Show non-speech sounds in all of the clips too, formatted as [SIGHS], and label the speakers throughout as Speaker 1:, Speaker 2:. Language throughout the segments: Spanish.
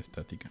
Speaker 1: estática.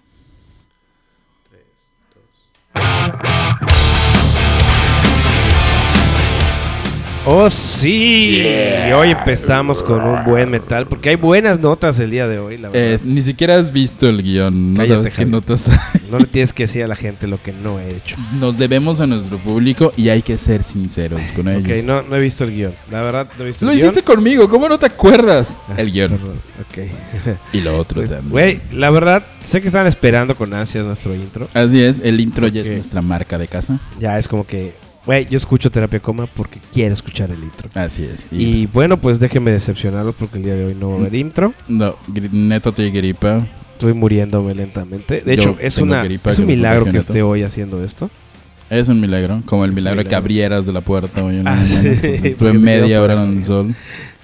Speaker 2: ¡Oh, sí! Y hoy empezamos con un buen metal, porque hay buenas notas el día de hoy, la
Speaker 1: Eh,
Speaker 2: verdad.
Speaker 1: ni siquiera has visto el guión, no
Speaker 2: Cállate,
Speaker 1: sabes qué
Speaker 2: Javi.
Speaker 1: notas.
Speaker 2: No le tienes que decir a la gente lo que no he hecho.
Speaker 1: [LAUGHS] Nos debemos a nuestro público y hay que ser sinceros con ellos.
Speaker 2: Ok, no, no he visto el guión. La verdad, no he visto
Speaker 1: Lo
Speaker 2: el guión. Ah,
Speaker 1: hiciste conmigo, ¿cómo no te acuerdas? El guión.
Speaker 2: Perdón, Ok.
Speaker 1: Y lo otro
Speaker 2: Pues,
Speaker 1: también.
Speaker 2: Güey, la verdad, sé que estaban esperando con ansias nuestro intro.
Speaker 1: Así es, el intro ya
Speaker 2: Ok.
Speaker 1: es nuestra marca de casa.
Speaker 2: Ya es como que, güey, yo escucho terapia coma porque quiero escuchar el intro.
Speaker 1: Así es.
Speaker 2: Y
Speaker 1: Y, Mm.
Speaker 2: bueno, pues déjenme decepcionarlos porque el día de hoy no va a haber intro.
Speaker 1: pues, no, gri- neto te gripa.
Speaker 2: Estoy muriéndome lentamente. De
Speaker 1: Yo
Speaker 2: hecho, es,
Speaker 1: tengo
Speaker 2: una,
Speaker 1: gripa
Speaker 2: es
Speaker 1: que
Speaker 2: un
Speaker 1: me
Speaker 2: milagro
Speaker 1: protege,
Speaker 2: que
Speaker 1: Neto.
Speaker 2: esté hoy haciendo esto.
Speaker 1: Es un milagro, como el
Speaker 2: Es un
Speaker 1: milagro que
Speaker 2: milagro.
Speaker 1: abríeras de la puerta hoy en la
Speaker 2: Ah,
Speaker 1: mañana,
Speaker 2: sí,
Speaker 1: pues,
Speaker 2: porque
Speaker 1: Estuve
Speaker 2: te
Speaker 1: media
Speaker 2: dio
Speaker 1: hora
Speaker 2: por
Speaker 1: en el
Speaker 2: ahí.
Speaker 1: sol.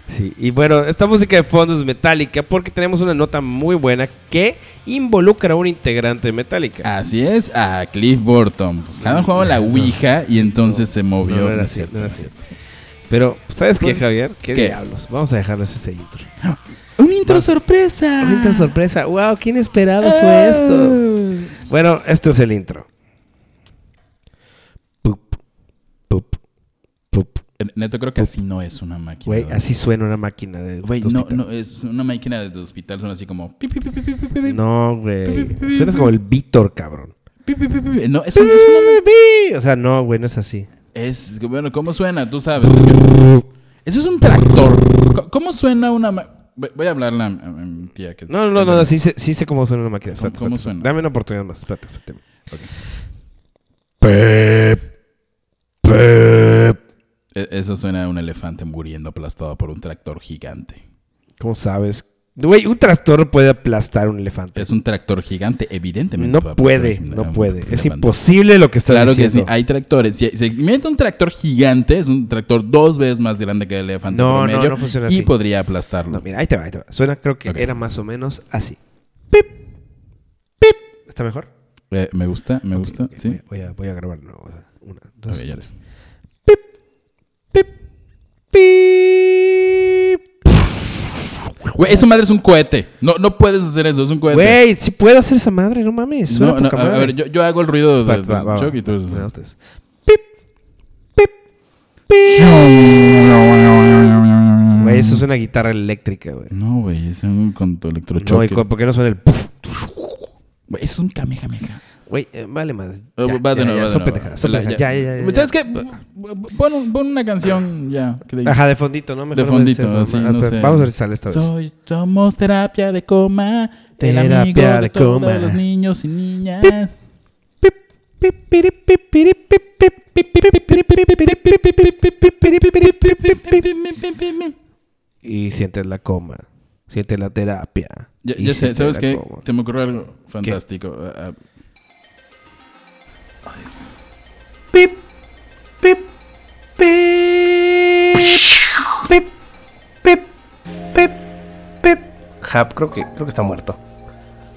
Speaker 2: Sí, y bueno, esta música de fondo es metálica porque tenemos una nota muy buena que involucra a un integrante de Metallica.
Speaker 1: Así es, a Cliff Burton. Pues, Cada jugaba la Ouija y entonces
Speaker 2: No,
Speaker 1: se movió.
Speaker 2: no, no era
Speaker 1: No es
Speaker 2: cierto,
Speaker 1: cierto,
Speaker 2: no
Speaker 1: no
Speaker 2: era
Speaker 1: es cierto.
Speaker 2: Pero, ¿sabes qué, Javier? ¿Qué,
Speaker 1: ¿Qué?
Speaker 2: diablos? Vamos a dejarles ese intro.
Speaker 1: Un intro
Speaker 2: Va.
Speaker 1: sorpresa.
Speaker 2: Ahorita sorpresa. ¡Wow! ¿Quién esperaba fue
Speaker 1: Ah.
Speaker 2: esto? Bueno, esto es el intro. Pup, pup, pup.
Speaker 1: Eh, Neto, creo que así no es una máquina.
Speaker 2: Güey,
Speaker 1: ¿verdad?
Speaker 2: así suena una máquina de.
Speaker 1: Güey,
Speaker 2: de
Speaker 1: no,
Speaker 2: hospital.
Speaker 1: no, es una máquina de hospital, son así como... pi, pi, pi, pi, pi, pi, pi, pi,
Speaker 2: No, güey. Suenas como el Víctor, cabrón.
Speaker 1: pi, pi, pi, pi. No, es un- es una
Speaker 2: O sea, no, güey, no es así.
Speaker 1: Es, bueno, ¿cómo suena? Tú sabes. Ese es un tractor. Co- ¿Cómo suena una... ma- Voy voy a hablarle a a mi tía. Que
Speaker 2: No, no, no, no, sí, sé- sí sé cómo suena una máquina.
Speaker 1: ¿Cómo-
Speaker 2: Espérate,
Speaker 1: cómo
Speaker 2: espérate.
Speaker 1: suena?
Speaker 2: Dame una oportunidad más. Espérate, espérate.
Speaker 1: E- Eso suena a un elefante muriendo aplastado por un tractor gigante.
Speaker 2: ¿Cómo sabes? Güey, un trastorno puede aplastar un elefante.
Speaker 1: Es un tractor gigante, evidentemente.
Speaker 2: No
Speaker 1: va a
Speaker 2: puede,
Speaker 1: aplastar a
Speaker 2: no
Speaker 1: un
Speaker 2: puede. Es
Speaker 1: elefante.
Speaker 2: imposible lo que estás
Speaker 1: Claro que
Speaker 2: diciendo.
Speaker 1: sí, hay tractores. Si se inventa un tractor gigante, es un tractor dos veces más grande que el elefante
Speaker 2: No, no,
Speaker 1: promedio
Speaker 2: no funciona
Speaker 1: y
Speaker 2: así.
Speaker 1: podría aplastarlo.
Speaker 2: No, mira, ahí te va, ahí te va. Suena, creo que
Speaker 1: Ok.
Speaker 2: era más o menos así. Pip. Pip. ¿Está mejor?
Speaker 1: Eh, me gusta, me gusta,
Speaker 2: Ok,
Speaker 1: sí.
Speaker 2: Voy a, voy a, voy a grabar de nuevo. O sea, Una, dos,
Speaker 1: Ok, ya.
Speaker 2: tres. Pip. Pip. Pip.
Speaker 1: Güey, esa madre es un cohete. No, no puedes hacer eso, es un cohete.
Speaker 2: Güey, si puedo hacer esa madre, no mames. Suena
Speaker 1: No, no,
Speaker 2: poca
Speaker 1: a, a
Speaker 2: madre.
Speaker 1: ver, yo, yo hago el ruido de,
Speaker 2: Va,
Speaker 1: de-
Speaker 2: va, va,
Speaker 1: del choc y tú
Speaker 2: va.
Speaker 1: haces-
Speaker 2: Una, dos, tres. Pip. Pip. Pip. Güey, eso es una guitarra eléctrica, güey.
Speaker 1: No, güey, es un con tu
Speaker 2: No,
Speaker 1: electrochoque.
Speaker 2: ¿y cu- ¿por qué no suena el puf?
Speaker 1: Güey, es un kamehameha.
Speaker 2: Güey, eh, vale madre.
Speaker 1: Eh,
Speaker 2: Ya,
Speaker 1: va de
Speaker 2: ya,
Speaker 1: nuevo,
Speaker 2: ya,
Speaker 1: va de
Speaker 2: son
Speaker 1: nuevo.
Speaker 2: pendejadas, son
Speaker 1: La-
Speaker 2: pendejadas.
Speaker 1: ya.
Speaker 2: Ya, ya, ya, ya.
Speaker 1: ¿Sabes qué? Pon, un- pon una canción ya. que de-
Speaker 2: Ajá, de fondito, ¿no?
Speaker 1: de fondito, así, no sé.
Speaker 2: Vamos a ver si sale esta vez.
Speaker 1: Soy, somos terapia de coma, el
Speaker 2: Terapia
Speaker 1: amigo de,
Speaker 2: de
Speaker 1: todos
Speaker 2: coma.
Speaker 1: los niños y niñas.
Speaker 2: Pip, pip, piri, pip, piri, pip, pip, pip, pip, piri, pip, piri, pip, piri, pip, pip, piri, piri, pip, pip, pip. Y sientes la coma. Sientes la terapia.
Speaker 1: Ya,
Speaker 2: Y
Speaker 1: ya sé,
Speaker 2: sientes
Speaker 1: ¿sabes
Speaker 2: la
Speaker 1: qué?
Speaker 2: coma.
Speaker 1: Se me ocurrió algo fantástico. Ah, ah,
Speaker 2: Pip, pip, pip, pip, pip, pip, pip.
Speaker 3: Hap, creo que, creo que está muerto.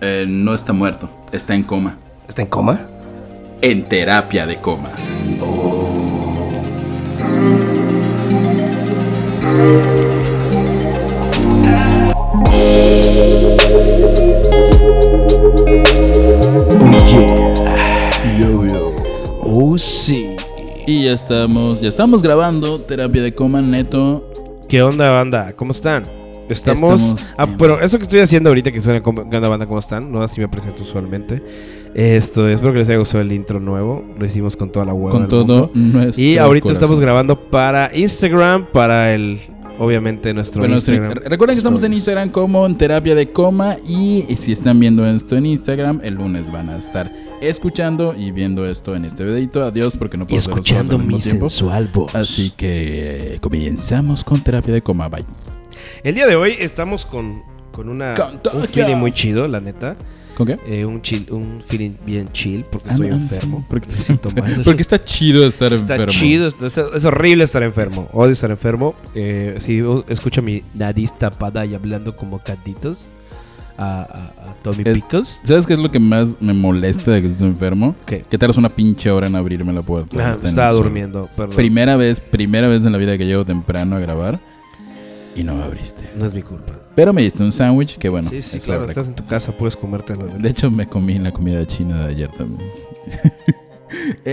Speaker 1: eh, no está muerto, está en coma.
Speaker 3: ¿Está en coma?
Speaker 1: En terapia de coma. Yo, yo.
Speaker 2: Oh, sí.
Speaker 1: Y ya estamos, ya estamos grabando terapia de coma neto.
Speaker 2: ¿Qué onda, banda? ¿Cómo están? Estamos.
Speaker 1: Estamos
Speaker 2: Ah,
Speaker 1: en-
Speaker 2: pero eso que estoy haciendo ahorita que suena como. ¿Qué onda, banda? ¿Cómo están? No, así me presento usualmente. Esto, espero que les haya gustado el intro nuevo. Lo hicimos con toda la hueva.
Speaker 1: Con
Speaker 2: del
Speaker 1: todo
Speaker 2: mundo.
Speaker 1: nuestro
Speaker 2: Y ahorita
Speaker 1: corazón.
Speaker 2: estamos grabando para Instagram, para el. Obviamente nuestro
Speaker 1: Bueno, sí,
Speaker 2: Instagram.
Speaker 1: re- recuerden que estamos en
Speaker 2: Stories.
Speaker 1: Instagram como en terapia de coma y si están viendo esto en Instagram, el lunes van a estar escuchando y viendo esto en este videito. Adiós porque no puedo hacer los dos al mismo tiempo.
Speaker 2: voz.
Speaker 1: Así que eh, comenzamos con terapia de coma. Bye.
Speaker 2: El día de hoy estamos con, con una,
Speaker 1: Con todo
Speaker 2: un feeling
Speaker 1: yo.
Speaker 2: muy chido, la neta.
Speaker 1: ¿Con qué?
Speaker 2: Eh, un, chill, un feeling bien chill porque
Speaker 1: Ah,
Speaker 2: estoy
Speaker 1: no, ah,
Speaker 2: enfermo.
Speaker 1: sí, Porque, estás
Speaker 2: Necesito
Speaker 1: enfermo.
Speaker 2: más.
Speaker 1: Porque está chido estar
Speaker 2: Está
Speaker 1: enfermo.
Speaker 2: chido, está- está- es horrible estar enfermo. Odio estar enfermo. Eh, si o- escucho mi nariz tapada y hablando como canditos a, a- a Tommy
Speaker 1: Es-
Speaker 2: Pickles.
Speaker 1: ¿Sabes qué es lo que más me molesta de que estés enfermo?
Speaker 2: ¿Qué?
Speaker 1: Que tardas una pinche hora en abrirme la puerta.
Speaker 2: Ah,
Speaker 1: Está en
Speaker 2: estaba
Speaker 1: eso.
Speaker 2: durmiendo, perdón.
Speaker 1: Primera vez, primera vez en la vida que llego temprano a grabar. y no me abriste.
Speaker 2: No es mi culpa.
Speaker 1: Pero me diste un sándwich que bueno.
Speaker 2: sí, sí,
Speaker 1: es la
Speaker 2: claro.
Speaker 1: verdad.
Speaker 2: Estás en tu casa, puedes comértelo.
Speaker 1: De hecho, me comí la comida china de ayer
Speaker 2: [LAUGHS]
Speaker 1: también.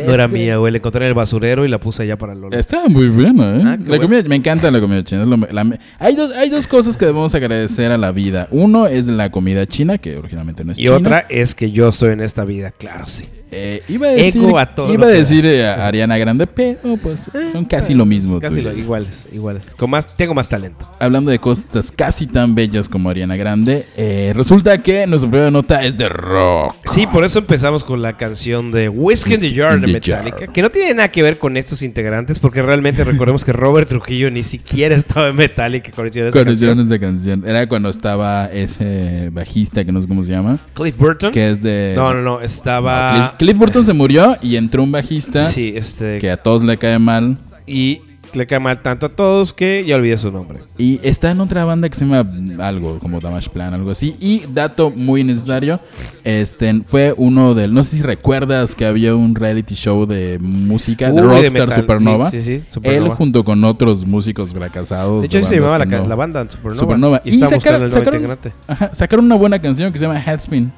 Speaker 2: No era mía, güey. La encontré en el basurero y la puse allá para Lola.
Speaker 1: Estaba muy buena, ¿eh?
Speaker 2: Ah, qué
Speaker 1: La comida- me encanta la comida china. es lo me- la me- hay, dos, hay dos cosas que debemos agradecer a la vida. Uno es la comida china, que originalmente no es
Speaker 2: Y
Speaker 1: china.
Speaker 2: otra es que yo estoy en esta vida, claro, sí.
Speaker 1: Eh, iba a decir,
Speaker 2: Eco a todo
Speaker 1: iba a
Speaker 2: lo que
Speaker 1: decir eh, a Ariana Grande, pero pues son casi lo mismo. tú
Speaker 2: Eh, Casi
Speaker 1: y
Speaker 2: lo-
Speaker 1: yo.
Speaker 2: iguales, iguales. Con más, tengo más talento.
Speaker 1: Hablando de cosas casi tan bellas como Ariana Grande, eh, resulta que nuestra primera nota es de rock.
Speaker 2: Sí, por eso empezamos con la canción de Whiskey in the Jar
Speaker 1: In
Speaker 2: de
Speaker 1: the
Speaker 2: Metallica,
Speaker 1: Jar.
Speaker 2: que no tiene nada que ver con estos integrantes, porque realmente recordemos que Robert Trujillo ni siquiera [LAUGHS] estaba en Metallica cuando hicieron esa
Speaker 1: Cuando hicieron
Speaker 2: canción.
Speaker 1: esa canción. Era cuando estaba ese bajista que no sé cómo se llama,
Speaker 2: Cliff Burton.
Speaker 1: que es de...
Speaker 2: No, no, no, estaba...
Speaker 1: Cliff, Cliff Burton se murió y entró un bajista
Speaker 2: Sí, este...
Speaker 1: que a todos le cae mal.
Speaker 2: Y le cae mal tanto a todos que ya olvidé su nombre.
Speaker 1: Y está en otra banda que se llama algo, como Damage Plan, algo así. Y dato muy necesario, este fue uno del, no sé si recuerdas que había un reality show de música, de
Speaker 2: Uy, de
Speaker 1: Rockstar
Speaker 2: metal.
Speaker 1: Supernova.
Speaker 2: Sí, sí, sí,
Speaker 1: Él
Speaker 2: Supernova.
Speaker 1: junto con otros músicos fracasados.
Speaker 2: De hecho,
Speaker 1: de
Speaker 2: se
Speaker 1: bandas
Speaker 2: llamaba la,
Speaker 1: que
Speaker 2: ca-
Speaker 1: no-
Speaker 2: la banda Supernova.
Speaker 1: Supernova.
Speaker 2: Y, estábamos
Speaker 1: sacaron,
Speaker 2: buscando el nuevo
Speaker 1: sacaron,
Speaker 2: integrante.
Speaker 1: ajá, sacaron una buena canción que se llama Headspin.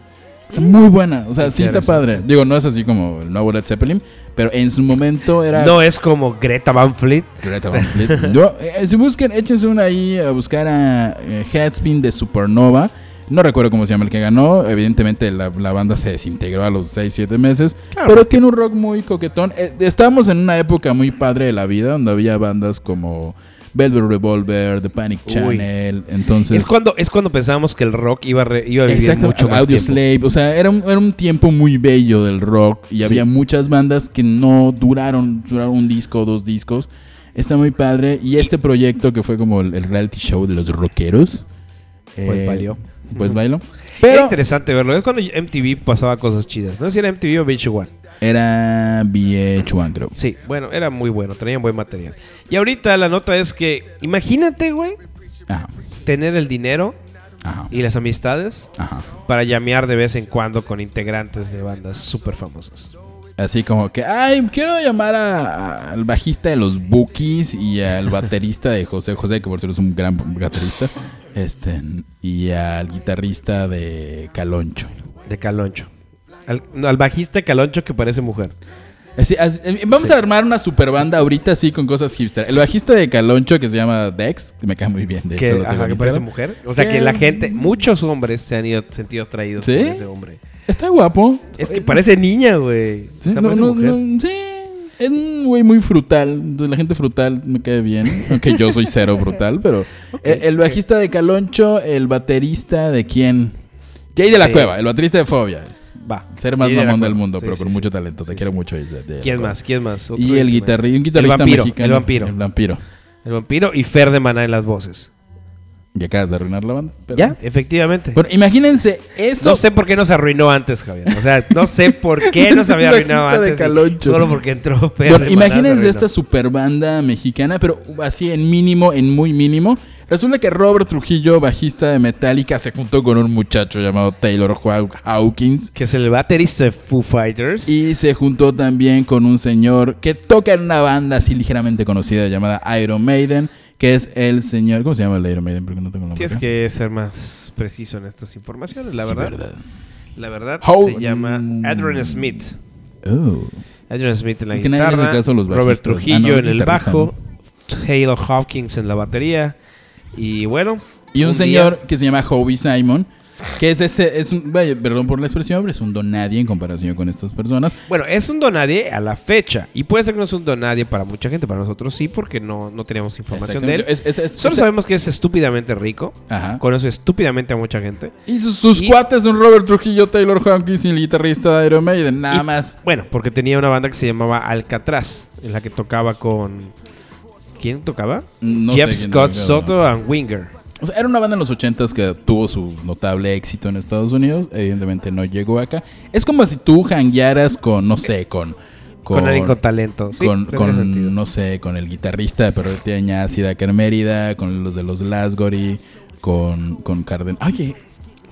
Speaker 1: Está muy buena, o sea, sí está padre. Digo, no es así como el nuevo Led Zeppelin, pero en su momento era
Speaker 2: No es como Greta Van Fleet.
Speaker 1: Greta Van Fleet. Yo, eh, si busquen, échense una ahí a buscar a eh, Headspin de Supernova. No recuerdo cómo se llama el que ganó. Evidentemente la, la banda se desintegró a los 6, 7 meses.
Speaker 2: Claro.
Speaker 1: Pero tiene un rock muy coquetón. Eh, estábamos en una época muy padre de la vida donde había bandas como Velvet Revolver, The Panic
Speaker 2: Uy.
Speaker 1: Channel. Entonces...
Speaker 2: es, cuando, es cuando pensábamos que el rock iba a, re- iba a vivir
Speaker 1: Exacto,
Speaker 2: mucho más
Speaker 1: Audio
Speaker 2: tiempo.
Speaker 1: Slave, o sea, era un, era un tiempo muy bello del rock y había muchas bandas que no duraron, duraron un disco, dos discos. Está muy padre y este proyecto que fue como el, el reality show de los rockeros.
Speaker 2: Pues valió.
Speaker 1: Pues bailó.
Speaker 2: Era
Speaker 1: Pero
Speaker 2: interesante verlo. Es cuando MTV pasaba cosas chidas. No sé si era MTV o VH1.
Speaker 1: era VH1, creo.
Speaker 2: Sí, bueno, era muy bueno. Tenían buen material. Y ahorita la nota es que, imagínate, güey,
Speaker 1: Ajá,
Speaker 2: tener el dinero
Speaker 1: ajá,
Speaker 2: y las amistades
Speaker 1: ajá.
Speaker 2: para llamear de vez en cuando con integrantes de bandas súper famosas.
Speaker 1: Así como que, ay, quiero llamar a- a- al bajista de los Bookies y al baterista de José José, que por cierto es un gran baterista, este, y al guitarrista de Caloncho.
Speaker 2: De Caloncho. Al, no, al bajista Caloncho que parece mujer.
Speaker 1: Así- así- eh, vamos a armar una super banda ahorita sí con cosas hipster. El bajista de Caloncho que se llama Dex, que me cae muy bien, de
Speaker 2: que,
Speaker 1: hecho lo
Speaker 2: ajá,
Speaker 1: tengo
Speaker 2: que
Speaker 1: en
Speaker 2: parece
Speaker 1: Instagram.
Speaker 2: mujer. O sea,
Speaker 1: Eh,
Speaker 2: que la gente, muchos hombres se han ido, sentido atraídos
Speaker 1: ¿Sí?
Speaker 2: por ese hombre.
Speaker 1: Está guapo.
Speaker 2: Es que parece niña, güey.
Speaker 1: Sí,
Speaker 2: o sea,
Speaker 1: no,
Speaker 2: parece
Speaker 1: no,
Speaker 2: mujer.
Speaker 1: no, sí. Es un güey muy frutal. De La gente frutal me cae bien. [LAUGHS] Aunque yo soy cero brutal, pero. Eh, el bajista de Caloncho, el baterista de quién? Jay de la
Speaker 2: Sí.
Speaker 1: Cueva, el baterista de Fobia.
Speaker 2: Va.
Speaker 1: Ser más
Speaker 2: Sí, de
Speaker 1: mamón del
Speaker 2: acuerdo.
Speaker 1: mundo,
Speaker 2: Sí,
Speaker 1: pero
Speaker 2: sí,
Speaker 1: con
Speaker 2: sí.
Speaker 1: mucho talento. Te quiero mucho, Jay de- de la
Speaker 2: ¿Quién
Speaker 1: Cueva.
Speaker 2: más? ¿Quién más? Otro
Speaker 1: Y el
Speaker 2: de-
Speaker 1: guitarrista, un guitarrista
Speaker 2: vampiro,
Speaker 1: mexicano.
Speaker 2: el vampiro.
Speaker 1: El vampiro.
Speaker 2: El vampiro y Fer de Maná en las voces.
Speaker 1: Y acabas de arruinar la banda. pero-
Speaker 2: ¿Ya? Efectivamente.
Speaker 1: Bueno, imagínense eso.
Speaker 2: No sé por qué nos arruinó antes, Javier. O sea, no sé por qué
Speaker 1: [LAUGHS]
Speaker 2: nos había
Speaker 1: El
Speaker 2: arruinado
Speaker 1: bajista de
Speaker 2: antes. y-
Speaker 1: Caloncho.
Speaker 2: Solo porque entró Fer
Speaker 1: Bueno,
Speaker 2: de Maná, nos
Speaker 1: imagínense
Speaker 2: arruinó.
Speaker 1: esta super banda mexicana, pero así en mínimo, en muy mínimo. Resulta que Robert Trujillo, bajista de Metallica, se juntó con un muchacho llamado Taylor Haw- Hawkins.
Speaker 2: Que es el baterista de Foo Fighters.
Speaker 1: Y se juntó también con un señor que toca en una banda así ligeramente conocida llamada Iron Maiden, que es el señor. ¿Cómo se llama el de Iron Maiden? Porque no tengo el nombre.
Speaker 2: Tienes
Speaker 1: acá.
Speaker 2: que ser más preciso en estas informaciones, la
Speaker 1: Sí,
Speaker 2: verdad. La verdad
Speaker 1: How-
Speaker 2: se llama Adrian Smith.
Speaker 1: Oh.
Speaker 2: Adrian Smith en la
Speaker 1: Es que nadie
Speaker 2: guitarra,
Speaker 1: le hace caso a los
Speaker 2: Robert
Speaker 1: bajistas.
Speaker 2: Trujillo
Speaker 1: Ah, no, es
Speaker 2: en el
Speaker 1: guitarrista,
Speaker 2: bajo, Halo Hopkins en la batería y bueno.
Speaker 1: Y un,
Speaker 2: día-
Speaker 1: señor que se llama Hobie Simon, que es ese, es un, vaya, perdón por la expresión, pero es un don nadie en comparación con estas personas.
Speaker 2: Bueno, es un donadie a la fecha y puede ser que no es un donadie para mucha gente, para nosotros sí, porque no, no teníamos información de él.
Speaker 1: Exactamente. Es- es- es-
Speaker 2: Solo
Speaker 1: es- Ah.
Speaker 2: sabemos que es estúpidamente rico,
Speaker 1: Ajá.
Speaker 2: conoce estúpidamente a mucha gente.
Speaker 1: Y sus, sus
Speaker 2: y-
Speaker 1: cuates son Robert Trujillo, Taylor Hawkins y el guitarrista de Iron Maiden, nada
Speaker 2: Y-
Speaker 1: más.
Speaker 2: Bueno, porque tenía una banda que se llamaba Alcatraz, en la que tocaba con... ¿Quién tocaba?
Speaker 1: No
Speaker 2: Jeff
Speaker 1: sé quién
Speaker 2: Scott
Speaker 1: tocaba,
Speaker 2: Soto and Winger.
Speaker 1: O sea, era una banda en los 80s que tuvo su notable éxito en Estados Unidos. Evidentemente no llegó acá. Es como si tú janguearas con, no sé, con.
Speaker 2: Con, alguien con talento. Sí,
Speaker 1: con,
Speaker 2: tendría
Speaker 1: con,
Speaker 2: sentido.
Speaker 1: no sé, con el guitarrista de Perroteña Ácida que en Mérida, con los de los Lasgory, con, con Carden. Oye,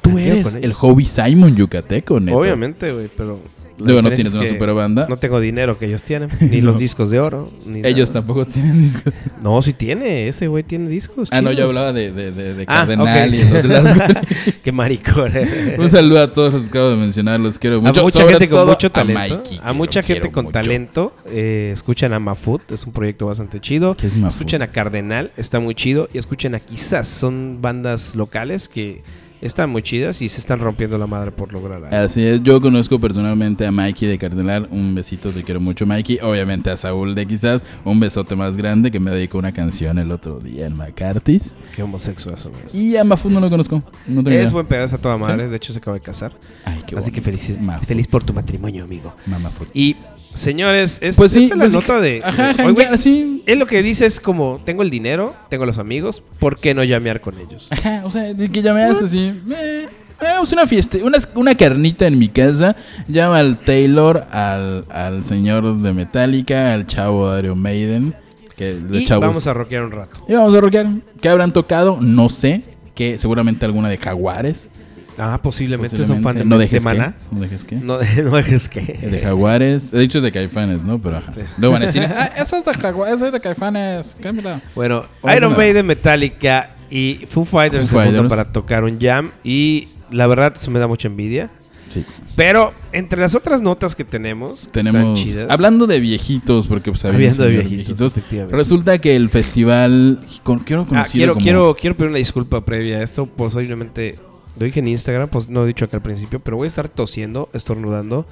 Speaker 1: tú
Speaker 2: Quiero
Speaker 1: eres
Speaker 2: con
Speaker 1: el hobby Simon Yucateco, neto.
Speaker 2: Obviamente, güey, pero La
Speaker 1: Digo, no
Speaker 2: diferencia
Speaker 1: tienes
Speaker 2: es
Speaker 1: una
Speaker 2: que
Speaker 1: super banda.
Speaker 2: No tengo dinero que ellos
Speaker 1: [LAUGHS]
Speaker 2: tienen, ni los discos de oro. ni
Speaker 1: Ellos
Speaker 2: nada.
Speaker 1: tampoco tienen [LAUGHS] discos.
Speaker 2: No, sí tiene, ese güey tiene discos.
Speaker 1: Ah, no, yo
Speaker 2: chidos.
Speaker 1: hablaba de, de, de, de
Speaker 2: Ah,
Speaker 1: Cardenal
Speaker 2: ok.
Speaker 1: y entonces las-
Speaker 2: [LAUGHS] Qué maricón. eh.
Speaker 1: Un saludo a todos los que acabo de mencionar, los quiero mucho.
Speaker 2: a mucha
Speaker 1: sobre
Speaker 2: gente con
Speaker 1: todo
Speaker 2: mucho talento.
Speaker 1: A, Mikey,
Speaker 2: A,
Speaker 1: que
Speaker 2: mucha
Speaker 1: lo quiero
Speaker 2: gente con
Speaker 1: mucho.
Speaker 2: talento. eh, escuchan a Mafut, es un proyecto bastante chido.
Speaker 1: ¿Qué es Mafut?
Speaker 2: Escuchen a Cardenal, está muy chido. Y escuchen a Quizás, son bandas locales que están muy chidas y se están rompiendo la madre por lograr algo.
Speaker 1: Así es, yo conozco personalmente a Mikey de Cardenal, un besito, te quiero mucho Mikey, obviamente a Saúl de quizás, un besote más grande que me dedicó una canción el otro día en McCarthy's.
Speaker 2: Qué homosexual son esos.
Speaker 1: Y a Mafud no lo conozco, no tengo
Speaker 2: Es
Speaker 1: idea.
Speaker 2: buen pedazo a toda madre, de hecho se acaba de casar.
Speaker 1: Ay, qué
Speaker 2: Así que
Speaker 1: bonito.
Speaker 2: feliz,
Speaker 1: Mafud,
Speaker 2: feliz por tu matrimonio, amigo.
Speaker 1: Mamafud.
Speaker 2: Y señores, es
Speaker 1: Pues sí,
Speaker 2: esta es la
Speaker 1: pues sí,
Speaker 2: nota de.
Speaker 1: Ajá,
Speaker 2: de-
Speaker 1: ajá,
Speaker 2: Oye, güey,
Speaker 1: ya, sí.
Speaker 2: Él lo que dice es como, tengo el dinero, tengo los amigos, ¿por qué no llamear con ellos?
Speaker 1: Ajá, [LAUGHS] o sea, de que ya me haces así. eh, Vamos a una fiesta, una, una carnita en mi casa. Llama al Taylor, al, al señor de Metallica, al chavo de Iron Maiden. Que los
Speaker 2: Y
Speaker 1: chavos.
Speaker 2: vamos a rockear un rato.
Speaker 1: Y vamos a rockear. ¿Qué habrán tocado? No sé. Que seguramente alguna de Jaguares.
Speaker 2: Ah, posiblemente, son
Speaker 1: posiblemente.
Speaker 2: fan de,
Speaker 1: no
Speaker 2: de
Speaker 1: dejes
Speaker 2: Maná.
Speaker 1: que. No dejes que.
Speaker 2: No, [LAUGHS] no es que.
Speaker 1: Eh, De Jaguares. He dicho de Caifanes, ¿no? Pero ajá. Luego van a
Speaker 2: [LAUGHS]
Speaker 1: decir, ah, esa es de Jaguares, esa es de Caifanes. Cámbiala.
Speaker 2: Bueno,
Speaker 1: Ojalá.
Speaker 2: Iron Maiden, Metallica y Foo Fighters
Speaker 1: Foo
Speaker 2: se juntan
Speaker 1: Fighters.
Speaker 2: para tocar un jam y la verdad eso me da mucha envidia.
Speaker 1: Sí.
Speaker 2: Pero entre las otras notas que tenemos, que están
Speaker 1: Tenemos.
Speaker 2: chidas,
Speaker 1: Hablando de viejitos, porque pues había un
Speaker 2: Hablando de
Speaker 1: señor
Speaker 2: viejitos, efectivamente.
Speaker 1: Resulta que el festival. Con, quiero
Speaker 2: Ah,
Speaker 1: conocido
Speaker 2: quiero,
Speaker 1: como-
Speaker 2: quiero, quiero pedir una disculpa previa a esto. Posiblemente lo dije en Instagram, pues no lo he dicho acá al principio, pero voy a estar tosiendo, estornudando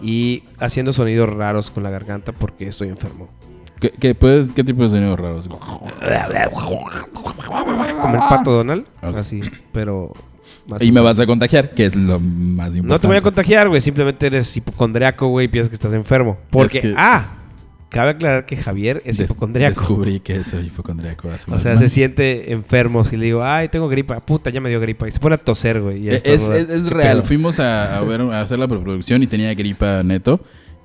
Speaker 2: y haciendo sonidos raros con la garganta porque estoy enfermo.
Speaker 1: ¿Qué, qué, puedes- pues, qué tipo de sonidos raros?
Speaker 2: Como el pato Donald,
Speaker 1: Ok.
Speaker 2: así, pero. más
Speaker 1: Y me
Speaker 2: o menos.
Speaker 1: vas a contagiar, que es lo más importante.
Speaker 2: No te voy a contagiar, güey. Simplemente eres hipocondriaco, güey, y piensas que estás enfermo. Porque,
Speaker 1: que-
Speaker 2: ah, cabe aclarar que Javier es
Speaker 1: Des-
Speaker 2: hipocondriaco.
Speaker 1: Descubrí que soy hipocondriaco hace
Speaker 2: O
Speaker 1: unas
Speaker 2: sea, se
Speaker 1: semanas.
Speaker 2: siente enfermo si le digo, ay, tengo gripa, puta, ya me dio gripa. Y se pone a toser, güey. y a
Speaker 1: Es, E- es,
Speaker 2: estornudar.
Speaker 1: es
Speaker 2: ¿Qué
Speaker 1: real.
Speaker 2: pedo?
Speaker 1: Fuimos a, a ver, a hacer la preproducción y tenía gripa neto.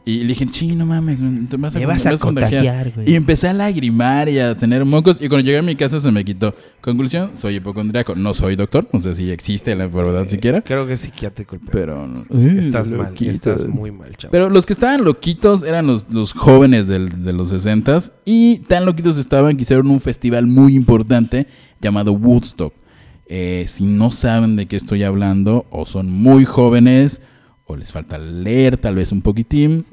Speaker 1: Y le dije, sí, no mames, me- te vas a,
Speaker 4: Me vas
Speaker 1: me
Speaker 4: a contagiar, güey.
Speaker 1: Y empecé a lagrimar y a tener mocos. Y cuando llegué a mi casa se me quitó. Conclusión, soy hipocondriaco. No soy doctor. No sé si existe la enfermedad siquiera.
Speaker 2: Creo que es psiquiátrico el pedo.
Speaker 1: Pero...
Speaker 2: Estás
Speaker 1: eh,
Speaker 2: mal,
Speaker 1: loquito.
Speaker 2: estás muy mal, chaval.
Speaker 1: Pero los que estaban loquitos eran los, los jóvenes del- de los 60s y tan loquitos estaban que hicieron un festival muy importante llamado Woodstock. Eh, si no saben de qué estoy hablando o son muy jóvenes o les falta leer tal vez un
Speaker 2: [LAUGHS]
Speaker 1: poquitín,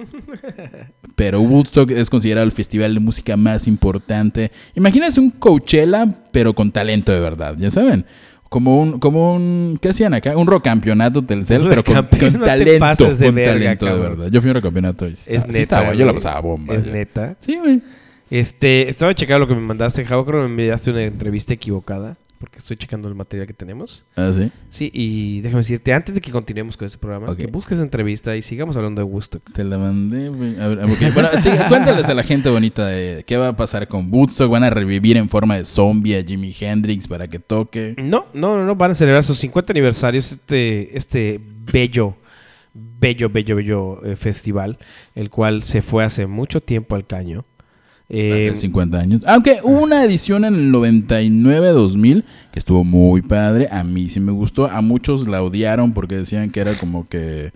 Speaker 1: pero Woodstock es considerado el festival de música más importante. Imagínense un Coachella, pero con talento de verdad, ya saben. Como un, como un, ¿qué hacían acá? Un rocampeonato Telcel,
Speaker 2: Un
Speaker 1: pero con,
Speaker 2: rocampeón,
Speaker 1: con
Speaker 2: [LAUGHS] no te
Speaker 1: talento,
Speaker 2: pases de
Speaker 1: con
Speaker 2: verga,
Speaker 1: talento de
Speaker 2: cabrón.
Speaker 1: verdad. Yo fui a un rocampeonato y
Speaker 2: Es
Speaker 1: estaba-
Speaker 2: neta.
Speaker 1: sí estaba, yo la
Speaker 2: güey.
Speaker 1: pasaba bomba.
Speaker 2: Es
Speaker 1: yo.
Speaker 2: neta.
Speaker 1: Sí, güey.
Speaker 2: Este, estaba checando lo que me mandaste, Javo. Creo que me enviaste una entrevista equivocada. Porque estoy checando el material que tenemos.
Speaker 1: Ah, sí.
Speaker 2: Sí, y déjame decirte, antes de que continuemos con este programa,
Speaker 1: Ok.
Speaker 2: que busques entrevista y sigamos hablando de Woodstock.
Speaker 1: Te la mandé, güey. A ver, ok. Bueno, [LAUGHS] sí, cuéntales a la gente bonita de qué va a pasar con Woodstock. Van a revivir en forma de zombie a Jimi Hendrix para que toque.
Speaker 2: No, no, no, no, van a celebrar sus 50 aniversarios este, este bello, bello, bello, bello eh, festival, el cual se fue hace mucho tiempo al caño. Eh,
Speaker 1: Hace 50 años. Aunque hubo una edición en el 99-2000 que estuvo muy padre. A mí sí me gustó. A muchos la odiaron porque decían que era como que...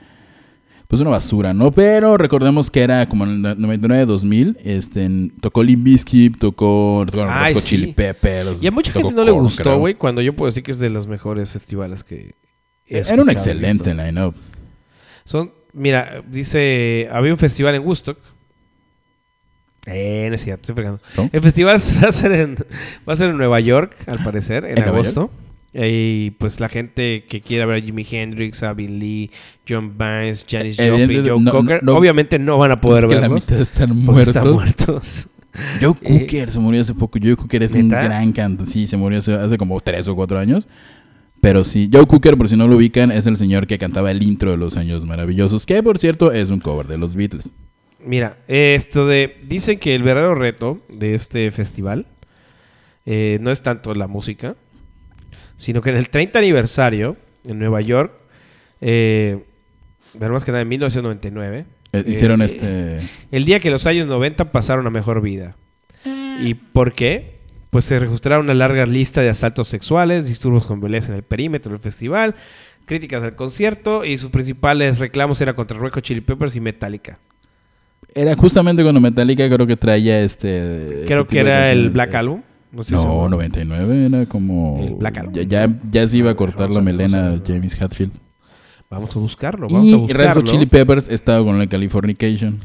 Speaker 1: Pues una basura, ¿no? Pero recordemos que era como en el 99-2000. Este, en- tocó Limp Bizkit, tocó, tocaron
Speaker 2: Ay,
Speaker 1: Red Hot
Speaker 2: sí.
Speaker 1: Chili Peppers.
Speaker 2: y a mucha
Speaker 1: tocó
Speaker 2: gente no le
Speaker 1: Korn, creo.
Speaker 2: gustó, güey, cuando yo puedo decir que es de los mejores festivales que... he
Speaker 1: Era un
Speaker 2: escuchado,
Speaker 1: excelente
Speaker 2: visto.
Speaker 1: line-up.
Speaker 2: Son, mira, dice, había un festival en Woodstock. Eh, no es cierto, estoy pegando.
Speaker 1: ¿No?
Speaker 2: El festival [LAUGHS] se va a ser en, va a ser en Nueva York, al parecer, en,
Speaker 1: ¿En Nueva
Speaker 2: agosto. Y pues la gente que quiera ver a Jimi Hendrix, Abbie Lee, John Vines, Janis
Speaker 1: Eh,
Speaker 2: Joplin,
Speaker 1: evidente-
Speaker 2: Joe
Speaker 1: no-
Speaker 2: Cocker,
Speaker 1: no-
Speaker 2: obviamente no van a poder
Speaker 1: Que la
Speaker 2: verlos.
Speaker 1: mitad están
Speaker 2: porque
Speaker 1: muertos.
Speaker 2: Están muertos.
Speaker 1: Joe
Speaker 2: Eh,
Speaker 1: Cooker se murió hace poco. Joe Cooker es un
Speaker 2: ¿neta?
Speaker 1: gran cantante. Sí, se murió hace, hace como tres o cuatro años. Pero sí, Joe Cooker, por si no lo ubican, es el señor que cantaba el intro de Los Años Maravillosos, que por cierto es un cover de los Beatles.
Speaker 2: Mira, esto de. Dicen que el verdadero reto de este festival eh, no es tanto la música, sino que en el 30 aniversario en Nueva York, eh, bueno, más que nada en 1999,
Speaker 1: Eh,
Speaker 2: eh,
Speaker 1: Hicieron este...
Speaker 2: el día que los años 90 pasaron a mejor vida. ¿Y por qué? Pues se registraron una larga lista de asaltos sexuales, disturbios con violencia en el perímetro del festival, críticas al concierto y sus principales reclamos eran contra Red Hot Chili Peppers y Metallica.
Speaker 1: Era justamente cuando Metallica creo que traía este... este
Speaker 2: Creo que
Speaker 1: tipo de
Speaker 2: era el
Speaker 1: canciones.
Speaker 2: Black Album. No, estoy
Speaker 1: No,
Speaker 2: seguro.
Speaker 1: 99 era como...
Speaker 2: El Black Album.
Speaker 1: Ya, ya, ya se iba a cortar la
Speaker 2: Vamos a-
Speaker 1: melena
Speaker 2: vamos a-
Speaker 1: James Hatfield.
Speaker 2: Vamos a buscarlo. Vamos a
Speaker 1: Y
Speaker 2: buscarlo. Ah,
Speaker 1: Red Hot Chili Peppers estaba con la Californication.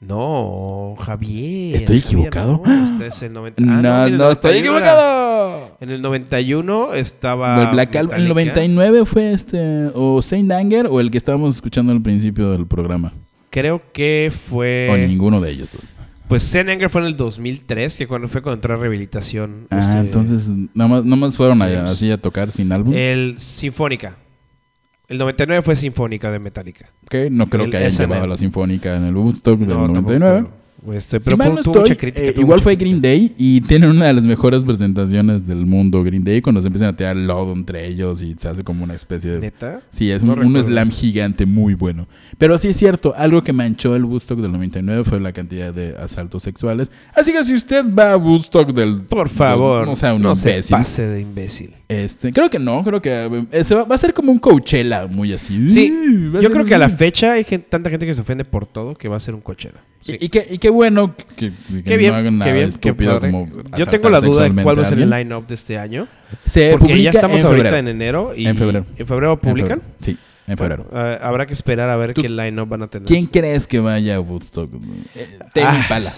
Speaker 2: No, Javier.
Speaker 1: ¿Estoy
Speaker 2: Javier,
Speaker 1: equivocado?
Speaker 2: no, este es el 90.
Speaker 1: no,
Speaker 2: Ah,
Speaker 1: no,
Speaker 2: mira, el
Speaker 1: estoy
Speaker 2: 91 era-
Speaker 1: equivocado.
Speaker 2: En el 91 estaba.
Speaker 1: el Black Album, el
Speaker 2: Metallica,
Speaker 1: 99 fue este, o Saint Anger o el que estábamos escuchando al principio del programa.
Speaker 2: Creo que
Speaker 1: o
Speaker 2: fue.
Speaker 1: ninguno de ellos dos.
Speaker 2: Pues Zen Anger fue en el 2003, que cuando fue contra rehabilitación.
Speaker 1: Ah,
Speaker 2: este, eh,
Speaker 1: entonces, nada más, nada más fueron a-
Speaker 2: Dios.
Speaker 1: así a tocar sin álbum.
Speaker 2: El Sinfónica. El 99 fue Sinfónica de Metallica.
Speaker 1: que no creo
Speaker 2: el
Speaker 1: que hayan
Speaker 2: SNL.
Speaker 1: llevado la sinfónica en el Woodstock del
Speaker 2: No, tampoco
Speaker 1: 99.
Speaker 2: creo. Pues, este,
Speaker 1: Si
Speaker 2: pero
Speaker 1: mal
Speaker 2: fue-
Speaker 1: no
Speaker 2: tuvo mucha
Speaker 1: estoy,
Speaker 2: crítica,
Speaker 1: eh,
Speaker 2: tuvo
Speaker 1: igual
Speaker 2: mucha
Speaker 1: fue
Speaker 2: crítica.
Speaker 1: Green Day y [LAUGHS] tienen una de las mejores presentaciones del mundo Green Day cuando se empiezan a tirar lodo entre ellos y se hace como una especie de
Speaker 2: ¿Neta?
Speaker 1: Sí, es
Speaker 2: No
Speaker 1: un, un
Speaker 2: recuerdo
Speaker 1: slam
Speaker 2: eso.
Speaker 1: gigante muy bueno. Pero sí es cierto, algo que manchó el Woodstock del 99 fue la cantidad de asaltos sexuales. Así que si usted va a Woodstock del...
Speaker 2: Por favor,
Speaker 1: del- no sea un
Speaker 2: se
Speaker 1: imbécil.
Speaker 2: pase de imbécil.
Speaker 1: Este, creo que no, creo que eh, se va, va a ser como un Coachella muy así.
Speaker 2: Sí,
Speaker 1: Uh, va a
Speaker 2: Yo
Speaker 1: ser
Speaker 2: creo
Speaker 1: un-
Speaker 2: que a la fecha hay gen- tanta gente que se ofende por todo que va a ser un cochera.
Speaker 1: Y, y qué, y qué bueno que, que
Speaker 2: Qué bien,
Speaker 1: no hagan nada
Speaker 2: qué bien, qué
Speaker 1: estúpido
Speaker 2: padre.
Speaker 1: como
Speaker 2: Yo
Speaker 1: asaltar
Speaker 2: tengo la duda de
Speaker 1: sexualmente
Speaker 2: cuál va a ser el
Speaker 1: alguien.
Speaker 2: line-up de este año.
Speaker 1: Se
Speaker 2: Porque ya
Speaker 1: publica
Speaker 2: estamos
Speaker 1: en
Speaker 2: ahorita
Speaker 1: febrero.
Speaker 2: en enero. Y
Speaker 1: En febrero.
Speaker 2: ¿En febrero
Speaker 1: En febrero.
Speaker 2: publican?
Speaker 1: Sí, en febrero.
Speaker 2: Bueno, eh, habrá que esperar a ver
Speaker 1: Tú-
Speaker 2: qué line-up van a tener.
Speaker 1: ¿Quién crees que vaya a Woodstock? Eh, Tame
Speaker 2: Ah.
Speaker 1: Impala.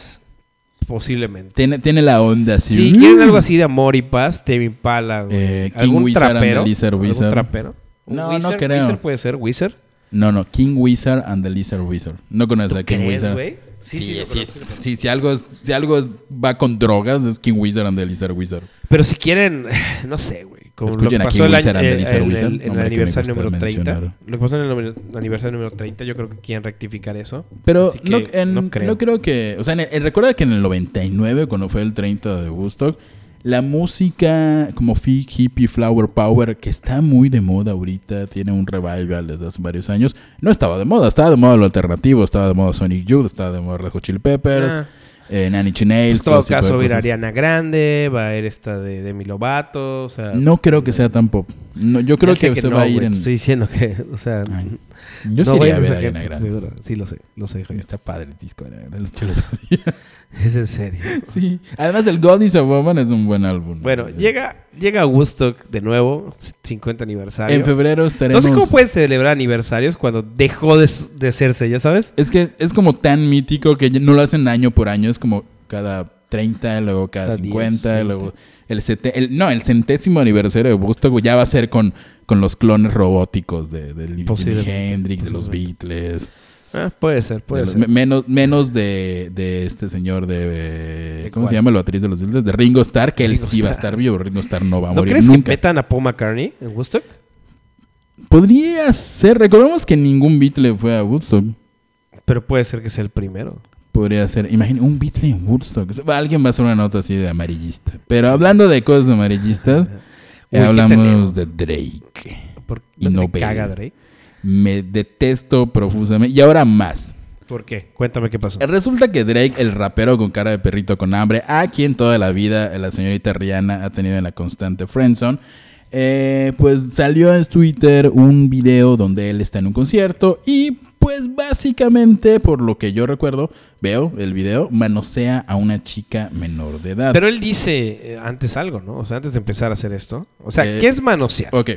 Speaker 2: Posiblemente.
Speaker 1: Tiene, tiene la onda así.
Speaker 2: Si
Speaker 1: Uh.
Speaker 2: quieren algo así de amor y paz, Tame Impala, güey.
Speaker 1: Eh, King
Speaker 2: ¿Algún
Speaker 1: Wizard and the
Speaker 2: trapero?
Speaker 1: Lizard
Speaker 2: ¿Algún
Speaker 1: Wizard.
Speaker 2: trapero?
Speaker 1: No,
Speaker 2: ¿Wizard?
Speaker 1: no creo.
Speaker 2: ¿Wizard puede ser? ¿Wizard?
Speaker 1: No, no, King Wizard and the Lizard Wizard. No conoces a King
Speaker 2: ¿Crees,
Speaker 1: Wizard.
Speaker 2: güey?
Speaker 1: Sí,
Speaker 2: lo
Speaker 1: sí, sí,
Speaker 2: conozco.
Speaker 1: sí, si algo, es- si algo es- va con drogas es King Wizard and the Lizard Wizard.
Speaker 2: Pero si quieren, [SIGHS] no sé, güey. Como lo que
Speaker 1: Escuchen a
Speaker 2: pasó
Speaker 1: King
Speaker 2: el año-
Speaker 1: Wizard and the
Speaker 2: el-
Speaker 1: Lizard
Speaker 2: el-
Speaker 1: Wizard,
Speaker 2: el- en el
Speaker 1: nombre que me
Speaker 2: aniversario
Speaker 1: gusta
Speaker 2: número 30.
Speaker 1: mencionar.
Speaker 2: Lo que pasó en el nomi- aniversario número 30, yo creo que quieren rectificar eso.
Speaker 1: Pero
Speaker 2: Así que
Speaker 1: no, en- no creo.
Speaker 2: creo.
Speaker 1: que, o sea, en el- en- recuerda que en el 99 cuando fue el 30 de Woodstock, la música como fi- hippie flower power que está muy de moda ahorita, tiene un revival desde hace varios años, no estaba de moda, estaba de moda lo alternativo, estaba de moda Sonic Youth, estaba de moda Red Hot Chili Peppers,
Speaker 2: Ah,
Speaker 1: eh, Nanny Chinel,
Speaker 2: en todo caso, va a ir Ariana Grande, va a ir esta de Demi Lovato, o sea... eh,
Speaker 1: No creo que sea tan pop. No, yo creo
Speaker 2: ya sé
Speaker 1: que, se
Speaker 2: no,
Speaker 1: va a ir
Speaker 2: güey,
Speaker 1: en.
Speaker 2: te Estoy diciendo que, [LAUGHS] o sea...
Speaker 1: Ay, Yo
Speaker 2: no
Speaker 1: sí
Speaker 2: voy
Speaker 1: iría a ver a Ariana
Speaker 2: gente,
Speaker 1: Grande.
Speaker 2: seguro. Sí, lo sé, lo
Speaker 1: [LAUGHS]
Speaker 2: sé, Javier.
Speaker 1: Está padre el disco de Ariana Grande.
Speaker 2: Es en serio.
Speaker 1: [LAUGHS] Sí. Además, el God is a Woman es un buen álbum.
Speaker 2: Bueno,
Speaker 1: Es-
Speaker 2: llega, llega Woodstock de nuevo, 50 aniversario.
Speaker 1: En febrero
Speaker 2: No
Speaker 1: estaremos.
Speaker 2: sé cómo pueden celebrar aniversarios cuando dejó de, s- de hacerse, ¿ya sabes?
Speaker 1: Es que es como tan mítico que ya no lo hacen año por año. Es como cada 30, luego cada,
Speaker 2: Cada 10,
Speaker 1: 50,
Speaker 2: 20.
Speaker 1: luego. El, sete- el- no, el centésimo aniversario de Woodstock ya va a ser con, con los clones robóticos de, de Jimi
Speaker 2: Posiblemente,
Speaker 1: Hendrix, de los
Speaker 2: posiblemente.
Speaker 1: Beatles.
Speaker 2: Ah, puede ser, puede
Speaker 1: De los-
Speaker 2: ser.
Speaker 1: me- menos menos de, de este señor de... eh,
Speaker 2: ¿De
Speaker 1: ¿Cómo se
Speaker 2: cuál?
Speaker 1: llama el baterista de los Beatles? De Ringo Starr, que él
Speaker 2: Ringo
Speaker 1: sí va a
Speaker 2: Starr.
Speaker 1: estar vivo. Ringo Starr no va a
Speaker 2: ¿No
Speaker 1: morir
Speaker 2: crees que
Speaker 1: nunca.
Speaker 2: metan a Paul McCartney en Woodstock?
Speaker 1: Podría ser... Recordemos que ningún Beatle fue a Woodstock.
Speaker 2: Pero puede ser que sea el primero.
Speaker 1: Podría ser... Imagina, un Beatle en Woodstock. Alguien va a hacer una nota así de amarillista. Pero hablando de cosas amarillistas,
Speaker 2: Uy, ¿qué
Speaker 1: hablamos
Speaker 2: tenemos?
Speaker 1: de Drake.
Speaker 2: ¿Por
Speaker 1: Y
Speaker 2: qué
Speaker 1: no Bale.
Speaker 2: te caga Drake?
Speaker 1: Me detesto profusamente. Y ahora más.
Speaker 2: ¿Por qué? Cuéntame qué pasó.
Speaker 1: Eh, Resulta que Drake, el rapero con cara de perrito con hambre, a quien toda la vida la señorita Rihanna ha tenido en la constante friendzone, eh, pues salió en Twitter un video donde él está en un concierto y pues básicamente, por lo que yo recuerdo, veo el video, manosea a una chica menor de edad.
Speaker 2: Pero él dice eh, antes algo, ¿no? O sea, antes de empezar a hacer esto. O sea,
Speaker 1: Eh,
Speaker 2: ¿qué es manosear?
Speaker 1: Ok.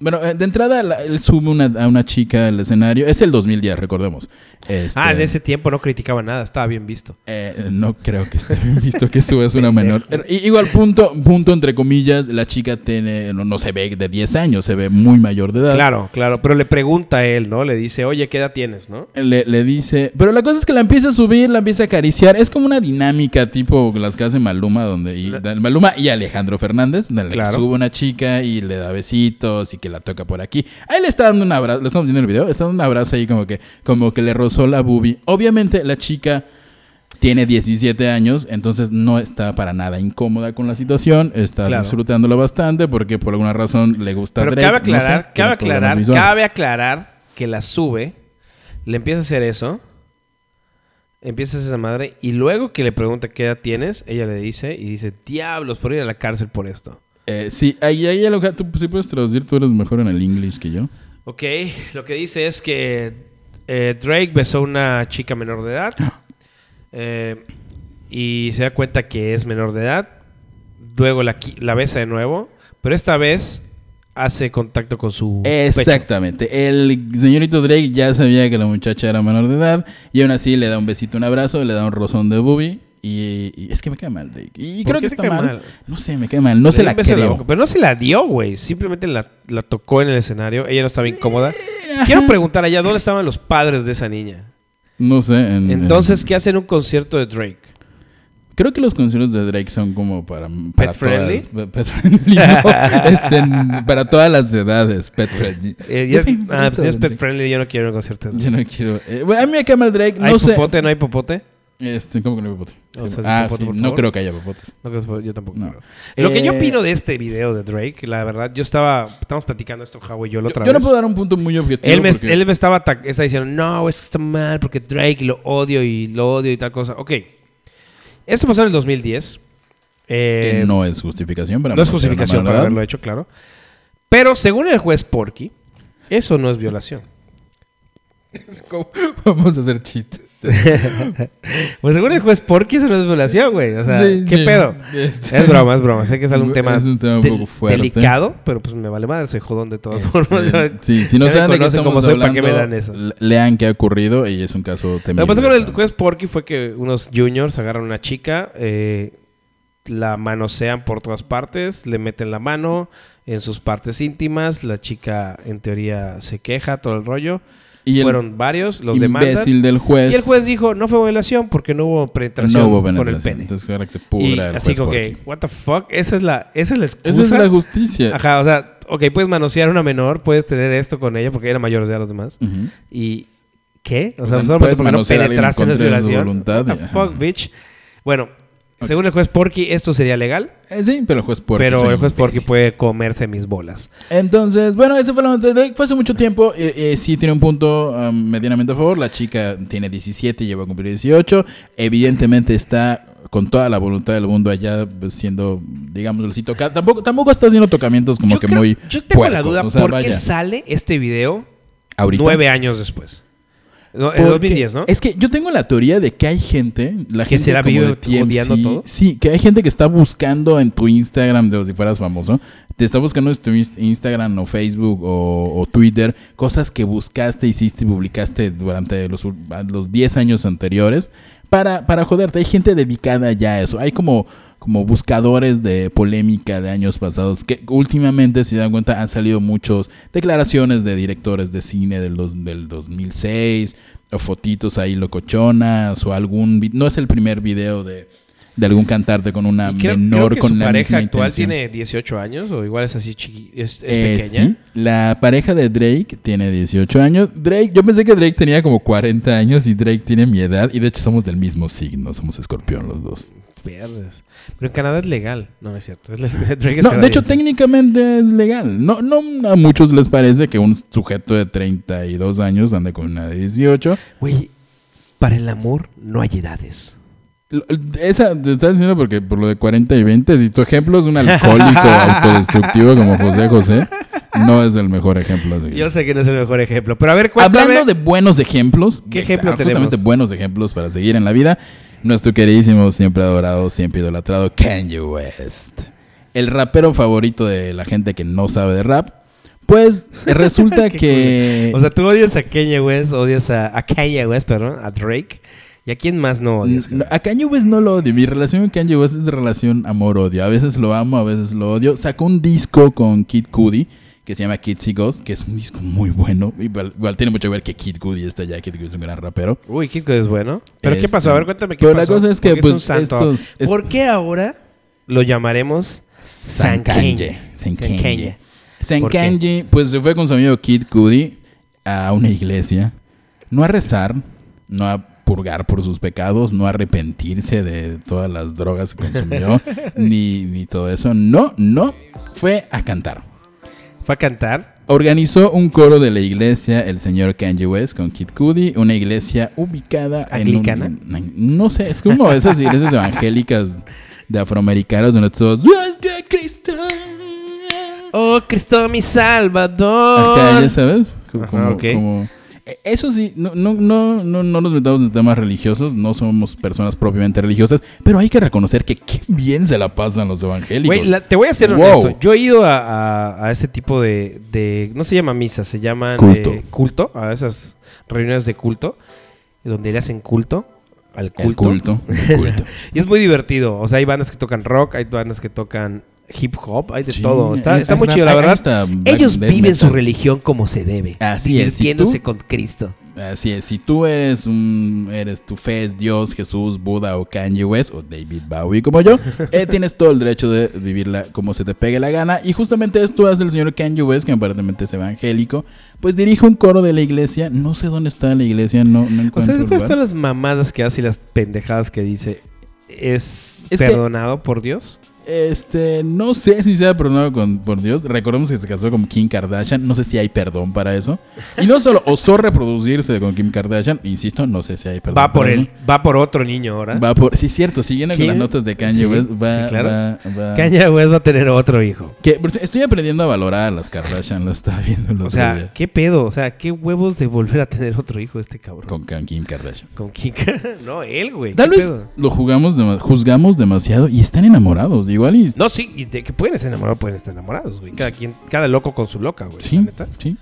Speaker 1: Bueno, eh, de entrada la- él sube una- a una chica al escenario. Es el 2010, recordemos. Este,
Speaker 2: Ah, en ese tiempo no criticaba nada, estaba bien visto.
Speaker 1: Eh, no creo que esté bien visto que subas una menor. Eh, i- Igual punto, punto entre comillas, la chica tiene, no, no se ve de 10 años, se ve muy mayor de edad.
Speaker 2: Claro, claro. Pero le pregunta a él, ¿no? Le dice, oye, ¿qué edad tienes, no?
Speaker 1: Le, le dice, pero la cosa es que la empieza a subir, la empieza a acariciar. Es como una dinámica tipo las que hace Maluma, donde y-
Speaker 2: La-
Speaker 1: Maluma y Alejandro Fernández, donde
Speaker 2: Claro.
Speaker 1: sube una chica y le da besitos y que la toca por aquí. Ahí le está dando un abrazo, lo estamos viendo en el video, le está dando un abrazo ahí como que, como que le rozó la boobie. Obviamente la chica tiene 17 años, entonces no está para nada incómoda con la situación, está
Speaker 2: Claro.
Speaker 1: disfrutándola bastante porque por alguna razón le gusta
Speaker 2: Pero
Speaker 1: Drake,
Speaker 2: cabe
Speaker 1: no sé,
Speaker 2: aclarar,
Speaker 1: tiene
Speaker 2: cabe
Speaker 1: problemas
Speaker 2: aclarar,
Speaker 1: visuales.
Speaker 2: cabe aclarar que la sube, le empieza a hacer eso, empieza a hacer esa madre, y luego que le pregunta qué edad tienes, ella le dice, y dice, diablos, por ir a la cárcel por esto.
Speaker 1: Eh, sí, ahí, ahí ya lo- tú sí puedes traducir, tú eres mejor en el English que yo.
Speaker 2: Ok, lo que dice es que eh, Drake besó a una chica menor de edad eh, y se da cuenta que es menor de edad. Luego la, qui- la besa de nuevo, pero esta vez hace contacto con su pecho.
Speaker 1: Exactamente. El señorito Drake ya sabía que la muchacha era menor de edad y aún así le da un besito, un abrazo, le da un rozón de booby y, y es que me cae mal Drake. Y
Speaker 2: ¿Por
Speaker 1: creo
Speaker 2: qué
Speaker 1: que
Speaker 2: te
Speaker 1: está
Speaker 2: cae
Speaker 1: mal.
Speaker 2: mal?
Speaker 1: No sé, me cae mal. No
Speaker 2: Le
Speaker 1: se
Speaker 2: dio
Speaker 1: la
Speaker 2: un beso en
Speaker 1: creo.
Speaker 2: boca, pero no se la dio, güey. Simplemente la, la tocó en el escenario. Ella no estaba incómoda.
Speaker 1: ajá.
Speaker 2: Quiero preguntar allá, ¿dónde estaban los padres de esa niña?
Speaker 1: No sé. en-
Speaker 2: Entonces, ¿qué hacen en un concierto de Drake?
Speaker 1: Creo que los conciertos de Drake son como para, para
Speaker 2: friendly?
Speaker 1: todas- [LAUGHS] Pet friendly,
Speaker 2: [LAUGHS]
Speaker 1: no. Este, n- para todas las edades, pet friendly.
Speaker 2: Eh,
Speaker 1: Yo
Speaker 2: ya-
Speaker 1: me
Speaker 2: ah, pues ya es
Speaker 1: invento,
Speaker 2: pet friendly, yo no quiero ir a un concierto de
Speaker 1: Yo
Speaker 2: Drake.
Speaker 1: no quiero. eh, bueno, a mí me cae mal Drake,
Speaker 2: ¿Hay
Speaker 1: no sé.
Speaker 2: popote? ¿No hay popote?
Speaker 1: Este, ¿cómo que no hay popote?
Speaker 2: O sea,
Speaker 1: ah,
Speaker 2: popote,
Speaker 1: sí,
Speaker 2: por
Speaker 1: no
Speaker 2: favor.
Speaker 1: creo que haya popote.
Speaker 2: No creo que sea- yo tampoco.
Speaker 1: No.
Speaker 2: creo. Lo que yo
Speaker 1: Eh,
Speaker 2: opino de este video de Drake, la verdad, yo estaba. Estamos platicando esto, Howie, y yo la otra
Speaker 1: Yo no
Speaker 2: vez.
Speaker 1: puedo dar un punto muy objetivo.
Speaker 2: Él me,
Speaker 1: porque-
Speaker 2: él me estaba, ata- estaba diciendo, no, esto está mal porque Drake lo odio y lo odio y tal cosa. Ok. Esto pasó en el 2010. Eh,
Speaker 1: que no es justificación para
Speaker 2: no es
Speaker 1: mí ser una
Speaker 2: justificación para
Speaker 1: mala
Speaker 2: haberlo
Speaker 1: edad.
Speaker 2: hecho, claro. Pero según el juez Porky, eso no
Speaker 1: [LAUGHS]
Speaker 2: es violación.
Speaker 1: [LAUGHS] Vamos a hacer chistes.
Speaker 2: Pues según el juez Porky, eso no es violación, güey. O sea,
Speaker 1: Sí,
Speaker 2: ¿qué
Speaker 1: sí,
Speaker 2: pedo?
Speaker 1: este-
Speaker 2: Es broma, es broma. Sé que es algún tema,
Speaker 1: Es un tema un
Speaker 2: del-
Speaker 1: poco fuerte.
Speaker 2: delicado, [LAUGHS] pero pues me vale madre, soy jodón de todas formas.
Speaker 1: Este, sí, si no
Speaker 2: Ya me
Speaker 1: saben de qué
Speaker 2: conocen
Speaker 1: estamos
Speaker 2: como soy, ¿para qué me
Speaker 1: hablando,
Speaker 2: dan eso?
Speaker 1: le- lean qué ha ocurrido y es un caso
Speaker 2: Lo
Speaker 1: temible.
Speaker 2: que pasó con el juez Porky fue que unos juniors agarran a una chica, eh, la manosean por todas partes, le meten la mano en sus partes íntimas, la chica en teoría se queja, todo el rollo.
Speaker 1: y el
Speaker 2: Fueron varios, los demandan.
Speaker 1: imbécil del juez.
Speaker 2: Y el juez dijo, no fue violación porque no hubo penetración,
Speaker 1: no hubo
Speaker 2: con el
Speaker 1: penetración.
Speaker 2: pene.
Speaker 1: Entonces ahora que se
Speaker 2: Y
Speaker 1: pudra el
Speaker 2: así
Speaker 1: juez.
Speaker 2: como
Speaker 1: Porky.
Speaker 2: que, what the fuck, esa es la, esa es la excusa.
Speaker 1: Esa es la justicia.
Speaker 2: Ajá, o sea, ok, puedes manosear a una menor, puedes tener esto con ella porque era mayor de edad los demás.
Speaker 1: Ujú.
Speaker 2: ¿Y qué? O
Speaker 1: O
Speaker 2: sea,
Speaker 1: sea,
Speaker 2: solo
Speaker 1: puedes
Speaker 2: porque no
Speaker 1: manosear a alguien
Speaker 2: penetraste en la
Speaker 1: contra su
Speaker 2: violación.
Speaker 1: voluntad,
Speaker 2: What the
Speaker 1: ajá.
Speaker 2: fuck, bitch. Bueno, según el juez Porky, esto sería legal.
Speaker 1: Eh, sí, pero el juez Porky. es
Speaker 2: pero
Speaker 1: un
Speaker 2: el juez Porky
Speaker 1: imbécil.
Speaker 2: puede comerse mis bolas.
Speaker 1: Entonces, bueno, ese fue la nota de Drake. Fue hace mucho tiempo. Eh, eh, sí tiene un punto um, medianamente a favor. La chica tiene 17 y lleva a cumplir 18. Evidentemente está con toda la voluntad del mundo allá pues, siendo, digamos, el sitio acá. Tampoco, tampoco está haciendo tocamientos como
Speaker 2: yo,
Speaker 1: que
Speaker 2: creo-
Speaker 1: muy
Speaker 2: yo tengo la
Speaker 1: puercos.
Speaker 2: duda
Speaker 1: O sea,
Speaker 2: por qué
Speaker 1: vaya,
Speaker 2: sale este video
Speaker 1: ahorita.
Speaker 2: nueve años después. No, en
Speaker 1: Porque
Speaker 2: 2010, ¿no?
Speaker 1: Es que yo tengo la teoría de que hay gente, la
Speaker 2: ¿Que
Speaker 1: gente
Speaker 2: se la
Speaker 1: como
Speaker 2: vive
Speaker 1: de TMZ,
Speaker 2: odiando todo?
Speaker 1: Sí, que hay gente que está buscando en tu Instagram, de si fueras famoso, te está buscando en tu inst- Instagram o Facebook o, o Twitter, cosas que buscaste, hiciste y publicaste durante los, ul- los 10 años anteriores para, para joderte. Hay gente dedicada ya a eso. Hay como, como buscadores de polémica de años pasados que últimamente, si se dan cuenta, han salido muchas declaraciones de directores de cine del, dos- del 2006 o fotitos ahí locochonas o algún... vi- No es el primer video de, de algún cantarte con una
Speaker 2: Y creo,
Speaker 1: menor
Speaker 2: creo que
Speaker 1: con
Speaker 2: su
Speaker 1: la
Speaker 2: pareja
Speaker 1: misma
Speaker 2: actual
Speaker 1: intención.
Speaker 2: tiene 18 años o igual es así chiqui, es, es
Speaker 1: Eh,
Speaker 2: pequeña.
Speaker 1: sí. La pareja de Drake tiene 18 años. Drake, yo pensé que Drake tenía como 40 años y Drake tiene mi edad. Y de hecho somos del mismo signo, somos escorpión los dos.
Speaker 2: Pierdes. Pero en Canadá es legal. No, no es cierto. [LAUGHS] Es le- Drake es
Speaker 1: No, de hecho
Speaker 2: canadiense.
Speaker 1: técnicamente es legal. No, no a muchos les parece que un sujeto de 32 años ande con una de 18.
Speaker 2: Güey, para el amor no hay edades.
Speaker 1: Lo- Esa, te estás diciendo porque por lo de 40 y 20, si tu ejemplo es un
Speaker 2: [LAUGHS]
Speaker 1: alcohólico autodestructivo como José José, no es el mejor ejemplo. así.
Speaker 2: Yo sé que no es el mejor ejemplo, pero a ver, cuéntame.
Speaker 1: Hablando de buenos ejemplos,
Speaker 2: ¿Qué
Speaker 1: exa-
Speaker 2: ejemplo
Speaker 1: justamente
Speaker 2: tenemos?
Speaker 1: buenos ejemplos para seguir en la vida, nuestro queridísimo, siempre adorado, siempre idolatrado Kanye West, el rapero favorito de la gente que no sabe de rap,
Speaker 2: [LAUGHS]
Speaker 1: pues resulta
Speaker 2: Qué
Speaker 1: que
Speaker 2: O sea, tú odias a Kanye West, odias a, a Kanye West, perdón, a Drake. ¿Y a quién más no odias?
Speaker 1: n-
Speaker 2: cabrón?
Speaker 1: a Kanye West no lo odio, mi relación con Kanye West es relación amor-odio, a veces lo amo, a veces lo odio, sacó un disco con Kid Cudi. Que se llama Kids y Ghosts, que es un disco muy bueno. Igual, igual tiene mucho que ver que Kid Cudi está allá. Kid Cudi es un gran rapero.
Speaker 2: Uy, Kid Cudi es bueno. ¿Pero qué
Speaker 1: Este,
Speaker 2: pasó? A ver, cuéntame qué
Speaker 1: pero
Speaker 2: pasó.
Speaker 1: la cosa es que,
Speaker 2: Porque
Speaker 1: pues,
Speaker 2: santo.
Speaker 1: estos- es-
Speaker 2: ¿Por qué ahora lo llamaremos San Kanye?
Speaker 1: San
Speaker 2: San
Speaker 1: Kanye.
Speaker 2: Kanye.
Speaker 1: San
Speaker 2: ¿Por qué?
Speaker 1: Kanye, pues se fue con su amigo Kid Cudi a una iglesia. No a rezar, no a purgar por sus pecados, no a arrepentirse de todas las drogas que
Speaker 2: [LAUGHS]
Speaker 1: consumió, ni, ni todo eso. No, no. Fue a cantar.
Speaker 2: Fue a cantar.
Speaker 1: Organizó un coro de la iglesia el señor Kanye West con Kid Cudi, una iglesia ubicada
Speaker 2: ¿Anglicana?
Speaker 1: en un- no sé, es como esas iglesias evangélicas de afroamericanos donde todos "Vuelve a Cristo".
Speaker 2: Oh, Cristo mi Salvador.
Speaker 1: Acá, ya sabes. Como,
Speaker 2: Ajá, ok.
Speaker 1: como- Eh, Eso sí, no, no, no, no, no nos metamos en temas religiosos, no somos personas propiamente religiosas, pero hay que reconocer que qué bien se la pasan los evangélicos.
Speaker 2: Güey, la- te voy a ser
Speaker 1: Wow.
Speaker 2: honesto. Yo he ido a, a- a ese tipo de, de- No se llama misa, se llaman.
Speaker 1: Culto.
Speaker 2: eh, culto. A esas reuniones de culto. Donde le hacen culto. Al
Speaker 1: El
Speaker 2: culto.
Speaker 1: culto. el culto.
Speaker 2: Y es muy divertido. O sea, hay bandas que tocan rock, hay bandas que tocan hip hop, hay [LAUGHS] de
Speaker 1: Sí,
Speaker 2: todo. Está,
Speaker 1: hay-
Speaker 2: está
Speaker 1: hay
Speaker 2: muy
Speaker 1: rap,
Speaker 2: chido, la
Speaker 1: hay
Speaker 2: verdad.
Speaker 1: hasta black
Speaker 2: Ellos
Speaker 1: death
Speaker 2: viven su
Speaker 1: metal.
Speaker 2: religión como se debe.
Speaker 1: Así es, ¿y tú?
Speaker 2: divirtiéndose con Cristo.
Speaker 1: Así es, si tú eres un, eres tu fe es Dios, Jesús, Buda o Kanye West o David Bowie como
Speaker 2: [LAUGHS]
Speaker 1: yo, eh, tienes todo el derecho de vivirla como se te pegue la gana. Y justamente esto hace el señor Kanye West, que aparentemente es evangélico, pues dirige un coro de la iglesia. No sé dónde está la iglesia, no, no
Speaker 2: O sea,
Speaker 1: encuentro. el
Speaker 2: después
Speaker 1: lugar.
Speaker 2: todas las mamadas que hace y las pendejadas que dice, ¿es,
Speaker 1: Es que-
Speaker 2: perdonado por Dios?
Speaker 1: Este, no sé si sea perdonado con, por Dios. Recordemos que se casó con Kim Kardashian. No sé si hay perdón para eso. Y no solo osó reproducirse con Kim Kardashian. Insisto, no sé si hay perdón.
Speaker 2: Va por
Speaker 1: para
Speaker 2: él,
Speaker 1: eso.
Speaker 2: va por otro niño ahora.
Speaker 1: Va por, sí, cierto. Siguiendo con
Speaker 2: Kim-
Speaker 1: las notas de Kanye
Speaker 2: sí,
Speaker 1: West, va,
Speaker 2: sí, claro.
Speaker 1: va- va-
Speaker 2: Kanye West va a tener otro hijo.
Speaker 1: Que, por cierto, estoy aprendiendo a valorar a las Kardashian. Lo estaba viendo el
Speaker 2: O
Speaker 1: otro
Speaker 2: sea,
Speaker 1: día
Speaker 2: ¿qué pedo? O sea, ¿qué huevos de volver a tener otro hijo este cabrón?
Speaker 1: con Kan- Kim Kardashian.
Speaker 2: Con Kika. [LAUGHS] no, él, güey.
Speaker 1: Tal
Speaker 2: ¿qué
Speaker 1: vez
Speaker 2: pedo?
Speaker 1: lo jugamos dema- juzgamos demasiado y están enamorados. Igual y.
Speaker 2: No, sí, y de que pueden estar enamorados, pueden estar enamorados, güey. Cada quien, cada loco con su loca, güey.
Speaker 1: Sí,
Speaker 2: la neta.
Speaker 1: sí.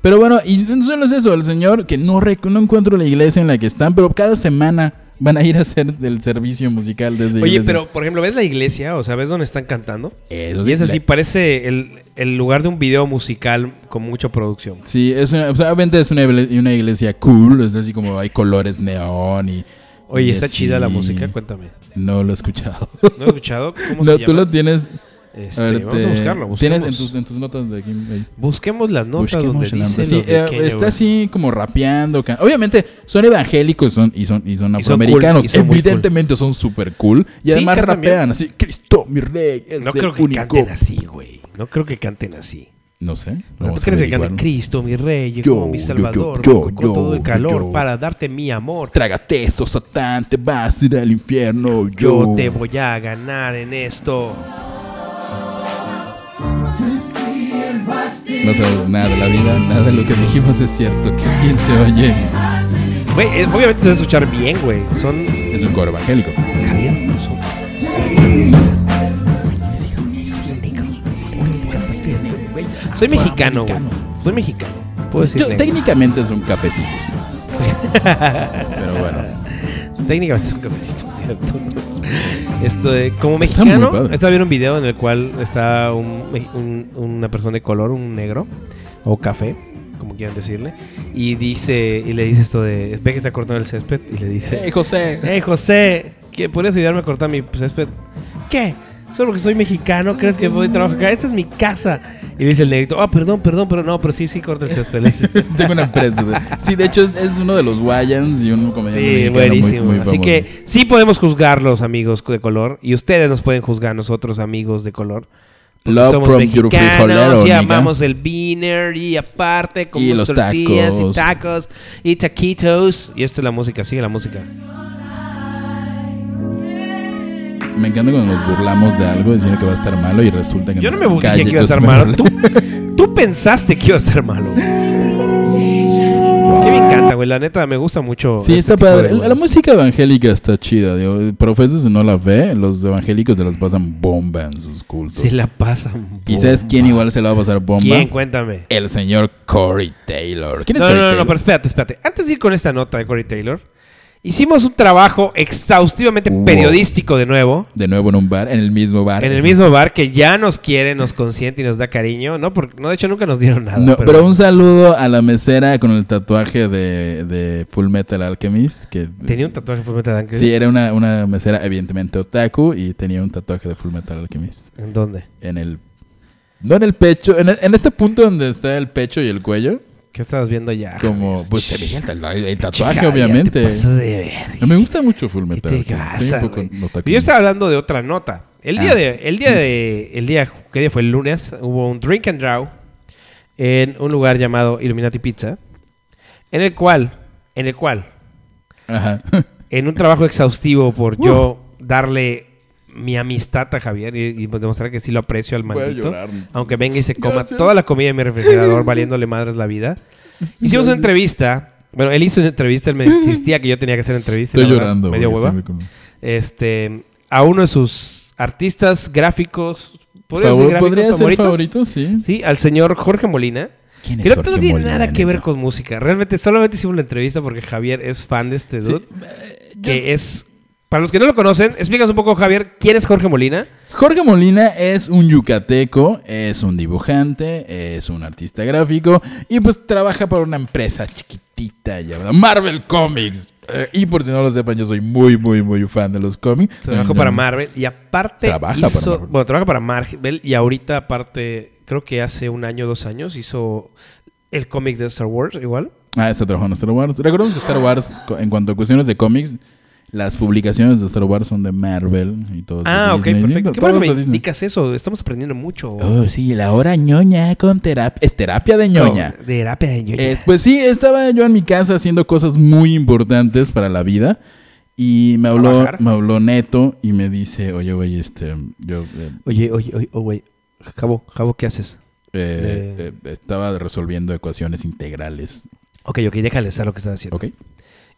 Speaker 1: Pero bueno, y no solo es eso, el señor que no, rec- no encuentro la iglesia en la que están, pero cada semana van a ir a hacer el servicio musical de esa
Speaker 2: Oye,
Speaker 1: iglesia.
Speaker 2: pero por ejemplo, ¿ves la iglesia? O sea, ¿ves dónde están cantando?
Speaker 1: Eso sí,
Speaker 2: y es así,
Speaker 1: la-
Speaker 2: parece el, el lugar de un video musical con mucha producción.
Speaker 1: Sí, es una, o sea, obviamente es una, igle- una iglesia cool, es así como hay colores neón y...
Speaker 2: Oye,
Speaker 1: y
Speaker 2: ¿está
Speaker 1: así.
Speaker 2: chida la música? Cuéntame.
Speaker 1: No lo he escuchado.
Speaker 2: ¿No
Speaker 1: [LAUGHS]
Speaker 2: he escuchado? ¿Cómo
Speaker 1: No,
Speaker 2: se
Speaker 1: tú
Speaker 2: llama?
Speaker 1: lo tienes...
Speaker 2: Este,
Speaker 1: a ver,
Speaker 2: vamos a
Speaker 1: te-
Speaker 2: buscarlo. Busquemos,
Speaker 1: Tienes en tus, en tus notas de aquí. ahí.
Speaker 2: busquemos las notas
Speaker 1: Busquemos el
Speaker 2: donde dice
Speaker 1: nombre. Sí,
Speaker 2: lo de
Speaker 1: eh,
Speaker 2: Kanye
Speaker 1: está
Speaker 2: West.
Speaker 1: así como rapeando. can- Obviamente son evangélicos son, y son, y son
Speaker 2: Y son
Speaker 1: afroamericanos.
Speaker 2: cool, y son muy
Speaker 1: Evidentemente son súper cool. Y
Speaker 2: Sí,
Speaker 1: además
Speaker 2: cantan bien.
Speaker 1: rapean así. Cristo, mi rey. Es
Speaker 2: No creo
Speaker 1: el
Speaker 2: que
Speaker 1: único".
Speaker 2: canten así, güey. No creo que canten así.
Speaker 1: No sé.
Speaker 2: O sea,
Speaker 1: vamos
Speaker 2: ¿Tú
Speaker 1: a
Speaker 2: crees que canten
Speaker 1: averiguarlo.
Speaker 2: Cristo, mi rey, yo,
Speaker 1: Yo,
Speaker 2: como mi
Speaker 1: yo,
Speaker 2: salvador,
Speaker 1: yo,
Speaker 2: con
Speaker 1: yo,
Speaker 2: todo el
Speaker 1: yo,
Speaker 2: calor
Speaker 1: yo.
Speaker 2: para darte mi amor?
Speaker 1: Trágate eso, Satán. Te vas a ir al infierno. Yo,
Speaker 2: Yo te voy a ganar en esto.
Speaker 1: No sabes nada de la vida. Nada de lo que dijimos es cierto. Que bien se oye.
Speaker 2: Güey, eh, obviamente se va a escuchar bien, güey. Son.
Speaker 1: Es un coro evangélico.
Speaker 2: Javier, son Soy mexicano, güey. Soy mexicano. Puedo decir
Speaker 1: Yo-
Speaker 2: negro.
Speaker 1: técnicamente son cafecitos.
Speaker 2: [LAUGHS]
Speaker 1: Pero bueno.
Speaker 2: Técnicamente es un cafecito, ¿cierto? [LAUGHS] Esto de, como
Speaker 1: Está
Speaker 2: mexicano,
Speaker 1: muy padre.
Speaker 2: estaba viendo un video en el cual está un me- un- una persona de color, un negro, o café, como quieran decirle, y dice, y le dice esto de, ve que está cortando el césped, y le
Speaker 1: Hey,
Speaker 2: dice,
Speaker 1: José. [LAUGHS]
Speaker 2: hey José, ¿qué, ¿podrías ayudarme a cortar mi césped? ¿Qué? Solo porque soy mexicano, ¿crees que voy a trabajar acá? Esta es mi casa. Y le dice el negrito, ah, perdón, perdón, pero no, pero sí, sí, corta el césped. le dice.
Speaker 1: Tengo una empresa. de- Sí, de hecho es, es uno de los Wayans y un comediante
Speaker 2: Sí,
Speaker 1: mexicano
Speaker 2: buenísimo.
Speaker 1: muy, muy
Speaker 2: Así
Speaker 1: famoso.
Speaker 2: que sí podemos juzgarlos, amigos de color. Y ustedes nos pueden juzgar, nosotros, amigos de color. porque
Speaker 1: Love from your frijolero,
Speaker 2: y
Speaker 1: nigga.
Speaker 2: amamos el beaner y aparte con
Speaker 1: Y los
Speaker 2: tortillas y
Speaker 1: tacos.
Speaker 2: tacos y taquitos. Y esto es la música, sigue la música.
Speaker 1: Me encanta cuando nos burlamos de algo diciendo que va a estar malo y resulta que
Speaker 2: Yo no
Speaker 1: nos
Speaker 2: me busqué
Speaker 1: calle-
Speaker 2: que iba a
Speaker 1: yo sí
Speaker 2: estar
Speaker 1: me
Speaker 2: malo.
Speaker 1: burlé.
Speaker 2: Tú, tú pensaste que iba a estar malo. Que me encanta, güey. La neta, me gusta mucho.
Speaker 1: [LAUGHS] Sí,
Speaker 2: este
Speaker 1: está
Speaker 2: tipo de
Speaker 1: padre. La, la
Speaker 2: huevos.
Speaker 1: música evangélica está chida. Digo, profesos si no la ve, los evangélicos se las pasan bomba en sus cultos.
Speaker 2: Se la pasa.
Speaker 1: ¿Y sabes quién igual se la va a pasar bomba?
Speaker 2: ¿Quién? Cuéntame.
Speaker 1: El señor Corey Taylor. ¿Quién es
Speaker 2: No,
Speaker 1: Corey
Speaker 2: no, no,
Speaker 1: Taylor?
Speaker 2: no, pero espérate, espérate. Antes de ir con esta nota de Corey Taylor, hicimos un trabajo exhaustivamente
Speaker 1: Wow.
Speaker 2: periodístico de nuevo.
Speaker 1: De nuevo en un bar, en el mismo bar.
Speaker 2: En el mismo bar que ya nos quiere, nos consiente y nos da cariño, ¿no? Porque, no, de hecho nunca nos dieron nada.
Speaker 1: No, pero, un saludo a la mesera con el tatuaje de, de Full Metal Alchemist. Que
Speaker 2: Tenía un tatuaje por Metal Alchemist?
Speaker 1: Sí, era una, una mesera evidentemente otaku y tenía un tatuaje de Full Metal Alchemist.
Speaker 2: ¿En dónde?
Speaker 1: En el... No en el pecho, en, en este punto donde está el pecho y el cuello.
Speaker 2: ¿Qué estabas viendo ya?
Speaker 1: Como... Pues se veía el, tatu- el tatuaje,
Speaker 2: Javier,
Speaker 1: obviamente.
Speaker 2: te pasas de verga.
Speaker 1: No me gusta mucho Full Metal.
Speaker 2: ¿Qué te
Speaker 1: Alchemist. Soy
Speaker 2: pasa,
Speaker 1: un poco
Speaker 2: güey?
Speaker 1: otaku.
Speaker 2: Yo estaba hablando de otra nota. El día
Speaker 1: Ah.
Speaker 2: de, el día de, el día, ¿qué día fue? El lunes hubo un drink and draw en un lugar llamado Illuminati Pizza, en el cual, en el cual,
Speaker 1: Ajá. [LAUGHS] Uh.
Speaker 2: en un trabajo exhaustivo por yo darle mi amistad a Javier y, y demostrar que sí lo aprecio al
Speaker 1: Voy a
Speaker 2: maldito.
Speaker 1: llorar.
Speaker 2: Aunque venga y se coma
Speaker 1: Gracias.
Speaker 2: toda la comida de mi
Speaker 1: [LAUGHS]
Speaker 2: refrigerador valiéndole madres la vida. Hicimos una entrevista. Bueno, él hizo una
Speaker 1: [LAUGHS]
Speaker 2: entrevista, él me insistía que yo tenía que hacer entrevista. y
Speaker 1: Estoy
Speaker 2: la verdad,
Speaker 1: llorando.
Speaker 2: Me
Speaker 1: güey,
Speaker 2: dio
Speaker 1: sí,
Speaker 2: hueva.
Speaker 1: me con-
Speaker 2: Este, a uno de sus artistas gráficos. ¿podría
Speaker 1: Favor-
Speaker 2: ser gráficos
Speaker 1: ¿Podría ser
Speaker 2: favoritos?
Speaker 1: favorito? Sí.
Speaker 2: Sí, al señor Jorge Molina.
Speaker 1: ¿Quién
Speaker 2: Creo que no
Speaker 1: Jorge
Speaker 2: tiene
Speaker 1: Molina,
Speaker 2: nada que ver
Speaker 1: neta?
Speaker 2: con música. Realmente solamente hicimos la entrevista porque Javier es fan de este
Speaker 1: Sí,
Speaker 2: dude.
Speaker 1: eh, yo-
Speaker 2: Que es... Para los que no lo conocen, explícanos un poco, Javier, ¿quién es Jorge Molina?
Speaker 1: Jorge Molina es un yucateco, es un dibujante, es un artista gráfico y pues trabaja para una empresa chiquitita llamada Marvel Comics. Eh, y por si no lo sepan, yo soy muy, muy, muy fan de los cómics.
Speaker 2: Trabaja
Speaker 1: También-
Speaker 2: para Marvel y aparte
Speaker 1: Mm, Trabaja
Speaker 2: hizo...
Speaker 1: para Marvel.
Speaker 2: Bueno, trabaja para Marvel y ahorita aparte, creo que hace un año, dos años, hizo el cómic de Star Wars igual.
Speaker 1: Ah, está trabajando en Star Wars. Recordemos que Star Wars, co- en cuanto a cuestiones de cómics, las publicaciones de Star Wars son de Marvel y todo.
Speaker 2: Ah, ok, perfecto. Qué bueno que me
Speaker 1: indica.
Speaker 2: indicas eso. Estamos aprendiendo mucho.
Speaker 1: Oh, sí, la hora ñoña con terapia. Es terapia de ñoña.
Speaker 2: No, de terapia de ñoña.
Speaker 1: Es- pues sí, estaba yo en mi casa haciendo cosas muy importantes para la vida. Y me habló,
Speaker 2: ¿Trabajar?
Speaker 1: me habló Neto y me dice, oye, güey, este, yo eh,
Speaker 2: Oye, oye, oye, oh, güey. Javo, Javo, ¿qué haces?
Speaker 1: eh,
Speaker 2: Eh.
Speaker 1: eh, estaba resolviendo ecuaciones integrales.
Speaker 2: Ok, ok, déjales a lo que estás haciendo.
Speaker 1: ¿Ok?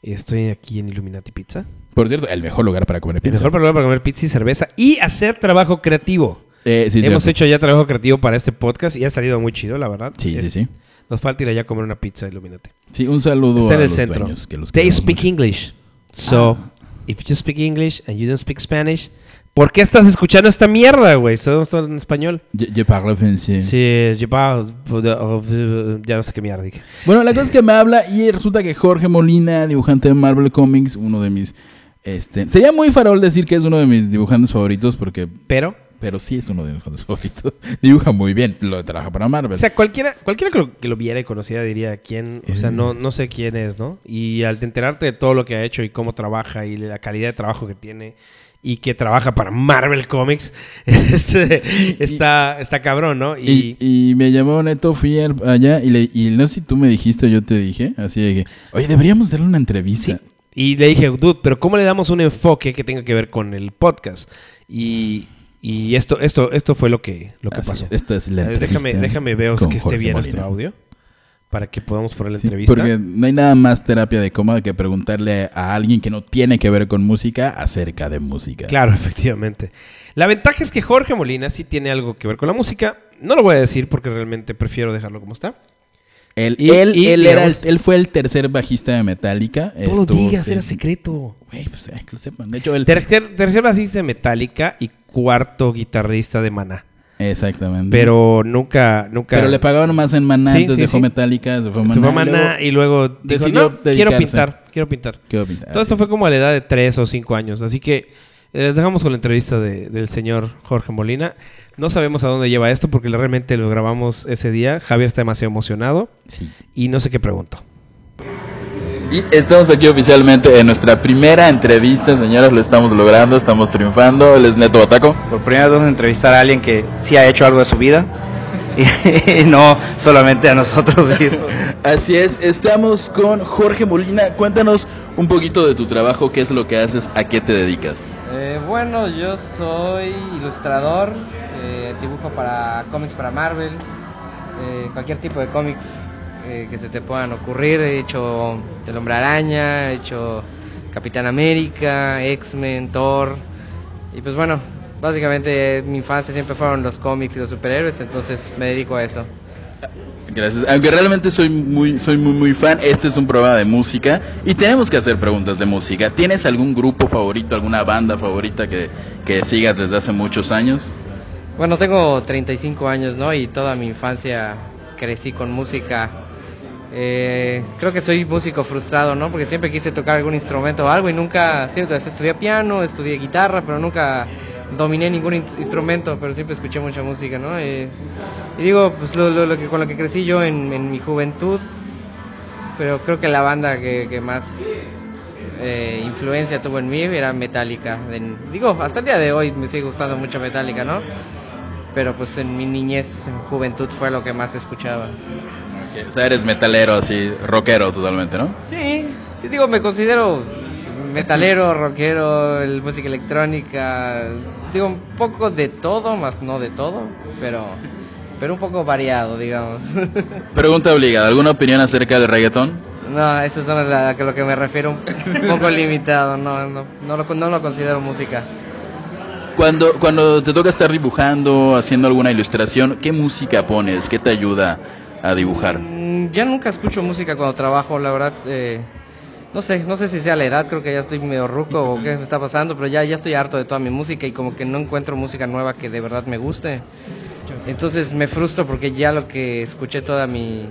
Speaker 2: Estoy aquí en Illuminati Pizza.
Speaker 1: Por cierto, el mejor lugar para comer
Speaker 2: El
Speaker 1: pizza.
Speaker 2: mejor programa para comer pizza y cerveza y hacer trabajo creativo.
Speaker 1: Eh, sí,
Speaker 2: Hemos
Speaker 1: cierto.
Speaker 2: hecho ya trabajo creativo para este podcast y ha salido muy chido, la verdad.
Speaker 1: Sí, sí,
Speaker 2: Es-
Speaker 1: sí.
Speaker 2: Nos falta ir allá a comer una pizza, Illuminati.
Speaker 1: Sí, un saludo
Speaker 2: Está
Speaker 1: a
Speaker 2: en el
Speaker 1: los
Speaker 2: centro.
Speaker 1: dueños, que los
Speaker 2: They
Speaker 1: queremos
Speaker 2: speak
Speaker 1: mucho.
Speaker 2: English. So, if you speak English and you don't speak Spanish, ¿por qué estás escuchando esta mierda, güey? Estamos todos en español.
Speaker 1: Je- je parle français.
Speaker 2: Sí, yo pa- pues, oh, ya no sé qué mierda dije.
Speaker 1: Bueno, la cosa es que me habla y resulta que Jorge Molina, dibujante de Marvel Comics, uno de mis... Este, sería muy farol decir que es uno de mis dibujantes favoritos porque
Speaker 2: Pero
Speaker 1: Pero sí es uno de mis juegos [LAUGHS] favoritos. Dibuja muy bien, lo trabaja para Marvel.
Speaker 2: O sea, cualquiera, cualquiera que, lo, que lo viera y conociera diría quién, o sea,
Speaker 1: Eh.
Speaker 2: no, no sé quién es, ¿no? Y al enterarte de todo lo que ha hecho y cómo trabaja y la calidad de trabajo que tiene y que trabaja para Marvel Comics, [LAUGHS] este, está, está cabrón, ¿no?
Speaker 1: y,
Speaker 2: Y,
Speaker 1: y me llamó Neto, fui al- allá y, le, y no sé si tú me dijiste o yo te dije, así de que, oye, deberíamos darle una entrevista.
Speaker 2: y le dije, dude, pero ¿cómo le damos un enfoque que tenga que ver con el podcast? Y, y esto, esto, esto fue lo que, lo que
Speaker 1: Así
Speaker 2: pasó.
Speaker 1: es, Esta es la
Speaker 2: A ver,
Speaker 1: entrevista.
Speaker 2: déjame, déjame ver
Speaker 1: con
Speaker 2: que esté
Speaker 1: Jorge
Speaker 2: bien
Speaker 1: Molina.
Speaker 2: nuestro audio para que podamos poner la
Speaker 1: Sí,
Speaker 2: entrevista.
Speaker 1: porque no hay nada más terapia de coma que preguntarle a alguien que no tiene que ver con música acerca de música.
Speaker 2: Claro, [LAUGHS] efectivamente. La ventaja es que Jorge Molina sí tiene algo que ver con la música. No lo voy a decir porque realmente prefiero dejarlo como está.
Speaker 1: Él,
Speaker 2: Y-
Speaker 1: él,
Speaker 2: y
Speaker 1: él, era el-
Speaker 2: digamos-
Speaker 1: él fue el tercer bajista de Metallica.
Speaker 2: No lo
Speaker 1: Estuvo
Speaker 2: digas,
Speaker 1: seis-
Speaker 2: era secreto.
Speaker 1: Güey, pues, eh, que lo sepan. De hecho, el...
Speaker 2: Tercer, tercer bajista de Metallica y cuarto guitarrista de Maná.
Speaker 1: Exactamente.
Speaker 2: Pero nunca, nunca.
Speaker 1: Mm. Pero le pagaban más en Maná,
Speaker 2: Sí,
Speaker 1: entonces
Speaker 2: sí,
Speaker 1: dejó
Speaker 2: sí.
Speaker 1: Metallica, se fue a
Speaker 2: Se
Speaker 1: Maná.
Speaker 2: fue a
Speaker 1: y
Speaker 2: Maná
Speaker 1: luego
Speaker 2: y luego dijo,
Speaker 1: decidió
Speaker 2: no, quiero
Speaker 1: dedicarse".
Speaker 2: pintar, quiero pintar.
Speaker 1: quedó pintado.
Speaker 2: Todo
Speaker 1: Así
Speaker 2: esto fue como a la edad de 3 o 5 años. Así que eh, les dejamos con la entrevista de- del señor Jorge Molina. No sabemos a dónde lleva esto porque realmente lo grabamos ese día. Javier está demasiado emocionado
Speaker 1: es. Sí.
Speaker 2: y no sé qué pregunto.
Speaker 1: Y estamos aquí oficialmente en nuestra primera entrevista, señores, lo estamos logrando, estamos triunfando. Él es Neto Bataco.
Speaker 3: Por primera vez vamos a entrevistar a alguien que sí ha hecho algo de su vida [LAUGHS] y, no solamente a nosotros mismos.
Speaker 1: Así es, estamos con Jorge Molina. Cuéntanos un poquito de tu trabajo, qué es lo que haces, a qué te dedicas.
Speaker 4: Eh, bueno, yo soy ilustrador, eh, dibujo para cómics para Marvel, eh, cualquier tipo de cómics eh, que se te puedan ocurrir. He hecho El Hombre Araña, he hecho Capitán América, X-Men, Thor. Y pues bueno, básicamente eh, mi infancia siempre fueron los cómics y los superhéroes, entonces me dedico a eso.
Speaker 1: Gracias. Aunque realmente soy muy, soy muy, muy fan. Este es un programa de música y tenemos que hacer preguntas de música. ¿Tienes algún grupo favorito, alguna banda favorita que, que sigas desde hace muchos años?
Speaker 4: Bueno, tengo 35 años, ¿no? Y toda mi infancia crecí con música. Eh, creo que soy músico frustrado, ¿no? Porque siempre quise tocar algún instrumento o algo y nunca, cierto, estudié piano, estudié guitarra, pero nunca dominé ningún in- instrumento, pero siempre escuché mucha música, ¿no? Eh, y digo, pues lo, lo- lo que, con lo que crecí yo en, en mi juventud, pero creo que la banda que, que más eh, influencia tuvo en mí era Metallica. En- digo, hasta el día de hoy me sigue gustando mucho Metallica, ¿no? Pero pues en mi niñez, en juventud fue lo que más escuchaba.
Speaker 1: O sea, eres metalero, así, rockero totalmente, ¿no?
Speaker 4: Sí, sí digo, me considero metalero, rockero, el música electrónica, digo un poco de todo, más no de todo, pero pero un poco variado, digamos. [LAUGHS]
Speaker 5: Pregunta obligada, ¿alguna opinión acerca del reggaetón?
Speaker 4: No, eso es a lo que me refiero un [LAUGHS] poco limitado, no, no, no, lo, no lo considero música.
Speaker 5: Cuando, cuando te toca estar dibujando, haciendo alguna ilustración, ¿qué música pones? ¿Qué te ayuda a dibujar?
Speaker 4: Mm, Ya nunca escucho música cuando trabajo, la verdad. eh, no sé, no sé si sea la edad, creo que ya estoy medio ruco o qué me está pasando, pero ya, ya estoy harto de toda mi música y como que no encuentro música nueva que de verdad me guste. Entonces me frustro porque ya lo que escuché toda mi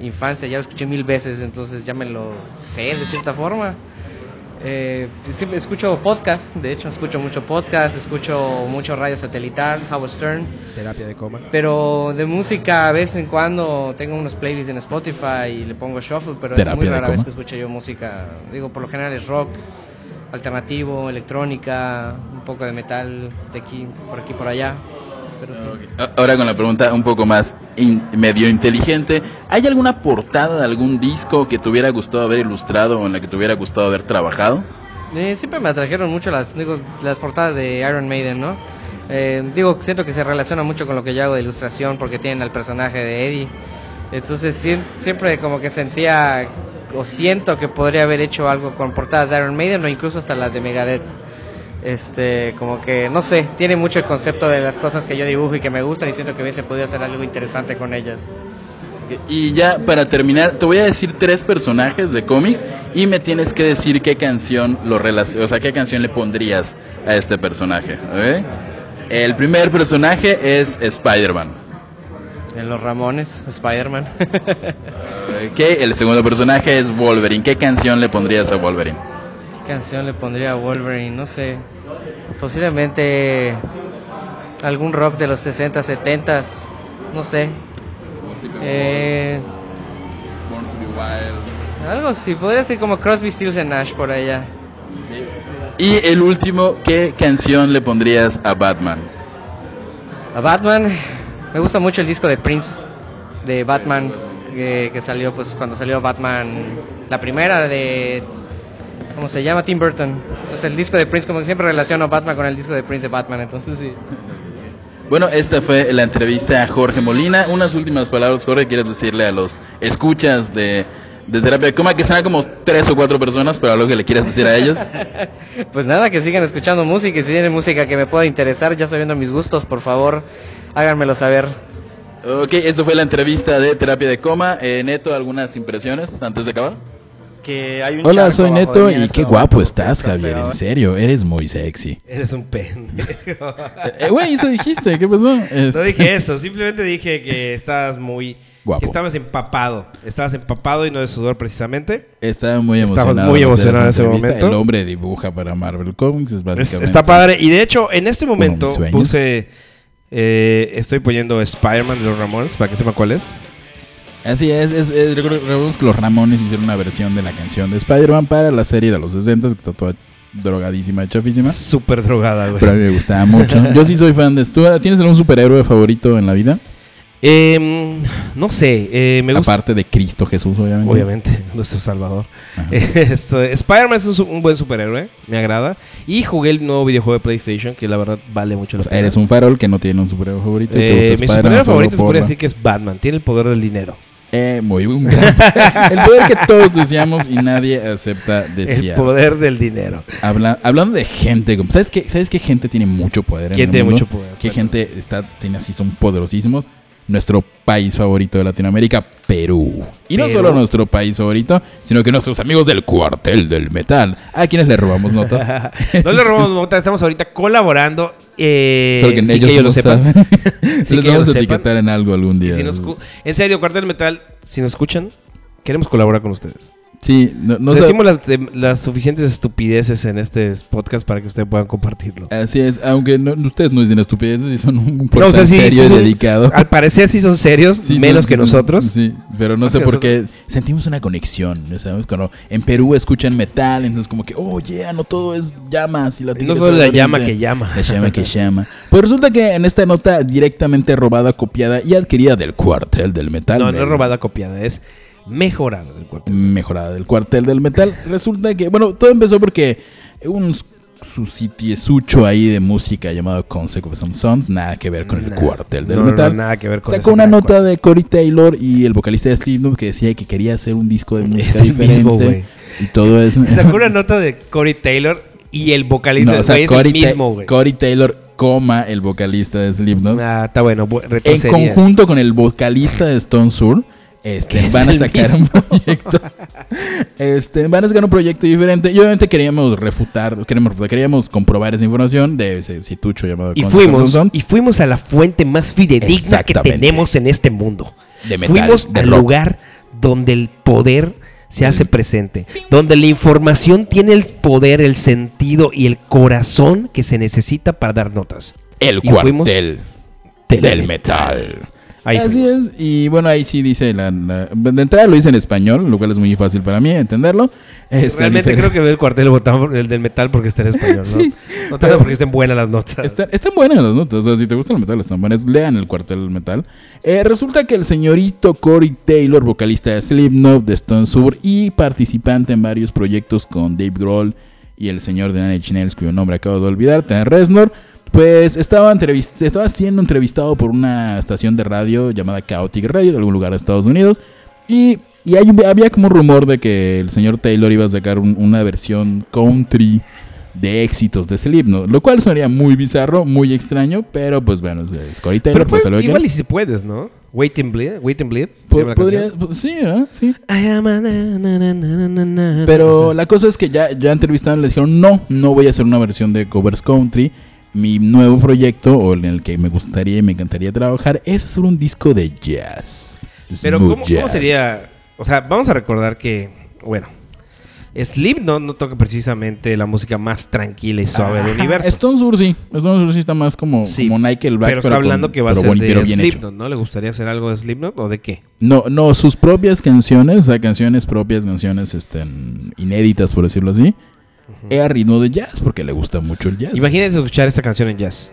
Speaker 4: infancia, ya lo escuché mil veces, entonces ya me lo sé de cierta forma. Eh, sí, escucho podcast, de hecho, escucho mucho podcast, escucho mucho radio satelital, Howard Stern.
Speaker 6: Terapia de coma.
Speaker 4: Pero de música, a vez en cuando tengo unos playlists en Spotify y le pongo shuffle, pero es
Speaker 1: Terapia
Speaker 4: muy
Speaker 1: de
Speaker 4: rara
Speaker 1: coma.
Speaker 4: vez que escucho yo música. Digo, por lo general es rock, alternativo, electrónica, un poco de metal de aquí, por aquí, por allá. Pero sí.
Speaker 5: A- Ah, Ahora con la pregunta un poco más in- medio inteligente, ¿hay alguna portada de algún disco que te hubiera gustado haber ilustrado o en la que te hubiera gustado haber trabajado?
Speaker 4: Eh, siempre me atrajeron mucho las, digo, las portadas de Iron Maiden, ¿no? Eh, digo, siento que se relaciona mucho con lo que yo hago de ilustración porque tienen al personaje de Eddie. Entonces sien- siempre como que sentía o siento que podría haber hecho algo con portadas de Iron Maiden o incluso hasta las de Megadeth. Este, como que, no sé, tiene mucho el concepto de las cosas que yo dibujo y que me gustan y siento que hubiese podido hacer algo interesante con ellas.
Speaker 5: Y ya para terminar, te voy a decir tres personajes de cómics y me tienes que decir qué canción lo relac- o sea, qué canción le pondrías a este personaje. ¿ok? El primer personaje es Spider-Man.
Speaker 4: En los Ramones, Spider-Man. [LAUGHS]
Speaker 5: ¿ok? El segundo personaje es Wolverine. ¿Qué canción le pondrías a Wolverine?
Speaker 4: ¿Qué canción le pondría a Wolverine? No sé. Posiblemente algún rock de los 60, 70, no sé. Eh, algo así, podría ser como Crosby, Stills and Nash por allá.
Speaker 5: Y el último, ¿qué canción le pondrías a Batman?
Speaker 4: A Batman, me gusta mucho el disco de Prince, de Batman, que, que salió pues cuando salió Batman, la primera de, ¿cómo se llama? Tim Burton. Entonces el disco de Prince, como que siempre relaciono Batman con el disco de Prince de Batman, entonces sí.
Speaker 5: Bueno, esta fue la entrevista a Jorge Molina. Unas últimas palabras, Jorge, quieres decirle a los escuchas de, de Terapia de Coma, que serán como tres o cuatro personas, pero algo que le quieras decir a ellos.
Speaker 4: Pues nada, que sigan escuchando música y si tienen música que me pueda interesar, ya sabiendo mis gustos, por favor, háganmelo saber.
Speaker 5: Ok, esto fue la entrevista de Terapia de Coma. Eh, Neto, ¿algunas impresiones antes de acabar?
Speaker 3: Que hay un
Speaker 1: Hola,
Speaker 3: charco
Speaker 1: soy
Speaker 3: abajo de
Speaker 1: Neto
Speaker 3: mí en
Speaker 1: y
Speaker 3: este
Speaker 1: qué
Speaker 3: momento
Speaker 1: guapo
Speaker 3: porque
Speaker 1: estás,
Speaker 3: está
Speaker 1: Javier.
Speaker 3: peor.
Speaker 1: En serio, eres muy sexy.
Speaker 2: Eres un
Speaker 1: [LAUGHS]
Speaker 2: pendejo.
Speaker 1: Eh, Güey, eso dijiste, ¿qué pasó?
Speaker 2: No
Speaker 1: Este,
Speaker 2: dije eso, simplemente dije que estabas muy...
Speaker 1: Guapo.
Speaker 2: Que estabas empapado. Estabas empapado y no de sudor precisamente.
Speaker 1: Estaba muy
Speaker 2: Estabas
Speaker 1: emocionado.
Speaker 2: muy
Speaker 1: de hacer
Speaker 2: emocionado
Speaker 1: esa
Speaker 2: en ese
Speaker 1: entrevista.
Speaker 2: momento.
Speaker 1: El hombre dibuja para Marvel Comics, es
Speaker 2: Es-
Speaker 1: básicamente.
Speaker 2: está padre. Y de hecho, en este momento
Speaker 1: mis sueños.
Speaker 2: puse... eh, estoy poniendo Spider-Man de los Ramones, para que sepa cuál es.
Speaker 1: Así es, es, es- recuerdo- recordemos que los Ramones hicieron una versión de la canción de Spider-Man para la serie de los 60 que está toda drogadísima, chafísima.
Speaker 2: Súper drogada, güey.
Speaker 1: ¿Ah? Pero a mí me gustaba
Speaker 2: [LAUGHS]
Speaker 1: mucho. Yo sí soy fan de Stuart. ¿Tienes algún superhéroe favorito en la vida?
Speaker 2: Em, no sé, eh, me gusta...
Speaker 1: Aparte de Cristo Jesús, obviamente.
Speaker 2: Obviamente, [LAUGHS] nuestro salvador.
Speaker 1: Ajá.
Speaker 2: [LAUGHS] Esto, Spider-Man es un, su- un buen superhéroe, me agrada. Y jugué el nuevo videojuego de PlayStation, que la verdad vale mucho
Speaker 1: O
Speaker 2: la
Speaker 1: sea,
Speaker 2: pena.
Speaker 1: Pues eres un farol que no tiene un superhéroe favorito. y te
Speaker 2: Eh,
Speaker 1: gusta
Speaker 2: mi
Speaker 1: Spider-Man
Speaker 2: superhéroe
Speaker 1: solo
Speaker 2: favorito se
Speaker 1: por
Speaker 2: podría
Speaker 1: la-
Speaker 2: decir que es Batman, tiene el poder del dinero.
Speaker 1: Eh, muy un gran- [LAUGHS] El poder que todos deseamos y nadie acepta
Speaker 2: El
Speaker 1: decía.
Speaker 2: poder del dinero.
Speaker 1: Habla- hablando de gente, como- ¿sabes qué, ¿sabes qué gente tiene mucho poder? en
Speaker 2: ¿Quién
Speaker 1: el
Speaker 2: tiene
Speaker 1: mundo?
Speaker 2: mucho poder?
Speaker 1: ¿Qué
Speaker 2: Bueno.
Speaker 1: gente está, tiene así, son poderosísimos? Nuestro país favorito de Latinoamérica, Perú. Y no
Speaker 2: Perú.
Speaker 1: solo nuestro país favorito, sino que nuestros amigos del cuartel del metal, a quienes le robamos
Speaker 2: [LAUGHS]
Speaker 1: notas.
Speaker 2: No
Speaker 1: [LAUGHS]
Speaker 2: le robamos nota, estamos ahorita colaborando. Eh,
Speaker 1: Solo que
Speaker 2: sin
Speaker 1: ellos
Speaker 2: que
Speaker 1: no
Speaker 2: ellos lo
Speaker 1: [LAUGHS]
Speaker 2: sepan.
Speaker 1: saben.
Speaker 2: Sí
Speaker 1: Les
Speaker 2: que ellos
Speaker 1: vamos a
Speaker 2: lo sepan.
Speaker 1: etiquetar en algo algún
Speaker 2: Y
Speaker 1: día.
Speaker 2: si nos cu- en serio, Cuartel Metal, si nos escuchan, queremos colaborar con ustedes.
Speaker 1: sí, no, no
Speaker 2: O sea,
Speaker 1: sab-
Speaker 2: decimos las, em, las suficientes estupideces en este podcast para que ustedes puedan compartirlo.
Speaker 1: Así es, aunque no- ustedes no dicen estupideces y son un podcast
Speaker 2: o sea, sí,
Speaker 1: serio
Speaker 2: sí
Speaker 1: y
Speaker 2: son-
Speaker 1: dedicado.
Speaker 2: Al parecer sí son serios,
Speaker 1: Sí,
Speaker 2: menos
Speaker 1: son-
Speaker 2: que
Speaker 1: sí, son-
Speaker 2: nosotros.
Speaker 1: Sí, pero no
Speaker 2: Más
Speaker 1: sé
Speaker 2: que
Speaker 1: por qué sentimos una conexión, ¿no ¿sabes? Cuando en Perú escuchan metal, entonces como que, oh yeah, no todo es llamas y la
Speaker 2: No
Speaker 1: tigresa
Speaker 2: solo la
Speaker 1: verde".
Speaker 2: llama que llama.
Speaker 1: La llama que llama. Pues resulta que en esta nota directamente robada, copiada y adquirida del cuartel del metal.
Speaker 2: [LAUGHS] No, no
Speaker 1: del-
Speaker 2: es robada copiada, es mejorada del cuartel.
Speaker 1: mejorada del cuartel del metal. Resulta que, bueno, todo empezó porque un su sitiesucho ahí de música llamado Consequence of Sons, nada que ver con el
Speaker 2: Nah,
Speaker 1: cuartel del
Speaker 2: no, no,
Speaker 1: metal.
Speaker 2: no, nada que ver con
Speaker 1: Sacó
Speaker 2: ese
Speaker 1: una
Speaker 2: gran
Speaker 1: nota
Speaker 2: cuartel.
Speaker 1: de Cory Taylor y el vocalista de Slipknot que decía que quería hacer un disco de música
Speaker 2: Es el
Speaker 1: diferente
Speaker 2: mismo, güey.
Speaker 1: y todo eso. [LAUGHS]
Speaker 2: Sacó una nota de Corey Taylor y el vocalista
Speaker 1: No, o
Speaker 2: del
Speaker 1: sea,
Speaker 2: güey es
Speaker 1: Corey,
Speaker 2: el
Speaker 1: Ta-
Speaker 2: mismo, güey.
Speaker 1: Corey Taylor, coma el vocalista de Slipknot.
Speaker 2: Ah, está bueno, bu- reto
Speaker 1: en
Speaker 2: series.
Speaker 1: conjunto con el vocalista de Stone Sur, este,
Speaker 2: Que
Speaker 1: van a
Speaker 2: es el
Speaker 1: sacar un proyecto. [LAUGHS] Este, van a sacar un proyecto diferente. Y obviamente queríamos refutar, queremos refutar, queríamos comprobar esa información de ese situcho llamado
Speaker 2: Y
Speaker 1: Concept of
Speaker 2: fuimos,
Speaker 1: Sound
Speaker 2: y fuimos a la fuente más fidedigna que
Speaker 1: Exactamente.
Speaker 2: tenemos en este mundo.
Speaker 1: De metal,
Speaker 2: fuimos
Speaker 1: de
Speaker 2: al
Speaker 1: rock.
Speaker 2: lugar donde el poder se hace presente, donde la información tiene el poder, el sentido y el corazón que se necesita para dar notas.
Speaker 1: el
Speaker 2: y fuimos
Speaker 1: cuartel
Speaker 2: del
Speaker 1: del metal.
Speaker 2: Ahí
Speaker 1: Así
Speaker 2: fuimos.
Speaker 1: es, y bueno, ahí sí dice la, la- De entrada lo dice en español, lo cual es muy fácil para mí entenderlo. Este,
Speaker 2: Realmente
Speaker 1: diferente-
Speaker 2: creo que el cuartel votaba por el del metal porque está en [LAUGHS] español, ¿no?
Speaker 1: Sí,
Speaker 2: no tanto
Speaker 1: pero-
Speaker 2: porque estén buenas las notas.
Speaker 1: Están, están buenas las notas. O sea, si te gusta el metal, están buenas. Lean el cuartel del metal. Eh, resulta que el señorito Corey Taylor, vocalista de Slipknot, de Stone Sour y participante en varios proyectos con Dave Grohl y el señor de Nine Inch Nails, cuyo nombre acabo de olvidar, Tan Reznor, pues estaba, entrevist- estaba siendo entrevistado por una estación de radio llamada Chaotic Radio de algún lugar de Estados Unidos. Y, y hay un- había como un rumor de que el señor Taylor iba a sacar un- una versión country de éxitos de Slipknot, lo cual sonaría muy bizarro, muy extraño, pero pues bueno, es Corey Taylor,
Speaker 2: Pero
Speaker 1: pues,
Speaker 2: fue-
Speaker 1: a lo que
Speaker 2: igual y si puedes, ¿no? Wait and bleed, wait and bleed.
Speaker 1: Po-
Speaker 2: se llama la
Speaker 1: podría,
Speaker 2: canción.
Speaker 1: po- sí, ¿verdad? Sí.
Speaker 2: I am a na, na, na, na, na, na, na.
Speaker 1: Pero la cosa es que ya, ya entrevistaron, les dijeron, no, no voy a hacer una versión de Covers Country. Mi nuevo proyecto, o en el que me gustaría y me encantaría trabajar, es hacer un disco de jazz.
Speaker 2: Pero
Speaker 1: Smooth
Speaker 2: ¿cómo, cómo
Speaker 1: jazz.
Speaker 2: sería? O sea, vamos a recordar que, bueno, Sleep no, no toca precisamente la música más tranquila y suave del
Speaker 1: Ajá,
Speaker 2: universo.
Speaker 1: Stone Sour sí. Stone Sour sí está más como,
Speaker 2: Sí,
Speaker 1: como Nike el Black.
Speaker 2: pero está hablando
Speaker 1: con-
Speaker 2: que va a
Speaker 1: pero
Speaker 2: ser
Speaker 1: buen- pero
Speaker 2: de
Speaker 1: bien hecho.
Speaker 2: Slipknot, ¿no? ¿Le gustaría hacer algo de Slipknot o de qué?
Speaker 1: No, no, sus propias canciones, o sea, canciones propias, canciones este, inéditas, por decirlo así. eh, a ritmo de jazz, porque le gusta mucho el jazz.
Speaker 2: Imagínense escuchar esta canción en jazz.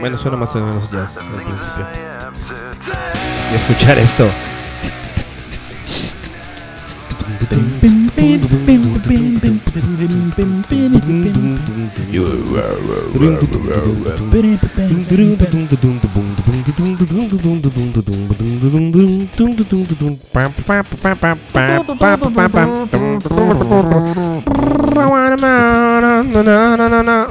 Speaker 2: Bueno, suena más o menos jazz al principio. Y escuchar esto.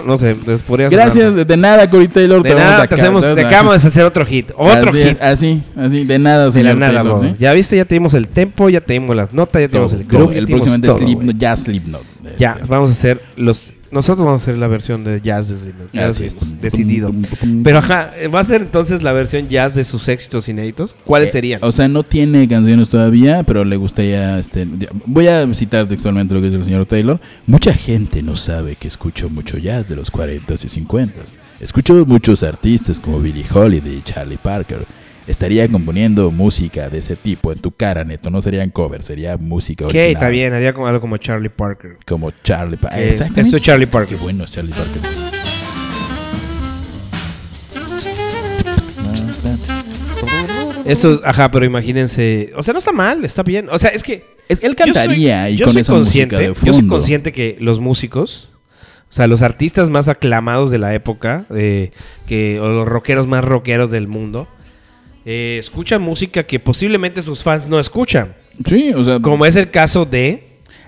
Speaker 2: No sé, les podría sonar.
Speaker 1: Gracias, de nada, Corey Taylor.
Speaker 2: De nada, te, hacemos, te acabamos de hacer otro hit. Otro
Speaker 1: así,
Speaker 2: hit.
Speaker 1: Así, así, de nada,
Speaker 2: De
Speaker 1: señor
Speaker 2: la nada,
Speaker 1: Taylor,
Speaker 2: bro.
Speaker 1: ¿sí?
Speaker 2: Ya viste, ya tenemos el tempo, ya tenemos las notas, ya tenemos
Speaker 1: Todo,
Speaker 2: el groove.
Speaker 1: todo,
Speaker 2: ya
Speaker 1: el
Speaker 2: tenemos
Speaker 1: próximamente
Speaker 2: todo,
Speaker 1: Slipknot,
Speaker 2: güey.
Speaker 1: ya Slipknot.
Speaker 2: Ya,
Speaker 1: Este,
Speaker 2: vamos a hacer los... Nosotros vamos a hacer la versión de jazz de Slipknot. Ya
Speaker 1: así
Speaker 2: decidimos,
Speaker 1: es.
Speaker 2: Decidido.
Speaker 1: Pum, pum, pum.
Speaker 2: Pero ajá, eh, va a ser entonces la versión jazz de sus éxitos inéditos. ¿Cuáles
Speaker 1: Eh,
Speaker 2: serían?
Speaker 1: O sea, no tiene canciones todavía, pero le gustaría. Este, ya- voy a citar textualmente lo que dice el señor Taylor. Mucha gente no sabe que escucho mucho jazz de los 40s y 50s. Escucho muchos artistas como Billie Holiday y Charlie Parker. Estaría componiendo música de ese tipo en tu cara, neto. No serían covers, sería música
Speaker 2: ok,
Speaker 1: original.
Speaker 2: está bien, haría como, algo como Charlie Parker.
Speaker 1: Como Charlie Parker.
Speaker 2: Eh, esto es Charlie Parker.
Speaker 1: Qué bueno es Charlie Parker.
Speaker 2: Eso, ajá, pero imagínense. O sea, no está mal, está bien. O sea, es que
Speaker 1: Es que él
Speaker 2: Yo soy-
Speaker 1: cantaría y
Speaker 2: yo
Speaker 1: con
Speaker 2: soy
Speaker 1: esa
Speaker 2: consciente,
Speaker 1: música de
Speaker 2: Yo
Speaker 1: fondo.
Speaker 2: soy consciente que los músicos, o sea, los artistas más aclamados de la época, eh, que, o los rockeros más rockeros del mundo, eh, escuchan música que posiblemente sus fans no escuchan.
Speaker 1: Sí, o sea,
Speaker 2: Como es el caso de.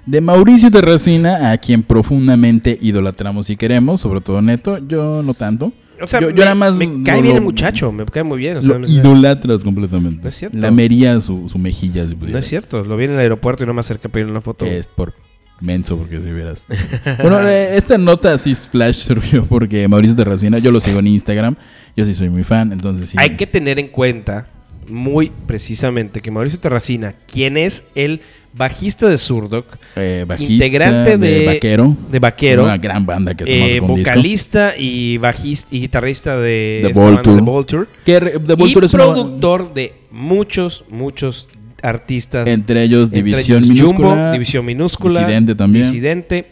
Speaker 1: De Mauricio Terracina, a quien profundamente idolatramos y queremos, sobre todo Neto, yo no tanto.
Speaker 2: O sea,
Speaker 1: yo, yo
Speaker 2: me,
Speaker 1: nada más
Speaker 2: me
Speaker 1: lo-
Speaker 2: cae bien el
Speaker 1: lo-
Speaker 2: muchacho, me cae muy bien. o sea,
Speaker 1: Lo
Speaker 2: me-
Speaker 1: idolatras completamente.
Speaker 2: No es cierto.
Speaker 1: Lamería su, su mejilla si
Speaker 2: no
Speaker 1: pudiera.
Speaker 2: es cierto, lo vi en el aeropuerto y no me acerqué a pedir una foto.
Speaker 1: Es por menso, porque si vieras. [LAUGHS] bueno, eh, esta nota sí Splash [LAUGHS] surgió porque Mauricio Terracina, yo lo sigo en Instagram, yo sí soy muy fan, entonces sí.
Speaker 2: Hay que tener en cuenta muy precisamente que Mauricio Terracina, quien es el bajista de Surdoc,
Speaker 1: eh, bajista,
Speaker 2: integrante de-
Speaker 1: Vaquero.
Speaker 2: de Vaquero,
Speaker 1: Una gran banda que se
Speaker 2: eh,
Speaker 1: marcó un disco.
Speaker 2: vocalista y bajista y guitarrista de
Speaker 1: The
Speaker 2: esta banda,
Speaker 1: Vulture.
Speaker 2: The Vulture,
Speaker 1: Que re- The Vulture
Speaker 2: y
Speaker 1: es una-
Speaker 2: productor de muchos muchos artistas
Speaker 1: Entre ellos
Speaker 2: entre
Speaker 1: División
Speaker 2: ellos Jumbo,
Speaker 1: Minúscula.
Speaker 2: División Minúscula,
Speaker 1: Disidente también.
Speaker 2: Disidente,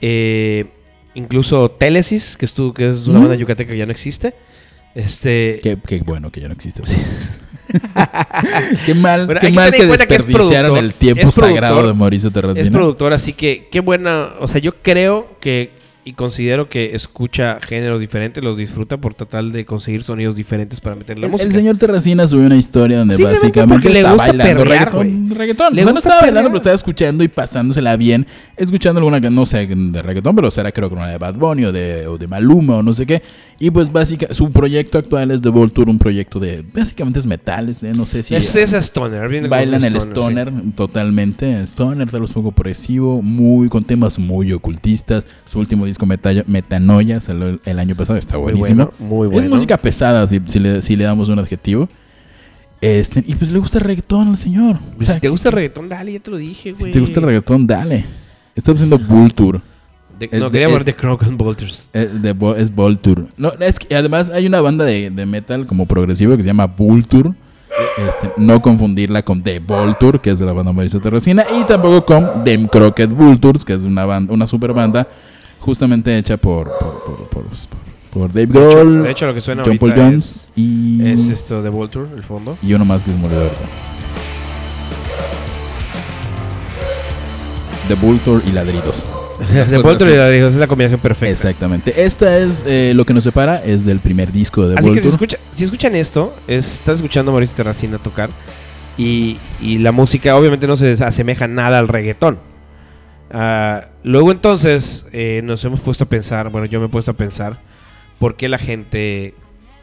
Speaker 2: eh, incluso Télesis, que estuvo que es una
Speaker 1: Mm.
Speaker 2: banda yucateca que ya no existe. Este
Speaker 1: Qué, qué bueno que ya no existe. [LAUGHS] Qué mal,
Speaker 2: Bueno,
Speaker 1: qué
Speaker 2: hay que
Speaker 1: mal
Speaker 2: tener
Speaker 1: que
Speaker 2: en cuenta que es
Speaker 1: desperdiciaron
Speaker 2: productor,
Speaker 1: el tiempo
Speaker 2: es productor,
Speaker 1: sagrado de Mauricio
Speaker 2: Es
Speaker 1: Terracina.
Speaker 2: productor, así que qué buena. O sea, yo creo que y considero que escucha géneros diferentes, los disfruta por tratar de conseguir sonidos diferentes para meterle la
Speaker 1: El,
Speaker 2: música.
Speaker 1: el señor Terracina subió una historia donde
Speaker 2: Simplemente
Speaker 1: básicamente
Speaker 2: porque le
Speaker 1: está
Speaker 2: gusta
Speaker 1: bailando
Speaker 2: perrear,
Speaker 1: reggaetón.
Speaker 2: güey.
Speaker 1: reggaetón.
Speaker 2: Le
Speaker 1: O sea, no
Speaker 2: gusta
Speaker 1: estaba
Speaker 2: perrear.
Speaker 1: bailando, pero estaba escuchando y pasándosela bien. Escuchando alguna que no sé de reggaetón, pero será creo que una de Bad Bunny o de, o de Maluma o no sé qué. Y pues básicamente su proyecto actual es The Volture, un proyecto de básicamente es metales, eh, no sé si
Speaker 2: es, es stoner. viene como
Speaker 1: bailan el
Speaker 2: sí.
Speaker 1: stoner totalmente. Stoner tal vez un poco progresivo, muy con temas muy ocultistas. Su último disco Metalla- Metanoia salió el, el año pasado, está
Speaker 2: Muy
Speaker 1: buenísimo.
Speaker 2: bueno, muy bueno.
Speaker 1: Es música pesada, si, si le, si le damos un adjetivo. Este, y pues le gusta el reggaetón al señor. O
Speaker 2: Pues
Speaker 1: sea,
Speaker 2: si te
Speaker 1: que-
Speaker 2: gusta el reggaetón, dale, ya te lo dije, güey.
Speaker 1: si te gusta el reggaetón, dale. Estamos haciendo Vulture.
Speaker 2: De-
Speaker 1: es
Speaker 2: no,
Speaker 1: de-
Speaker 2: quería hablar
Speaker 1: es-
Speaker 2: de Croc and Bolters.
Speaker 1: Es, Eh, de Vo- es Vulture. No, es que además hay una banda de, de metal como progresivo que se llama Vulture. Este, no confundirla con The Vulture, que es de la banda Mauricio Terracina, y tampoco con Dem Crockett Vultures, que es una banda, una super banda justamente hecha por, por, por, por- pues, por Dave Grohl,
Speaker 2: De hecho, lo que suena
Speaker 1: John Paul
Speaker 2: ahorita
Speaker 1: Jones y,
Speaker 2: Es, este. es esto de Volture, el fondo.
Speaker 1: y uno más que es murió ahorita. The Vulture y Ladridos. Las
Speaker 2: de
Speaker 1: cosas
Speaker 2: Volture
Speaker 1: así.
Speaker 2: y la digo, esa es la combinación perfecta.
Speaker 1: Exactamente. Esta es eh, lo que nos separa, es del primer disco de
Speaker 2: Así que
Speaker 1: Vulture.
Speaker 2: si, escucha, si escuchan esto, es- estás escuchando a Mauricio Terracina tocar y, y la música obviamente no se asemeja nada al reggaetón. Ah, luego entonces eh, nos hemos puesto a pensar, bueno yo me he puesto a pensar, ¿por qué la gente,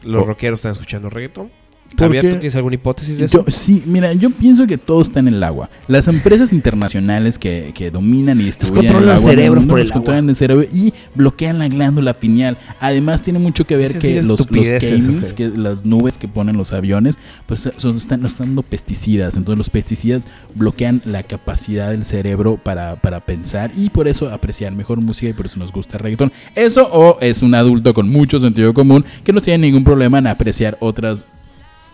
Speaker 2: los
Speaker 1: Oh.
Speaker 2: rockeros están escuchando reggaetón?
Speaker 1: ¿Por
Speaker 2: Javier,
Speaker 1: qué?
Speaker 2: ¿tú tienes alguna hipótesis de
Speaker 1: Yo,
Speaker 2: eso?
Speaker 1: sí, mira, yo pienso que todo está en el agua. Las empresas internacionales que, que dominan y distribuyen
Speaker 6: controlan
Speaker 1: el
Speaker 6: los
Speaker 1: agua,
Speaker 6: cerebros por
Speaker 1: nos
Speaker 6: el agua.
Speaker 1: controlan el cerebro y bloquean la glándula pineal. Además tiene mucho que ver
Speaker 2: Sí,
Speaker 1: que
Speaker 2: sí,
Speaker 1: los, los
Speaker 2: estupideces,
Speaker 1: chemins,
Speaker 2: ok.
Speaker 1: que las nubes que ponen los aviones, pues son, están, nos están dando pesticidas. Entonces los pesticidas bloquean la capacidad del cerebro para, para pensar y por eso apreciar mejor música y por eso nos gusta el reggaetón. Eso o es un adulto con mucho sentido común que no tiene ningún problema en apreciar otras...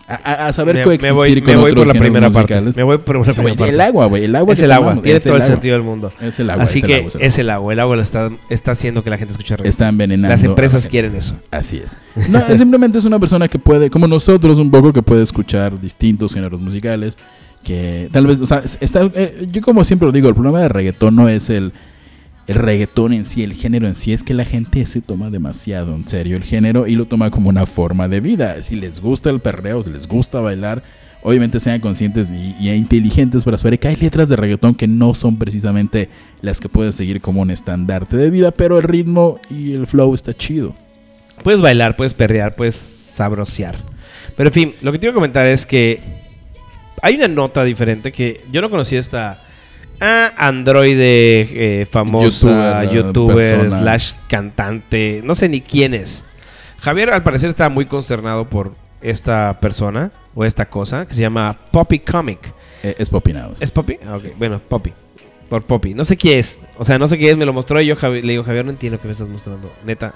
Speaker 1: A, a- a saber coexistir
Speaker 2: voy,
Speaker 1: con
Speaker 2: me voy
Speaker 1: otros
Speaker 2: por la
Speaker 1: géneros
Speaker 2: primera parte.
Speaker 1: musicales.
Speaker 2: Me voy por la
Speaker 1: Sí, güey,
Speaker 2: primera parte.
Speaker 1: el agua, güey, el agua
Speaker 2: es
Speaker 1: que
Speaker 2: el agua,
Speaker 1: tomamos,
Speaker 2: tiene
Speaker 1: es
Speaker 2: todo el,
Speaker 1: agua.
Speaker 2: sentido del mundo.
Speaker 1: Es el agua, Ah,
Speaker 2: Así
Speaker 1: es el
Speaker 2: que
Speaker 1: agua, es el agua.
Speaker 2: es el agua, el agua la está, está haciendo que la gente escuche reggaetón.
Speaker 1: Está envenenando.
Speaker 2: Las
Speaker 1: a
Speaker 2: empresas
Speaker 1: la
Speaker 2: quieren eso.
Speaker 1: Así es. No, es simplemente es una persona que puede, como nosotros un poco, que puede escuchar distintos géneros musicales, que tal vez, o sea, es- está, eh, yo como siempre lo digo, el problema de reggaetón no es el, el reggaetón en sí, el género en sí, es que la gente se toma demasiado en serio el género y lo toma como una forma de vida. Si les gusta el perreo, si les gusta bailar, obviamente sean conscientes y, y e inteligentes para saber que hay letras de reggaetón que no son precisamente las que puedes seguir como un estandarte de vida, pero el ritmo y el flow está chido.
Speaker 2: Puedes bailar, puedes perrear, puedes sabrosear. Pero en fin, lo que te iba a comentar es que hay una nota diferente que yo no conocía esta ah, androide eh, famosa,
Speaker 1: Youtuber, eh,
Speaker 2: youtuber,
Speaker 1: persona.
Speaker 2: slash cantante, no sé ni quién es. Javier al parecer estaba muy consternado por esta persona o esta cosa que se llama Poppy Comic.
Speaker 1: Eh, es Popinados.
Speaker 2: ¿Es Poppy? Ah, ok. Bueno, Poppy. Por Poppy. No sé qué es. O sea, no sé qué es. Me lo mostró y yo Javi- le digo, Javier, no entiendo qué me estás mostrando. Neta,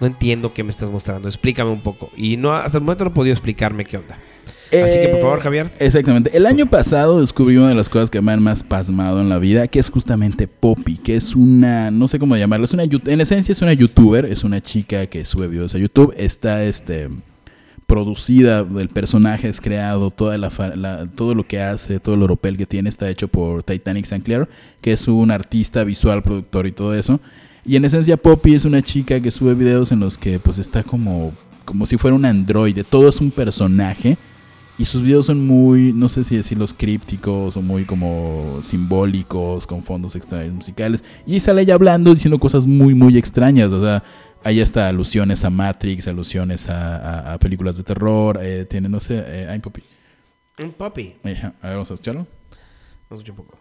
Speaker 2: no entiendo qué me estás mostrando. Explícame un poco. Y no, hasta el momento no he podido explicarme qué onda. Así que, por favor, Javier.
Speaker 1: Eh, Exactamente. El año pasado descubrí una de las cosas que me han más pasmado en la vida, que es justamente Poppy, que es una, no sé cómo llamarla, es una, yu- en esencia es una youtuber, es una chica que sube videos a YouTube, está este producida, el personaje es creado, toda la, fa- la- todo lo que hace, todo el oropel que tiene está hecho por Titanic St. Clair, que es un artista visual, productor y todo eso. Y en esencia Poppy es una chica que sube videos en los que pues está como, como si fuera un androide, todo es un personaje. Y sus videos son muy, no sé si decirlos crípticos o muy como simbólicos, con fondos extraños musicales. Y sale ella hablando, diciendo cosas muy, muy extrañas. O sea, hay hasta alusiones a Matrix, alusiones a, a- a películas de terror. eh, tiene, no sé, eh, ay, papi.
Speaker 2: Un Poppy.
Speaker 1: Ajá, a ver, vamos a escucharlo.
Speaker 2: No escucho un poco.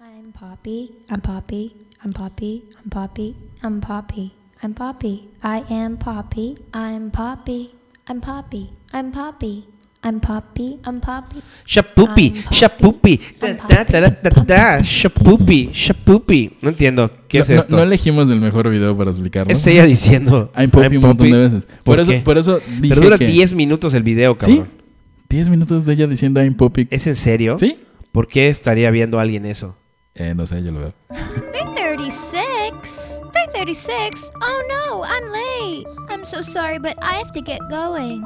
Speaker 7: I'm Poppy. I'm Poppy. I'm Poppy. I'm Poppy. I'm Poppy. I'm Poppy. I am Poppy. I'm Poppy. I'm Poppy. I'm Poppy. I'm Poppy. I'm Poppy.
Speaker 2: Shapupi,
Speaker 7: I'm Poppy.
Speaker 2: Shapupi.
Speaker 7: I'm
Speaker 2: ta, ta, ta, ta, ta, ta, Shapupi, Shapupi. No entiendo. ¿Qué
Speaker 1: no,
Speaker 2: es
Speaker 1: no-
Speaker 2: esto?
Speaker 1: No, elegimos el mejor video para explicarlo.
Speaker 2: Es ella diciendo.
Speaker 1: I'm Poppy un montón de veces. Por, eso,
Speaker 2: qué?
Speaker 1: por eso dije
Speaker 2: Pero dura
Speaker 1: que-
Speaker 2: 10 minutos el video,
Speaker 1: ¿Sí?
Speaker 2: cabrón.
Speaker 1: 10 minutos de ella diciendo I'm Poppy.
Speaker 2: ¿Es en serio?
Speaker 1: ¿Sí?
Speaker 2: ¿Por qué estaría viendo a alguien eso?
Speaker 1: Eh, no sé, yo lo veo.
Speaker 8: Day 36? Day 36? Oh no, I'm late. I'm so sorry, but I have to get going.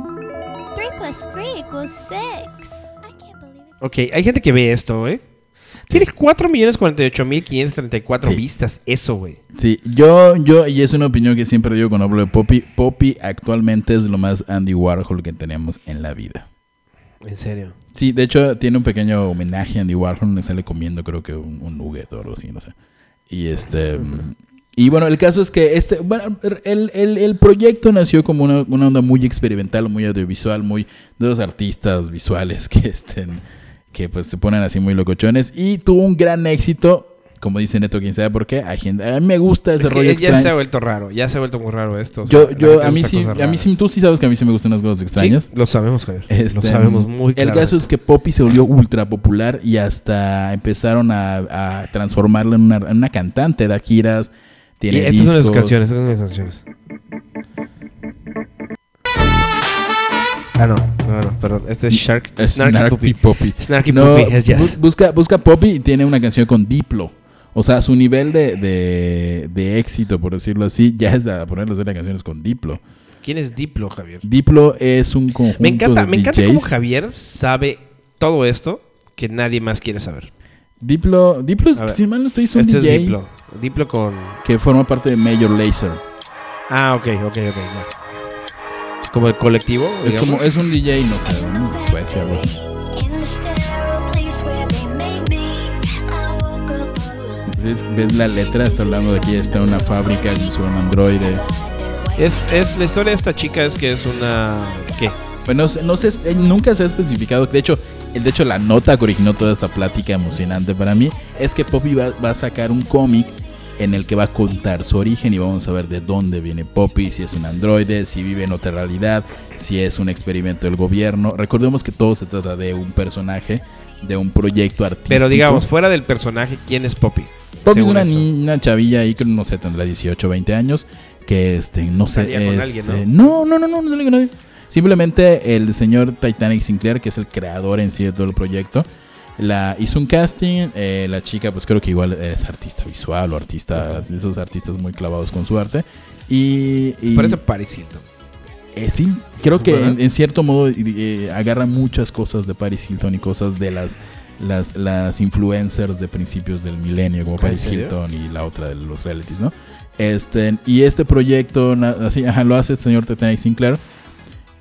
Speaker 8: Three plus three equals six. I can't believe it's.
Speaker 2: Ok, hay gente que ve esto, güey. Tiene 4.048.534
Speaker 1: Sí.
Speaker 2: vistas, eso, güey.
Speaker 1: Sí, yo, yo, y es una opinión que siempre digo cuando hablo de Poppy. Poppy actualmente es lo más Andy Warhol que tenemos en la vida.
Speaker 2: En serio.
Speaker 1: Sí, de hecho tiene un pequeño homenaje a Andy Warhol donde sale comiendo creo que un, un nugget o algo así, no sé. Y este mm, y bueno, el caso es que este bueno, el, el- el proyecto nació como una, una onda muy experimental, muy audiovisual, muy de los artistas visuales que estén que pues se ponen así muy locochones y tuvo un gran éxito. Como dice Neto, quién sabe por qué. A, gente- a mí me gusta ese
Speaker 2: Es que
Speaker 1: rollo
Speaker 2: ya
Speaker 1: extraño.
Speaker 2: se ha vuelto raro, ya se ha vuelto muy raro esto. o sea,
Speaker 1: yo,
Speaker 2: la
Speaker 1: yo,
Speaker 2: gente
Speaker 1: a mí
Speaker 2: busca
Speaker 1: sí,
Speaker 2: cosas
Speaker 1: a mí
Speaker 2: raras.
Speaker 1: sí, tú sí sabes que a mí sí me gustan las cosas
Speaker 2: Sí,
Speaker 1: extrañas.
Speaker 2: lo sabemos, Javier.
Speaker 1: Este,
Speaker 2: lo sabemos muy
Speaker 1: El
Speaker 2: claro.
Speaker 1: caso es que Poppy se volvió ultra popular y hasta empezaron a, a transformarla en una, en una cantante, da giras,
Speaker 2: Y
Speaker 1: tiene
Speaker 2: estas
Speaker 1: discos.
Speaker 2: son las canciones, estas son las canciones. Ah, no, no, no, perdón. Este es Shark.
Speaker 1: Mm, Es
Speaker 2: Snarky
Speaker 1: Snarky
Speaker 2: Puppy.
Speaker 1: Poppy.
Speaker 2: Snarky
Speaker 1: No,
Speaker 2: Puppy, es jazz.
Speaker 1: bu- busca, busca Poppy y tiene una canción con Diplo. O sea, su nivel de, de, de éxito, por decirlo así, ya es a ponerle a hacer las canciones con Diplo.
Speaker 2: ¿Quién es Diplo, Javier?
Speaker 1: Diplo es un conjunto
Speaker 2: Me encanta,
Speaker 1: de
Speaker 2: me encanta
Speaker 1: DJs.
Speaker 2: cómo Javier sabe todo esto que nadie más quiere saber.
Speaker 1: Diplo, Diplo es-
Speaker 2: A ver,
Speaker 1: si mal no estoy, es un
Speaker 2: este
Speaker 1: DJ
Speaker 2: es Diplo. Diplo con.
Speaker 1: que forma parte de Major Lazer.
Speaker 2: Ah, ok, ok, ok. ya. Como el colectivo.
Speaker 1: Es
Speaker 2: digamos.
Speaker 1: como, es un DJ, no sé,
Speaker 8: In
Speaker 1: ¿no?
Speaker 8: the
Speaker 1: Suecia, algo así.
Speaker 8: factory, in the sterile place where they made me, I woke up alone.
Speaker 1: Entonces, ves la letra, está hablando de aquí, está una fábrica, es un androide.
Speaker 2: Es, es la historia de esta chica es que es una ¿qué?
Speaker 1: Pues no, sé- no sé, eh, nunca se ha especificado. De hecho, eh, de hecho, la nota que originó toda esta plática emocionante para mí es que Poppy va, va a sacar un cómic en el que va a contar su origen y vamos a ver de dónde viene Poppy, si es un androide, si vive en otra realidad, si es un experimento del gobierno. Recordemos que todo se trata de un personaje, de un proyecto artístico.
Speaker 2: Pero digamos, fuera del personaje, ¿quién es Poppy?
Speaker 1: Poppy es
Speaker 2: Según
Speaker 1: una,
Speaker 2: esto.
Speaker 1: ni- una chavilla ahí que no sé, tendrá 18 20 años, que este, no sé,
Speaker 2: Salía con
Speaker 1: es,
Speaker 2: alguien,
Speaker 1: eh, no, no, no, no, no salía con nadie. Simplemente el señor Titanic Sinclair, que es el creador en sí de todo el proyecto, la hizo un casting, eh, la chica pues creo que igual es artista visual o artista, de esos artistas muy clavados con su arte. Y, y-
Speaker 2: Parece Paris Hilton.
Speaker 1: eh, sí, creo que
Speaker 2: ¿Verdad?
Speaker 1: en, en cierto modo eh, agarra muchas cosas de Paris Hilton y cosas de las, las, las influencers de principios del milenio, como
Speaker 2: ¿En
Speaker 1: Paris
Speaker 2: serio?
Speaker 1: Hilton y la otra de los realities, ¿no? Este, y este proyecto na- así, ajá, lo hace el señor Titanic Sinclair.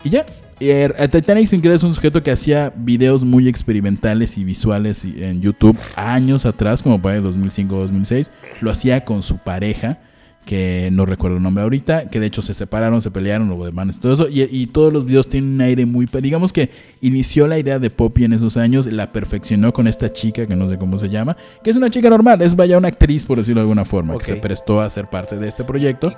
Speaker 1: Y ya, Eh, Titanic Sinclair es un sujeto que hacía videos muy experimentales y visuales y- en YouTube años atrás, como para el 2005 2006. Lo hacía con su pareja que no recuerdo el nombre ahorita, que de hecho se separaron, se pelearon, hubo demandas y todo eso, y, y todos los videos tienen un aire muy... pa- Digamos que inició la idea de Poppy en esos años, la perfeccionó con esta chica, que no sé cómo se llama, que es una chica normal, es vaya una actriz, por decirlo de alguna forma,
Speaker 2: Ok.
Speaker 1: que se prestó a ser parte de este proyecto.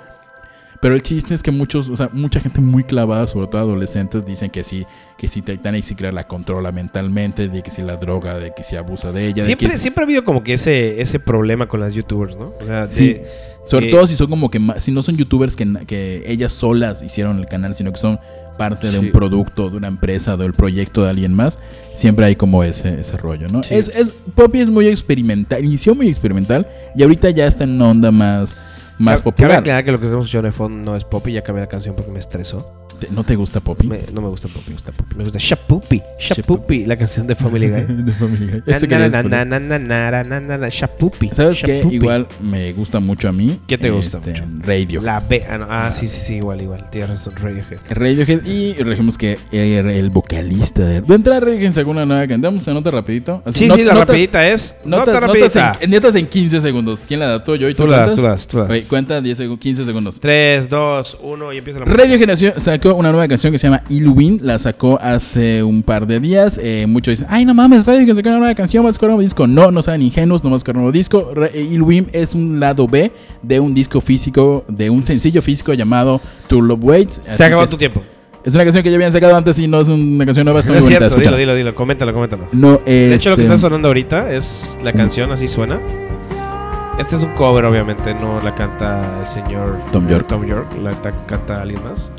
Speaker 1: Pero el chiste es que muchos, o sea, mucha gente muy clavada, sobre todo adolescentes, dicen que sí, que si Titanic Sinclair la controla mentalmente, de que si la droga, de que si abusa de ella,
Speaker 2: Siempre,
Speaker 1: de que si-
Speaker 2: siempre ha habido como que ese, ese problema con las youtubers, ¿no? O sea, de-
Speaker 1: Sí. Sobre
Speaker 2: Eh,
Speaker 1: todo si son como que ma- si no son youtubers que, na- que ellas solas hicieron el canal, sino que son parte de
Speaker 2: Sí.
Speaker 1: un producto, de una empresa, del proyecto de alguien más, siempre hay como ese, ese rollo, ¿no?
Speaker 2: Sí.
Speaker 1: Es, es, Poppy es muy experimental, inició muy experimental y ahorita ya está en una onda más, más
Speaker 2: ca- Cabe
Speaker 1: popular.
Speaker 2: aclarar que lo que estamos escuchando de fondo no es Poppy, ya acabé la canción porque me estresó.
Speaker 1: Te- ¿No te gusta Poppy?
Speaker 2: Me- no me gusta Poppy.
Speaker 1: Te gusta Poppy.
Speaker 2: Me gusta Shapupi, Shapupi, la canción de Family Guy.
Speaker 1: [LAUGHS] De Family Guy. Esto
Speaker 2: Na,
Speaker 1: Este quería
Speaker 2: na, na,
Speaker 1: descubrir.
Speaker 2: na, na, na, na, na, na, na, Shapupi.
Speaker 1: ¿Sabes qué?
Speaker 2: Shapupi.
Speaker 1: Igual me gusta mucho a mí.
Speaker 2: ¿Qué te gusta
Speaker 1: este,
Speaker 2: mucho?
Speaker 1: Radio.
Speaker 2: La B. Ah, no, ah, sí, sí, sí, igual, igual. Tienes razón, Radiohead.
Speaker 1: Radiohead y dijimos que era el vocalista de... De entrada Radiohead sacó una nueva canción. Damos una nota rapidito. Así,
Speaker 2: Sí,
Speaker 1: not-
Speaker 2: sí, la
Speaker 1: notas-
Speaker 2: rapidita es.
Speaker 1: Notas,
Speaker 2: Nota
Speaker 1: notas
Speaker 2: rapidita.
Speaker 1: en, notas en 15 segundos. ¿Quién la dató? ¿Yo y tú,
Speaker 2: Tú las,
Speaker 1: cuentas?
Speaker 2: tú las, tú
Speaker 1: Oye,
Speaker 2: las.
Speaker 1: cuenta 10 segu- 15 segundos.
Speaker 2: 3, 2, 1 y empieza la
Speaker 1: Radio Generación sacó una nueva canción que se llama Ilwin, la sacó hace un par de días. Eh, muchos dicen, ay no mames, Radio que sacó una nueva canción, va a sacar un nuevo disco. No, no sean ingenuos, no va a sacar un nuevo disco. Re- eh, Ilwin es un lado B de un disco físico, de un sencillo físico llamado To Love Waits. Así
Speaker 2: Se acabó
Speaker 1: que
Speaker 2: tu
Speaker 1: es-
Speaker 2: tiempo.
Speaker 1: Es una canción que ya habían sacado antes y no es una canción nueva, está
Speaker 2: No
Speaker 1: muy
Speaker 2: es
Speaker 1: bonita.
Speaker 2: cierto, dilo,
Speaker 1: escúchala.
Speaker 2: dilo, dilo. Coméntalo, coméntalo.
Speaker 1: No,
Speaker 2: De hecho, lo que
Speaker 1: este,
Speaker 2: está sonando ahorita es la canción, así suena. Este es un cover, obviamente, no la canta el señor
Speaker 1: Tom York.
Speaker 2: Tom York, la ta- canta alguien más.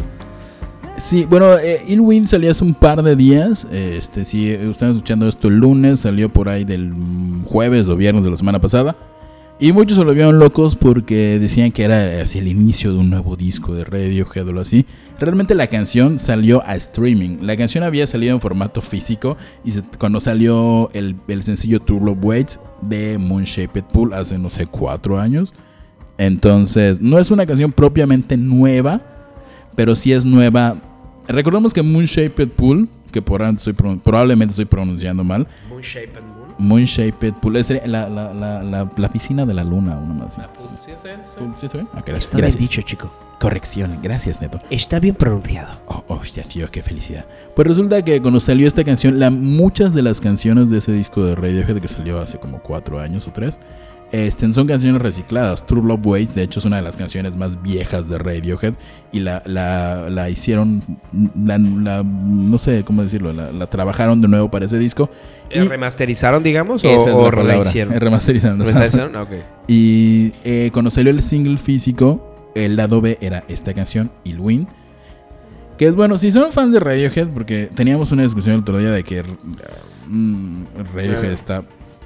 Speaker 1: Sí, bueno, eh, Ilwin salió hace un par de días. eh, Este, si eh, están escuchando esto el lunes, salió por ahí del mm, jueves o viernes de la semana pasada. Y muchos se lo vieron locos porque decían que era así el inicio de un nuevo disco de Radiohead o algo así. Realmente la canción salió a streaming. La canción había salido en formato físico y se- cuando salió el, el sencillo Turbo Waits de Moon Shaped Pool hace no sé cuatro años. Entonces, no es una canción propiamente nueva, pero sí es nueva. Recordemos que Moon Shaped Pool, que por, estoy pro- probablemente estoy pronunciando mal,
Speaker 2: Moon Shape and Moon.
Speaker 1: Moon Shaped Pool es la, la, la, la, la piscina de la luna, uno más.
Speaker 2: ¿Sí es
Speaker 1: ¿Tú- sí está bien? Ah, gracias.
Speaker 6: Está bien
Speaker 1: gracias.
Speaker 6: dicho, chico.
Speaker 1: Corrección, gracias, Neto.
Speaker 6: Está bien pronunciado.
Speaker 1: Oh, oh, ya, tío, qué felicidad. Pues resulta que cuando salió esta canción, la, muchas de las canciones de ese disco de Radiohead que salió hace como cuatro años o tres, este, son canciones recicladas. True Love Waits, de hecho, es una de las canciones más viejas de Radiohead y la, la, la hicieron, la, la- no sé cómo decirlo, la, la trabajaron de nuevo para ese disco. Y
Speaker 2: ¿Remasterizaron, digamos?
Speaker 1: esa es
Speaker 2: ¿O, o
Speaker 1: la palabra.
Speaker 2: rehicieron?
Speaker 1: Remasterizaron.
Speaker 2: ¿Remasterizaron? Ah, ok.
Speaker 1: Y eh, cuando salió el single físico, el lado B era esta canción, Il Win. Que es bueno, si son fans de Radiohead, porque teníamos una discusión el otro día de que eh, mm, Radiohead está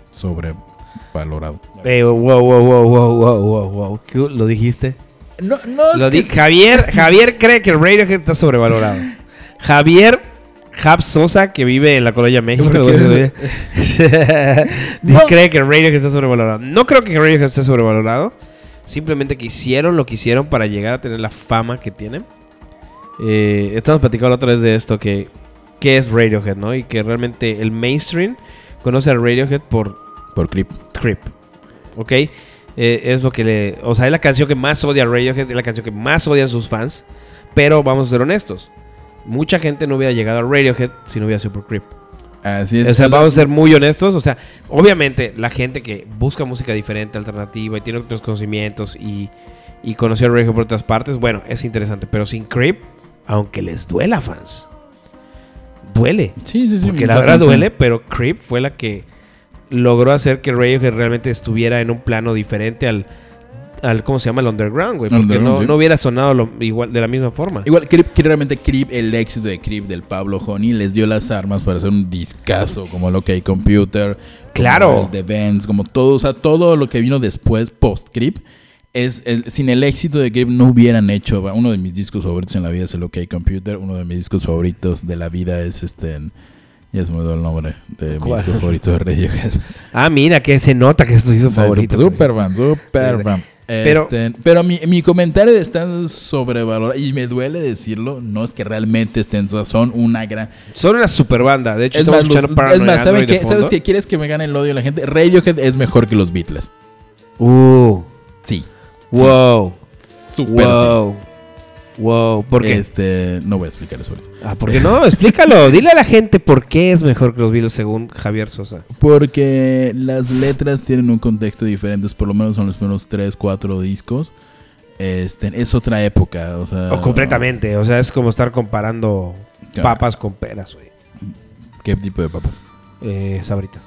Speaker 1: sobrevalorado.
Speaker 2: Eh, wow, wow, wow, wow, wow, wow, wow. ¿Qué ¿Lo dijiste?
Speaker 1: No, no
Speaker 2: Lo di- Javier, Javier cree que el Radiohead está sobrevalorado. Javier Jab Sosa, que vive en la Colonia México,
Speaker 1: ¿Por
Speaker 2: güey,
Speaker 1: qué?
Speaker 2: güey.
Speaker 1: [LAUGHS]
Speaker 2: [LAUGHS]
Speaker 1: No.
Speaker 2: cree que el Radiohead está sobrevalorado. No creo que el Radiohead esté sobrevalorado. Simplemente que hicieron lo que hicieron para llegar a tener la fama que tienen. Eh, estamos platicando la otra vez de esto, que qué es Radiohead, ¿no? Y que realmente el mainstream conoce al Radiohead por
Speaker 1: Por clip.
Speaker 2: Creep. ¿Ok? Eh, es lo que le. O sea, es la canción que más odia Radiohead, es la canción que más odian sus fans. Pero vamos a ser honestos. Mucha gente no hubiera llegado a Radiohead si no hubiera sido por Creep.
Speaker 1: Así es.
Speaker 2: o sea, vamos a ser muy honestos. O sea, obviamente la gente que busca música diferente, alternativa y tiene otros conocimientos y, y conoció a Radiohead por otras partes, bueno, es interesante. Pero sin Creep, aunque les duela, fans, duele.
Speaker 1: Sí, sí, sí.
Speaker 2: Porque la verdad duele, pero Creep fue la que logró hacer que Radiohead realmente estuviera en un plano diferente al, al ¿cómo se llama? El underground, güey. Porque
Speaker 1: Underground,
Speaker 2: no,
Speaker 1: sí.
Speaker 2: no hubiera sonado lo- igual, de la misma forma.
Speaker 1: Igual, Creep, que realmente Creep, el éxito de Creep del Pablo Honey, les dio las armas para hacer un discazo como lo que hay Computer, como
Speaker 2: Claro.
Speaker 1: el The Vents, como todo, o sea, todo lo que vino después, post Creep. Es, el- sin el éxito de Creep no hubieran hecho. va, Uno de mis discos favoritos en la vida es el OK Computer. Uno de mis discos favoritos de la vida es este. en- Ya se me dio el nombre de mi
Speaker 2: ¿Cuál?
Speaker 1: disco favorito de Radiohead.
Speaker 2: Ah, mira, que se nota que esto hizo
Speaker 1: O sea,
Speaker 2: favorito. güey.
Speaker 1: Superman, Superman.
Speaker 2: Pero-
Speaker 1: Pero, pero mi, mi comentario de están sobrevalorados, y me duele decirlo, no es que realmente estén, son una gran...
Speaker 2: Son una super banda. De hecho,
Speaker 1: Es
Speaker 2: estamos
Speaker 1: más, los-
Speaker 2: escuchando Paranoid
Speaker 1: es más, ¿saben
Speaker 2: Android de
Speaker 1: qué? ¿sabes
Speaker 2: fondo.
Speaker 1: qué? ¿Quieres que me gane el odio de la gente? Radiohead es mejor que los Beatles.
Speaker 2: Uh,
Speaker 1: Sí,
Speaker 2: wow,
Speaker 1: súper
Speaker 2: wow, wow. ¿Por
Speaker 1: sí.
Speaker 2: qué?
Speaker 1: Este, no voy a explicar eso ahorita.
Speaker 2: Ah, ¿por qué no? Explícalo. [LAUGHS] Dile a la gente por qué es mejor que los Beatles según Javier Sosa.
Speaker 1: Porque las letras tienen un contexto diferente, por lo menos son los primeros 3, 4 discos. Este, es otra época, o sea...
Speaker 2: O Oh, completamente. O sea, es como estar comparando
Speaker 1: Claro.
Speaker 2: papas con peras, güey.
Speaker 1: ¿Qué tipo de papas?
Speaker 2: Eh, sabritas.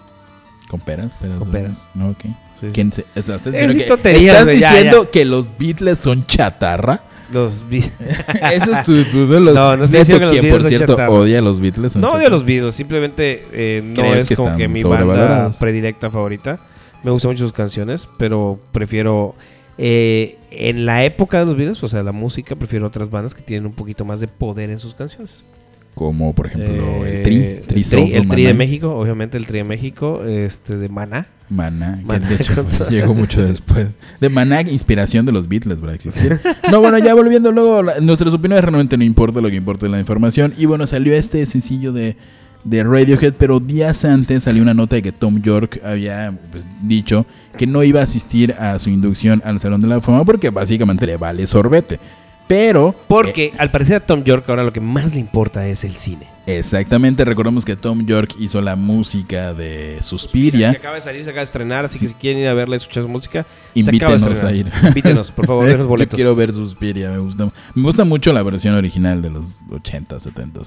Speaker 1: ¿Con peras? peras
Speaker 2: Con peras.
Speaker 1: No, ok.
Speaker 2: Sí.
Speaker 1: ¿Quién se- o sea, ¿Estás
Speaker 2: Es
Speaker 1: diciendo, que,
Speaker 2: tonterías,
Speaker 1: estás
Speaker 2: güey, ya,
Speaker 1: diciendo que los Beatles son chatarra?
Speaker 2: [LAUGHS] Los vi-
Speaker 1: Eso es tu, tu- de los,
Speaker 2: No, no estoy
Speaker 1: Neto,
Speaker 2: diciendo que los
Speaker 1: quien
Speaker 2: Beatles
Speaker 1: por
Speaker 2: son
Speaker 1: cierto
Speaker 2: chatarra.
Speaker 1: odia a los Beatles. son
Speaker 2: [LAUGHS] no odio
Speaker 1: chatarra.
Speaker 2: los Beatles, simplemente eh, no
Speaker 1: ¿Crees
Speaker 2: es
Speaker 1: que
Speaker 2: como que
Speaker 1: están
Speaker 2: mi banda
Speaker 1: sobrevalorados?
Speaker 2: predilecta favorita. Me gustan mucho sus canciones, pero prefiero. eh, en la época de los Beatles, o sea, la música, prefiero otras bandas que tienen un poquito más de poder en sus canciones.
Speaker 1: Como por ejemplo
Speaker 2: Eh,
Speaker 1: el Tri,
Speaker 2: el
Speaker 1: Tri,
Speaker 2: Tri,
Speaker 1: Souls
Speaker 2: el
Speaker 1: of
Speaker 2: Tri de
Speaker 1: Maná.
Speaker 2: México, obviamente el Tri de México, este, de Maná.
Speaker 1: Maná, que
Speaker 2: Maná,
Speaker 1: de hecho
Speaker 2: con todo.
Speaker 1: llegó mucho después. De Maná, inspiración de los Beatles para existir. No, bueno, ya volviendo luego, la- nuestras opiniones realmente no importa, lo que importa es la información. Y bueno, salió este sencillo de, de Radiohead, pero días antes salió una nota de que Tom York había pues, dicho que no iba a asistir a su inducción al Salón de la Fama porque básicamente le vale sorbete. Pero...
Speaker 2: Porque
Speaker 1: Eh.
Speaker 2: al parecer a Tom York ahora lo que más le importa es el cine.
Speaker 1: Exactamente, recordemos que Tom York hizo la música de
Speaker 2: Que
Speaker 1: Suspiria.
Speaker 2: acaba de salir, se acaba de estrenar, así
Speaker 1: Sí.
Speaker 2: que si quieren ir a verla y escuchar su música, se
Speaker 1: Invítenos
Speaker 2: acaba
Speaker 1: a
Speaker 2: de
Speaker 1: ir. [LAUGHS]
Speaker 2: estrenar. Invítenos, por favor, denos
Speaker 1: Yo
Speaker 2: boletos.
Speaker 1: quiero ver Suspiria, me gusta. Me gusta mucho la versión original de los 80, 70.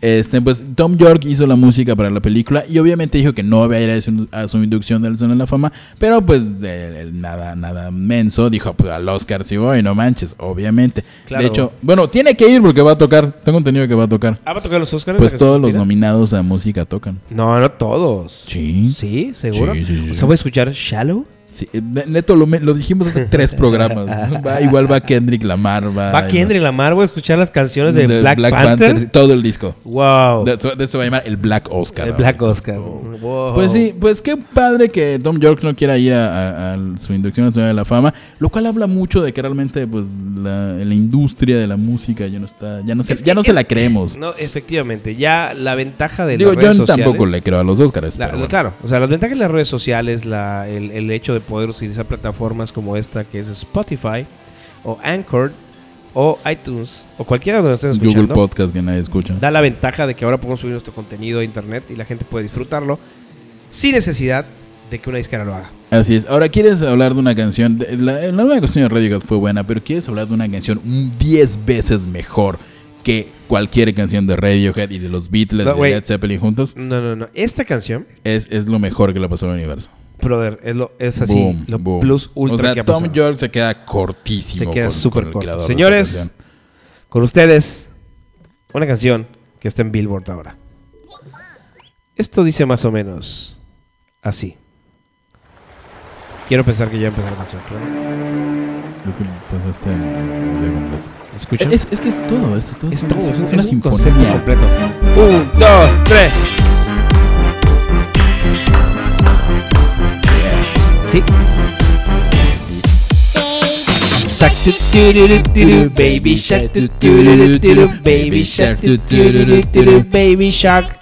Speaker 1: Este, pues Tom York hizo la música para la película y obviamente dijo que no iba a ir a su, a su inducción del Salón de la Fama, pero pues eh, el nada nada menso dijo, pues al Oscar si voy, no manches, obviamente.
Speaker 2: Claro.
Speaker 1: De hecho, bueno, tiene que ir porque va a tocar. Tengo entendido que va a tocar.
Speaker 2: ¿Ah, va a tocar los Oscars?
Speaker 1: Pues
Speaker 2: ¿La que
Speaker 1: todos
Speaker 2: se
Speaker 1: los
Speaker 2: inspira?
Speaker 1: nominados a música tocan.
Speaker 2: No, no todos.
Speaker 1: Sí.
Speaker 2: Sí, seguro.
Speaker 1: Sí, sí, sí,
Speaker 2: O sea,
Speaker 1: sí.
Speaker 2: voy a escuchar Shallow.
Speaker 1: Sí, eh, ne- neto, lo, me- lo dijimos hace tres
Speaker 2: [LAUGHS]
Speaker 1: programas. Va- igual va Kendrick Lamar. Va,
Speaker 2: Va Kendrick Lamar, güey, a escuchar las canciones de, Black, Panther.
Speaker 1: Todo el disco.
Speaker 2: Wow.
Speaker 1: De eso, de eso va a llamar el Black Oscar.
Speaker 2: el
Speaker 1: ahora.
Speaker 2: Black Oh. Oscar. Wow.
Speaker 1: Pues sí, pues qué padre que Tom York no quiera ir a, a- a su inducción nacional de la fama, lo cual habla mucho de que realmente pues la, la industria de la música ya no está, ya no se,
Speaker 2: Es que-
Speaker 1: ya no se la
Speaker 2: es-
Speaker 1: creemos.
Speaker 2: No, efectivamente. Ya la ventaja de
Speaker 1: Digo,
Speaker 2: las
Speaker 1: yo
Speaker 2: redes sociales.
Speaker 1: tampoco le creo a los Óscares.
Speaker 2: La-
Speaker 1: pero bueno.
Speaker 2: Claro, o sea, las ventajas de las redes sociales, la- el, el hecho de poder utilizar plataformas como esta que es Spotify o Anchor o iTunes o cualquiera donde estés escuchando,
Speaker 1: Google Podcast que nadie escucha.
Speaker 2: da la ventaja de que ahora podemos subir nuestro contenido a internet y la gente puede disfrutarlo sin necesidad de que una disquera lo haga.
Speaker 1: Así es. Ahora, ¿quieres hablar de una canción? De- La, la nueva canción de Radiohead fue buena, pero ¿quieres hablar de una canción un 10 veces mejor que cualquier canción de Radiohead y de los Beatles
Speaker 2: No,
Speaker 1: y de
Speaker 2: güey.
Speaker 1: Led Zeppelin juntos?
Speaker 2: No, no, no. Esta canción,
Speaker 1: Es, es lo mejor que le pasó al universo.
Speaker 2: brother, es, lo, es así,
Speaker 1: Boom,
Speaker 2: lo
Speaker 1: boom.
Speaker 2: plus ultra
Speaker 1: O sea,
Speaker 2: que ha
Speaker 1: Tom
Speaker 2: pasado.
Speaker 1: York se queda cortísimo.
Speaker 2: Se queda
Speaker 1: con-
Speaker 2: súper
Speaker 1: con el
Speaker 2: corto.
Speaker 1: creador de esta
Speaker 2: Señores.
Speaker 1: canción.
Speaker 2: Con ustedes, una canción que está en Billboard ahora. Esto dice más o menos así. Quiero pensar que ya empezó la canción, claro.
Speaker 1: Es que pasaste el video completo.
Speaker 2: ¿La ¿Escuchan?
Speaker 1: Es, es que es todo. Es, todo,
Speaker 2: Es todo,
Speaker 1: es,
Speaker 2: es, un-
Speaker 1: una
Speaker 2: es un concepto
Speaker 1: sinfonía.
Speaker 2: completo. Un, dos, tres. Sí.
Speaker 1: Shark tu tururu turu, baby shark tu tururu turu, baby shark tu tururu turu,
Speaker 2: baby shark.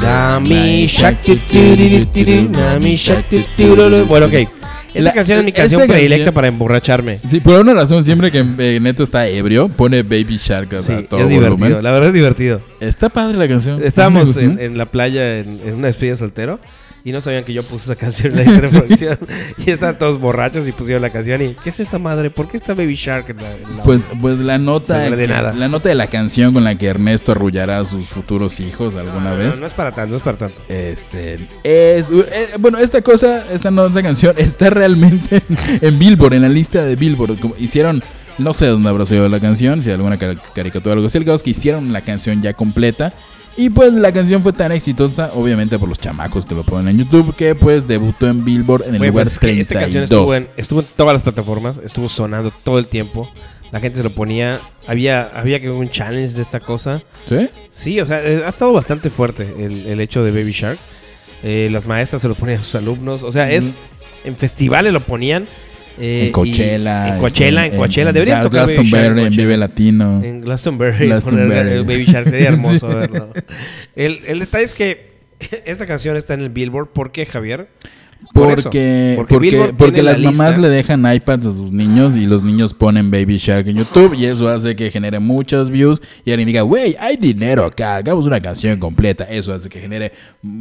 Speaker 2: Dami
Speaker 1: shark,
Speaker 2: shark.
Speaker 1: tu, tu, tu, tu, tu,
Speaker 2: Dami shark.
Speaker 1: tu, tu, tu, tu.
Speaker 2: Bueno, ok. Esta
Speaker 1: La- e
Speaker 2: canción es mi
Speaker 1: esta
Speaker 2: canción
Speaker 1: canción-
Speaker 2: predilecta para emborracharme.
Speaker 1: Sí, por alguna razón, siempre que eh, Neto está ebrio, pone Baby Shark a-
Speaker 2: Sí,
Speaker 1: a
Speaker 2: es
Speaker 1: todo
Speaker 2: divertido.
Speaker 1: volumen.
Speaker 2: La verdad es divertido.
Speaker 1: Está padre la canción.
Speaker 2: Estábamos
Speaker 1: Me gustó.
Speaker 2: en, en la playa en, en una despedida de soltero y no sabían que yo puse esa canción en la
Speaker 1: [LAUGHS]
Speaker 2: introducción. [LAUGHS] Y estaban todos borrachos y pusieron la canción. ¿Y qué es esta madre? ¿Por qué está Baby Shark en la.? en la-
Speaker 1: Pues, pues la nota
Speaker 2: No vale
Speaker 1: que-
Speaker 2: nada.
Speaker 1: la nota de la canción con la que Ernesto arrullará a sus futuros hijos
Speaker 2: No,
Speaker 1: alguna
Speaker 2: no,
Speaker 1: vez.
Speaker 2: No, no es para tanto, no es para tanto.
Speaker 1: Este es eh, bueno, esta cosa, esta no, esta canción [LAUGHS] está realmente en, en Billboard, en la lista de Billboard. Como hicieron, no sé dónde habrá sido la canción, si alguna car- caricatura o algo así, el caso es que hicieron la canción ya completa. Y pues la canción fue tan exitosa, obviamente por los chamacos que lo ponen en YouTube, que pues debutó en Billboard en el
Speaker 2: Güey,
Speaker 1: lugar
Speaker 2: pues es que
Speaker 1: 32.
Speaker 2: Esta canción estuvo en, estuvo en todas las plataformas, estuvo sonando todo el tiempo. La gente se lo ponía. Había, había que un challenge de esta cosa.
Speaker 1: ¿Sí?
Speaker 2: Sí, o sea, eh, ha estado bastante fuerte el, el hecho de Baby Shark. Eh, las maestras se lo ponían a sus alumnos. O sea, es. En festivales lo ponían. eh,
Speaker 1: en Coachella,
Speaker 2: y- En Coachella,
Speaker 1: este,
Speaker 2: en, Coachella. Deberían
Speaker 1: Gla-
Speaker 2: tocar Baby Shark
Speaker 1: Glastonbury, en
Speaker 2: Coachella. Eh,
Speaker 1: Vive Latino.
Speaker 2: En Glastonbury.
Speaker 1: Glastonbury.
Speaker 2: poner el Baby
Speaker 1: [LAUGHS]
Speaker 2: Shark sería hermoso
Speaker 1: Sí.
Speaker 2: verlo. El, el detalle es que esta canción está en el Billboard. ¿Por qué, Javier? Por eso.
Speaker 1: Porque,
Speaker 2: Porque
Speaker 1: porque,
Speaker 2: Billboard
Speaker 1: porque,
Speaker 2: tiene
Speaker 1: las
Speaker 2: la
Speaker 1: mamás
Speaker 2: lista.
Speaker 1: le dejan iPads a sus niños y los niños ponen Baby Shark en YouTube y eso hace que genere muchos views y alguien diga, wey, hay dinero acá, hagamos una canción completa. Eso hace que genere,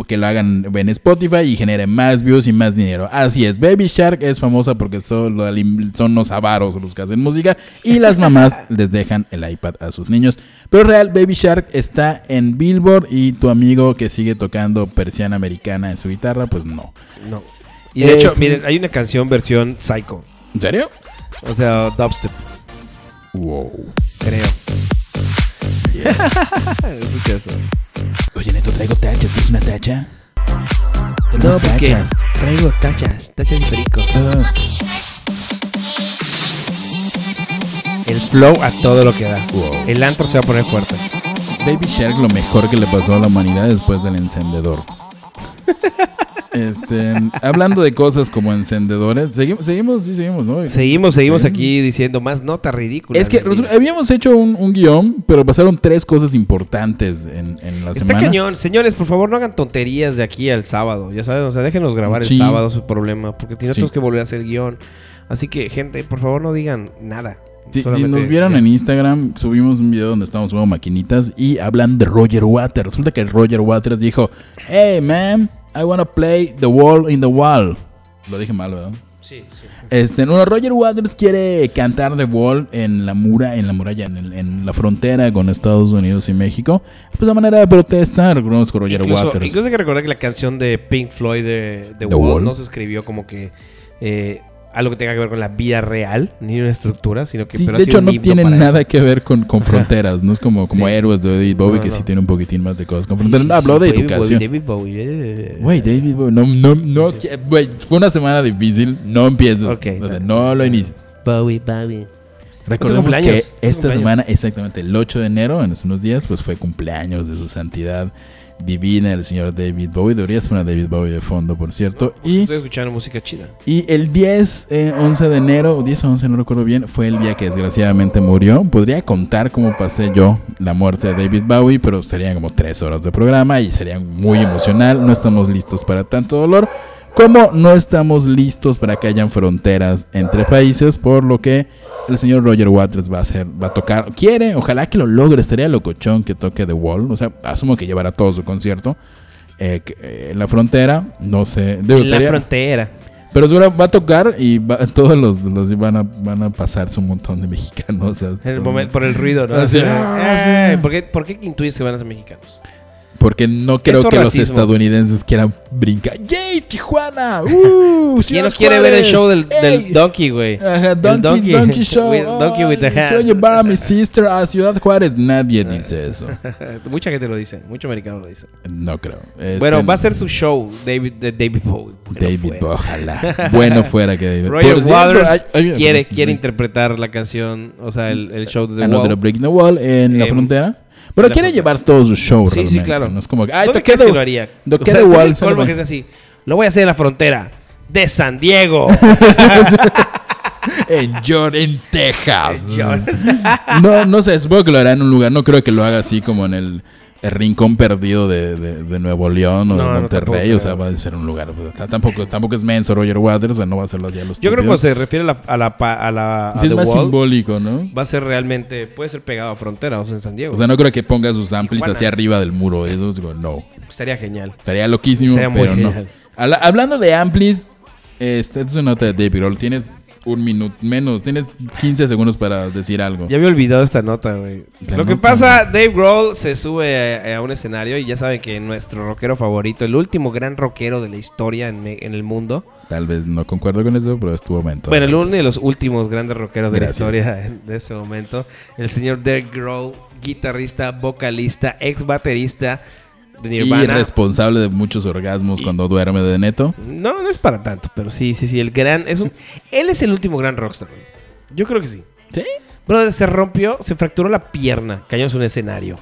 Speaker 1: que lo hagan en Spotify y genere más views y más dinero. Así es, Baby Shark es famosa porque son, lo- son los avaros los que hacen música y las
Speaker 2: [LAUGHS]
Speaker 1: mamás les dejan el iPad a sus niños. Pero real, Baby Shark está en Billboard y tu amigo que sigue tocando persiana americana en su guitarra, pues no. Este-
Speaker 2: No. Y de hecho,
Speaker 1: Es-
Speaker 2: miren, hay una canción versión psycho.
Speaker 1: ¿En serio?
Speaker 2: O sea, dubstep,
Speaker 1: Wow. [LAUGHS]
Speaker 2: creo. Escucha eso.
Speaker 1: Oye, Neto, traigo tachas. ¿Quieres una tacha?
Speaker 2: No, porque traigo tachas, tachas de perico.
Speaker 1: Ah,
Speaker 2: El flow a todo lo que da.
Speaker 1: Wow.
Speaker 2: El antro se va a poner fuerte.
Speaker 1: Baby Shark, lo mejor que le pasó a la humanidad después del encendedor. Este, hablando de cosas como encendedores, seguimos, seguimos, sí, seguimos, ¿no?
Speaker 2: Seguimos, seguimos
Speaker 1: Sí.
Speaker 2: aquí diciendo más notas ridículas.
Speaker 1: Es que eh,
Speaker 2: del día.
Speaker 1: resulta- habíamos hecho un, un guión, pero pasaron tres cosas importantes en, en la
Speaker 2: Está
Speaker 1: semana.
Speaker 2: cañón. Señores, por favor, no hagan tonterías de aquí al sábado. Ya saben, o sea, déjenos grabar
Speaker 1: Sí.
Speaker 2: el sábado, es el problema. Porque si no,
Speaker 1: Sí.
Speaker 2: tenemos que volver a hacer guión. Así que, gente, por favor, no digan nada.
Speaker 1: Si, si
Speaker 2: Solamente-
Speaker 1: nos vieron en Instagram, subimos un video donde estamos jugando maquinitas y hablan de Roger Waters. Resulta que Roger Waters dijo, hey man, I wanna play The Wall in the Wall. Lo dije mal, ¿verdad?
Speaker 2: Sí, sí.
Speaker 1: Este, no, Roger Waters quiere cantar The Wall en la mura, en la muralla, en, el- en la frontera con Estados Unidos y México. Pues de manera de protesta, reconozco a Roger
Speaker 2: Incluso,
Speaker 1: Waters.
Speaker 2: incluso hay que recordar que la canción de Pink Floyd de, de
Speaker 1: The
Speaker 2: Wall,
Speaker 1: Wall.
Speaker 2: no se escribió como que eh, algo que tenga que ver con la vida real, ni una estructura, sino que...
Speaker 1: Sí,
Speaker 2: pero ha
Speaker 1: de
Speaker 2: sido
Speaker 1: hecho,
Speaker 2: un
Speaker 1: no
Speaker 2: himno
Speaker 1: tiene
Speaker 2: para
Speaker 1: nada
Speaker 2: eso.
Speaker 1: que ver con,
Speaker 2: [LAUGHS]
Speaker 1: con fronteras. No es como, como
Speaker 2: Sí.
Speaker 1: héroes de David Bowie,
Speaker 2: No,
Speaker 1: que
Speaker 2: no.
Speaker 1: sí tiene un poquitín más de cosas con fronteras. No, habló de
Speaker 2: David Bowie,
Speaker 1: educación.
Speaker 2: David Bowie, eh.
Speaker 1: Güey, David Bowie, no, no, no, que- güey, fue una semana difícil, no empieces.
Speaker 2: Ok.
Speaker 1: O sea, no lo inicies.
Speaker 2: Bowie, Bowie.
Speaker 1: Recordemos
Speaker 2: cumpleaños.
Speaker 1: que
Speaker 2: Es tu
Speaker 1: esta
Speaker 2: cumpleaños.
Speaker 1: semana, exactamente el 8 de enero, en hace unos días, pues fue cumpleaños de su santidad divina, el señor David Bowie. Deberías poner a David Bowie de fondo, por cierto. Y,
Speaker 2: Estoy escuchando música chida.
Speaker 1: y el 10, eh, 11 de enero, o 10 o 11, no recuerdo bien, fue el día que desgraciadamente murió. Podría contar cómo pasé yo la muerte de David Bowie, pero serían como 3 horas de programa y sería muy emocional. No estamos listos para tanto dolor. Como no estamos listos para que hayan fronteras entre países, por lo que el señor Roger Waters va a hacer, va a tocar, quiere, ojalá que lo logre, estaría locochón que toque The Wall, o sea, asumo que llevará todo su concierto eh, que- eh, en la frontera, no sé, digo,
Speaker 2: En la
Speaker 1: estaría-
Speaker 2: frontera.
Speaker 1: pero seguro va a tocar y va- [LAUGHS] todos los, los van, a, van a pasarse un montón de mexicanos. [LAUGHS] o sea,
Speaker 2: En el
Speaker 1: todo-
Speaker 2: momento, por el ruido, ¿no?
Speaker 1: Ah, sí.
Speaker 2: Así,
Speaker 1: Ah, sí.
Speaker 2: "Ay,
Speaker 1: Pues
Speaker 2: ¿por, qué, ¿Por qué intuyes que van a ser mexicanos?
Speaker 1: Porque no creo
Speaker 2: Eso
Speaker 1: que los
Speaker 2: racismo.
Speaker 1: estadounidenses quieran brincar. ¡Yay,
Speaker 2: [LAUGHS]
Speaker 1: Tijuana! ¡Uh!
Speaker 2: ¿Quién
Speaker 1: Ciudad
Speaker 2: no quiere ver el
Speaker 1: Juárez!
Speaker 2: show del,
Speaker 1: ¡Ey!
Speaker 2: del Donkey, güey?
Speaker 1: Ajá,
Speaker 2: El
Speaker 1: Donkey, donkey,
Speaker 2: [LAUGHS]
Speaker 1: Show.
Speaker 2: With- donkey with the
Speaker 1: Ay,
Speaker 2: hand.
Speaker 1: Quiero llevar
Speaker 2: [LAUGHS]
Speaker 1: a mi sister a Ciudad Juárez. Nadie dice eso.
Speaker 2: Mucha gente lo dice, muchos americanos lo dicen.
Speaker 1: No creo. Este,
Speaker 2: Bueno, va a ser su show, David, de David Bowie. Bueno,
Speaker 1: David
Speaker 2: fue.
Speaker 1: Bowie, ojalá. Bueno fuera
Speaker 2: [LAUGHS]
Speaker 1: que David
Speaker 2: Roger
Speaker 1: Por cierto,
Speaker 2: Waters
Speaker 1: hay- hay-
Speaker 2: quiere, quiere interpretar la canción, o sea, el, el show de The
Speaker 1: Another
Speaker 2: Wall.
Speaker 1: Break the Wall en la
Speaker 2: Em,
Speaker 1: frontera. Pero
Speaker 2: la
Speaker 1: quiere
Speaker 2: frontera.
Speaker 1: llevar todo su show
Speaker 2: Sí,
Speaker 1: realmente.
Speaker 2: sí, claro.
Speaker 1: No es como que, ay,
Speaker 2: Ay, ¿Dónde
Speaker 1: toqué
Speaker 2: crees
Speaker 1: The-
Speaker 2: que lo haría?
Speaker 1: toqué
Speaker 2: O sea,
Speaker 1: The
Speaker 2: ¿dónde
Speaker 1: Wall,
Speaker 2: el colmo
Speaker 1: pero
Speaker 2: que es así. Lo voy a hacer en la frontera de
Speaker 1: [LAUGHS]
Speaker 2: San Diego.
Speaker 1: en York, en
Speaker 2: [LAUGHS]
Speaker 1: Texas.
Speaker 2: En York.
Speaker 1: no, no sé, supongo que lo hará en un lugar. No creo que lo haga así como en el, el rincón perdido de, de- de Nuevo León o
Speaker 2: No,
Speaker 1: de
Speaker 2: no,
Speaker 1: Monterrey.
Speaker 2: tampoco,
Speaker 1: o sea,
Speaker 2: no.
Speaker 1: va a ser un lugar. o sea, tampoco, tampoco es menso Roger Waters, o sea, no va a hacerlo así a los
Speaker 2: Yo creo que
Speaker 1: estúpidos.
Speaker 2: cuando se refiere a la, a la, pa- a la a
Speaker 1: Sí, es
Speaker 2: The
Speaker 1: más
Speaker 2: Wall,
Speaker 1: simbólico, ¿no?
Speaker 2: va a ser realmente, puede ser pegado a frontera, o sea, en San Diego.
Speaker 1: O sea, no creo que ponga sus amplis
Speaker 2: Tijuana.
Speaker 1: hacia arriba del muro. Eso es como, no.
Speaker 2: Estaría genial.
Speaker 1: Estaría loquísimo,
Speaker 2: Sería muy
Speaker 1: pero no.
Speaker 2: genial.
Speaker 1: Habla- hablando de amplis, este, esta es una nota de David Grohl. Tienes un minuto menos, tienes 15 segundos para decir algo.
Speaker 2: Ya había olvidado esta nota, güey.
Speaker 1: La
Speaker 2: Lo que
Speaker 1: nota,
Speaker 2: pasa, Dave Grohl se sube a, a un escenario y ya saben que nuestro rockero favorito, el último gran rockero de la historia en, me- en el mundo.
Speaker 1: Tal vez no concuerdo con eso, pero es tu momento.
Speaker 2: Bueno, el uno de los últimos grandes rockeros
Speaker 1: Gracias.
Speaker 2: de la historia [LAUGHS] en- de ese momento. El señor Dave Grohl, guitarrista, vocalista, ex baterista de
Speaker 1: y
Speaker 2: Nirvana.
Speaker 1: responsable de muchos orgasmos
Speaker 2: Y-
Speaker 1: cuando duerme de neto.
Speaker 2: No, no es para tanto, pero sí, sí, sí. El gran. Es un, él es el último gran rockstar. güey. Yo creo que sí.
Speaker 1: ¿Sí?
Speaker 2: Brother, se rompió, se fracturó la pierna, cayó en un escenario.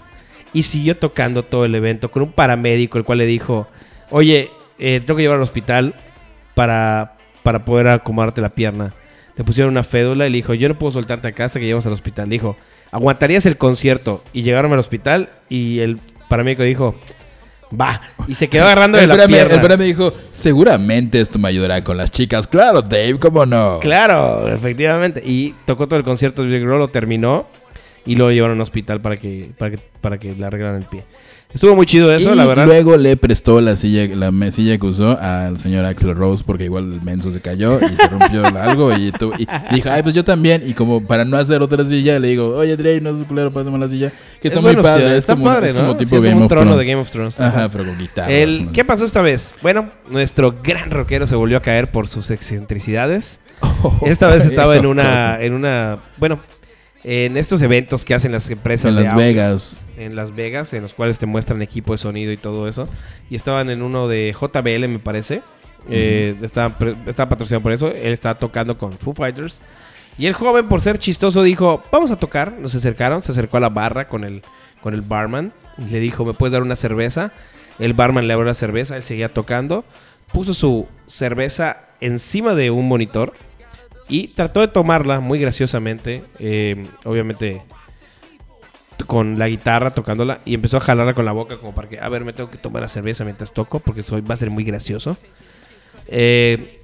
Speaker 2: Y siguió tocando todo el evento con un paramédico, el cual le dijo: Oye, eh, te tengo que llevar al hospital para, para poder acomodarte la pierna. Le pusieron una fédula y le dijo: Yo no puedo soltarte acá hasta que lleguemos al hospital. Le dijo: Aguantarías el concierto. Y llegaron al hospital y el paramédico dijo: Va. Y se quedó agarrando de
Speaker 1: El
Speaker 2: la
Speaker 1: Bra me-
Speaker 2: pierna.
Speaker 1: el Bra me dijo, seguramente esto me ayudará con las chicas. Claro, Dave, ¿cómo no?
Speaker 2: Claro, efectivamente. Y tocó todo el concierto de Dave Grohl, lo terminó y lo llevaron a un hospital para que, para que, para que le arreglaran el pie. Estuvo muy chido eso,
Speaker 1: y
Speaker 2: la verdad.
Speaker 1: luego le prestó la silla, la mesilla que usó al señor Axel Rose porque igual el menso se cayó y se rompió [LAUGHS] algo y, tu- y dijo, ay, pues yo también. Y como para no hacer otra silla, le digo, oye, Dave, no seas culero, pásame la silla. Que
Speaker 2: Es
Speaker 1: está muy
Speaker 2: buena
Speaker 1: padre,
Speaker 2: opción,
Speaker 1: es
Speaker 2: está
Speaker 1: como,
Speaker 2: padre,
Speaker 1: es
Speaker 2: ¿no?
Speaker 1: como
Speaker 2: Sí,
Speaker 1: tipo
Speaker 2: es
Speaker 1: Game
Speaker 2: como un
Speaker 1: of
Speaker 2: trono
Speaker 1: Thrones.
Speaker 2: de Game of Thrones.
Speaker 1: Ajá, pero con guitarra.
Speaker 2: El-
Speaker 1: [LAUGHS]
Speaker 2: ¿Qué pasó esta vez? Bueno, nuestro gran rockero se volvió a caer por sus excentricidades. Esta vez
Speaker 1: [LAUGHS]
Speaker 2: estaba en una, en una, bueno, en estos eventos que hacen las empresas
Speaker 1: En
Speaker 2: de
Speaker 1: Las
Speaker 2: audio.
Speaker 1: Vegas.
Speaker 2: en Las Vegas, en los cuales te muestran equipo de sonido y todo eso. Y estaban en uno de JBL, me parece. Eh, estaba, pre- estaba patrocinado por eso. Él estaba tocando con Foo Fighters. Y el joven, por ser chistoso, dijo, vamos a tocar. Nos acercaron, se acercó a la barra con el, con el barman. Y le dijo, ¿me puedes dar una cerveza? El barman le abrió la cerveza, él seguía tocando. Puso su cerveza encima de un monitor. Y trató de tomarla muy graciosamente. eh, obviamente t- con la guitarra tocándola. Y empezó a jalarla con la boca como para que, a ver, me tengo que tomar la cerveza mientras toco porque soy, va a ser muy gracioso. Eh,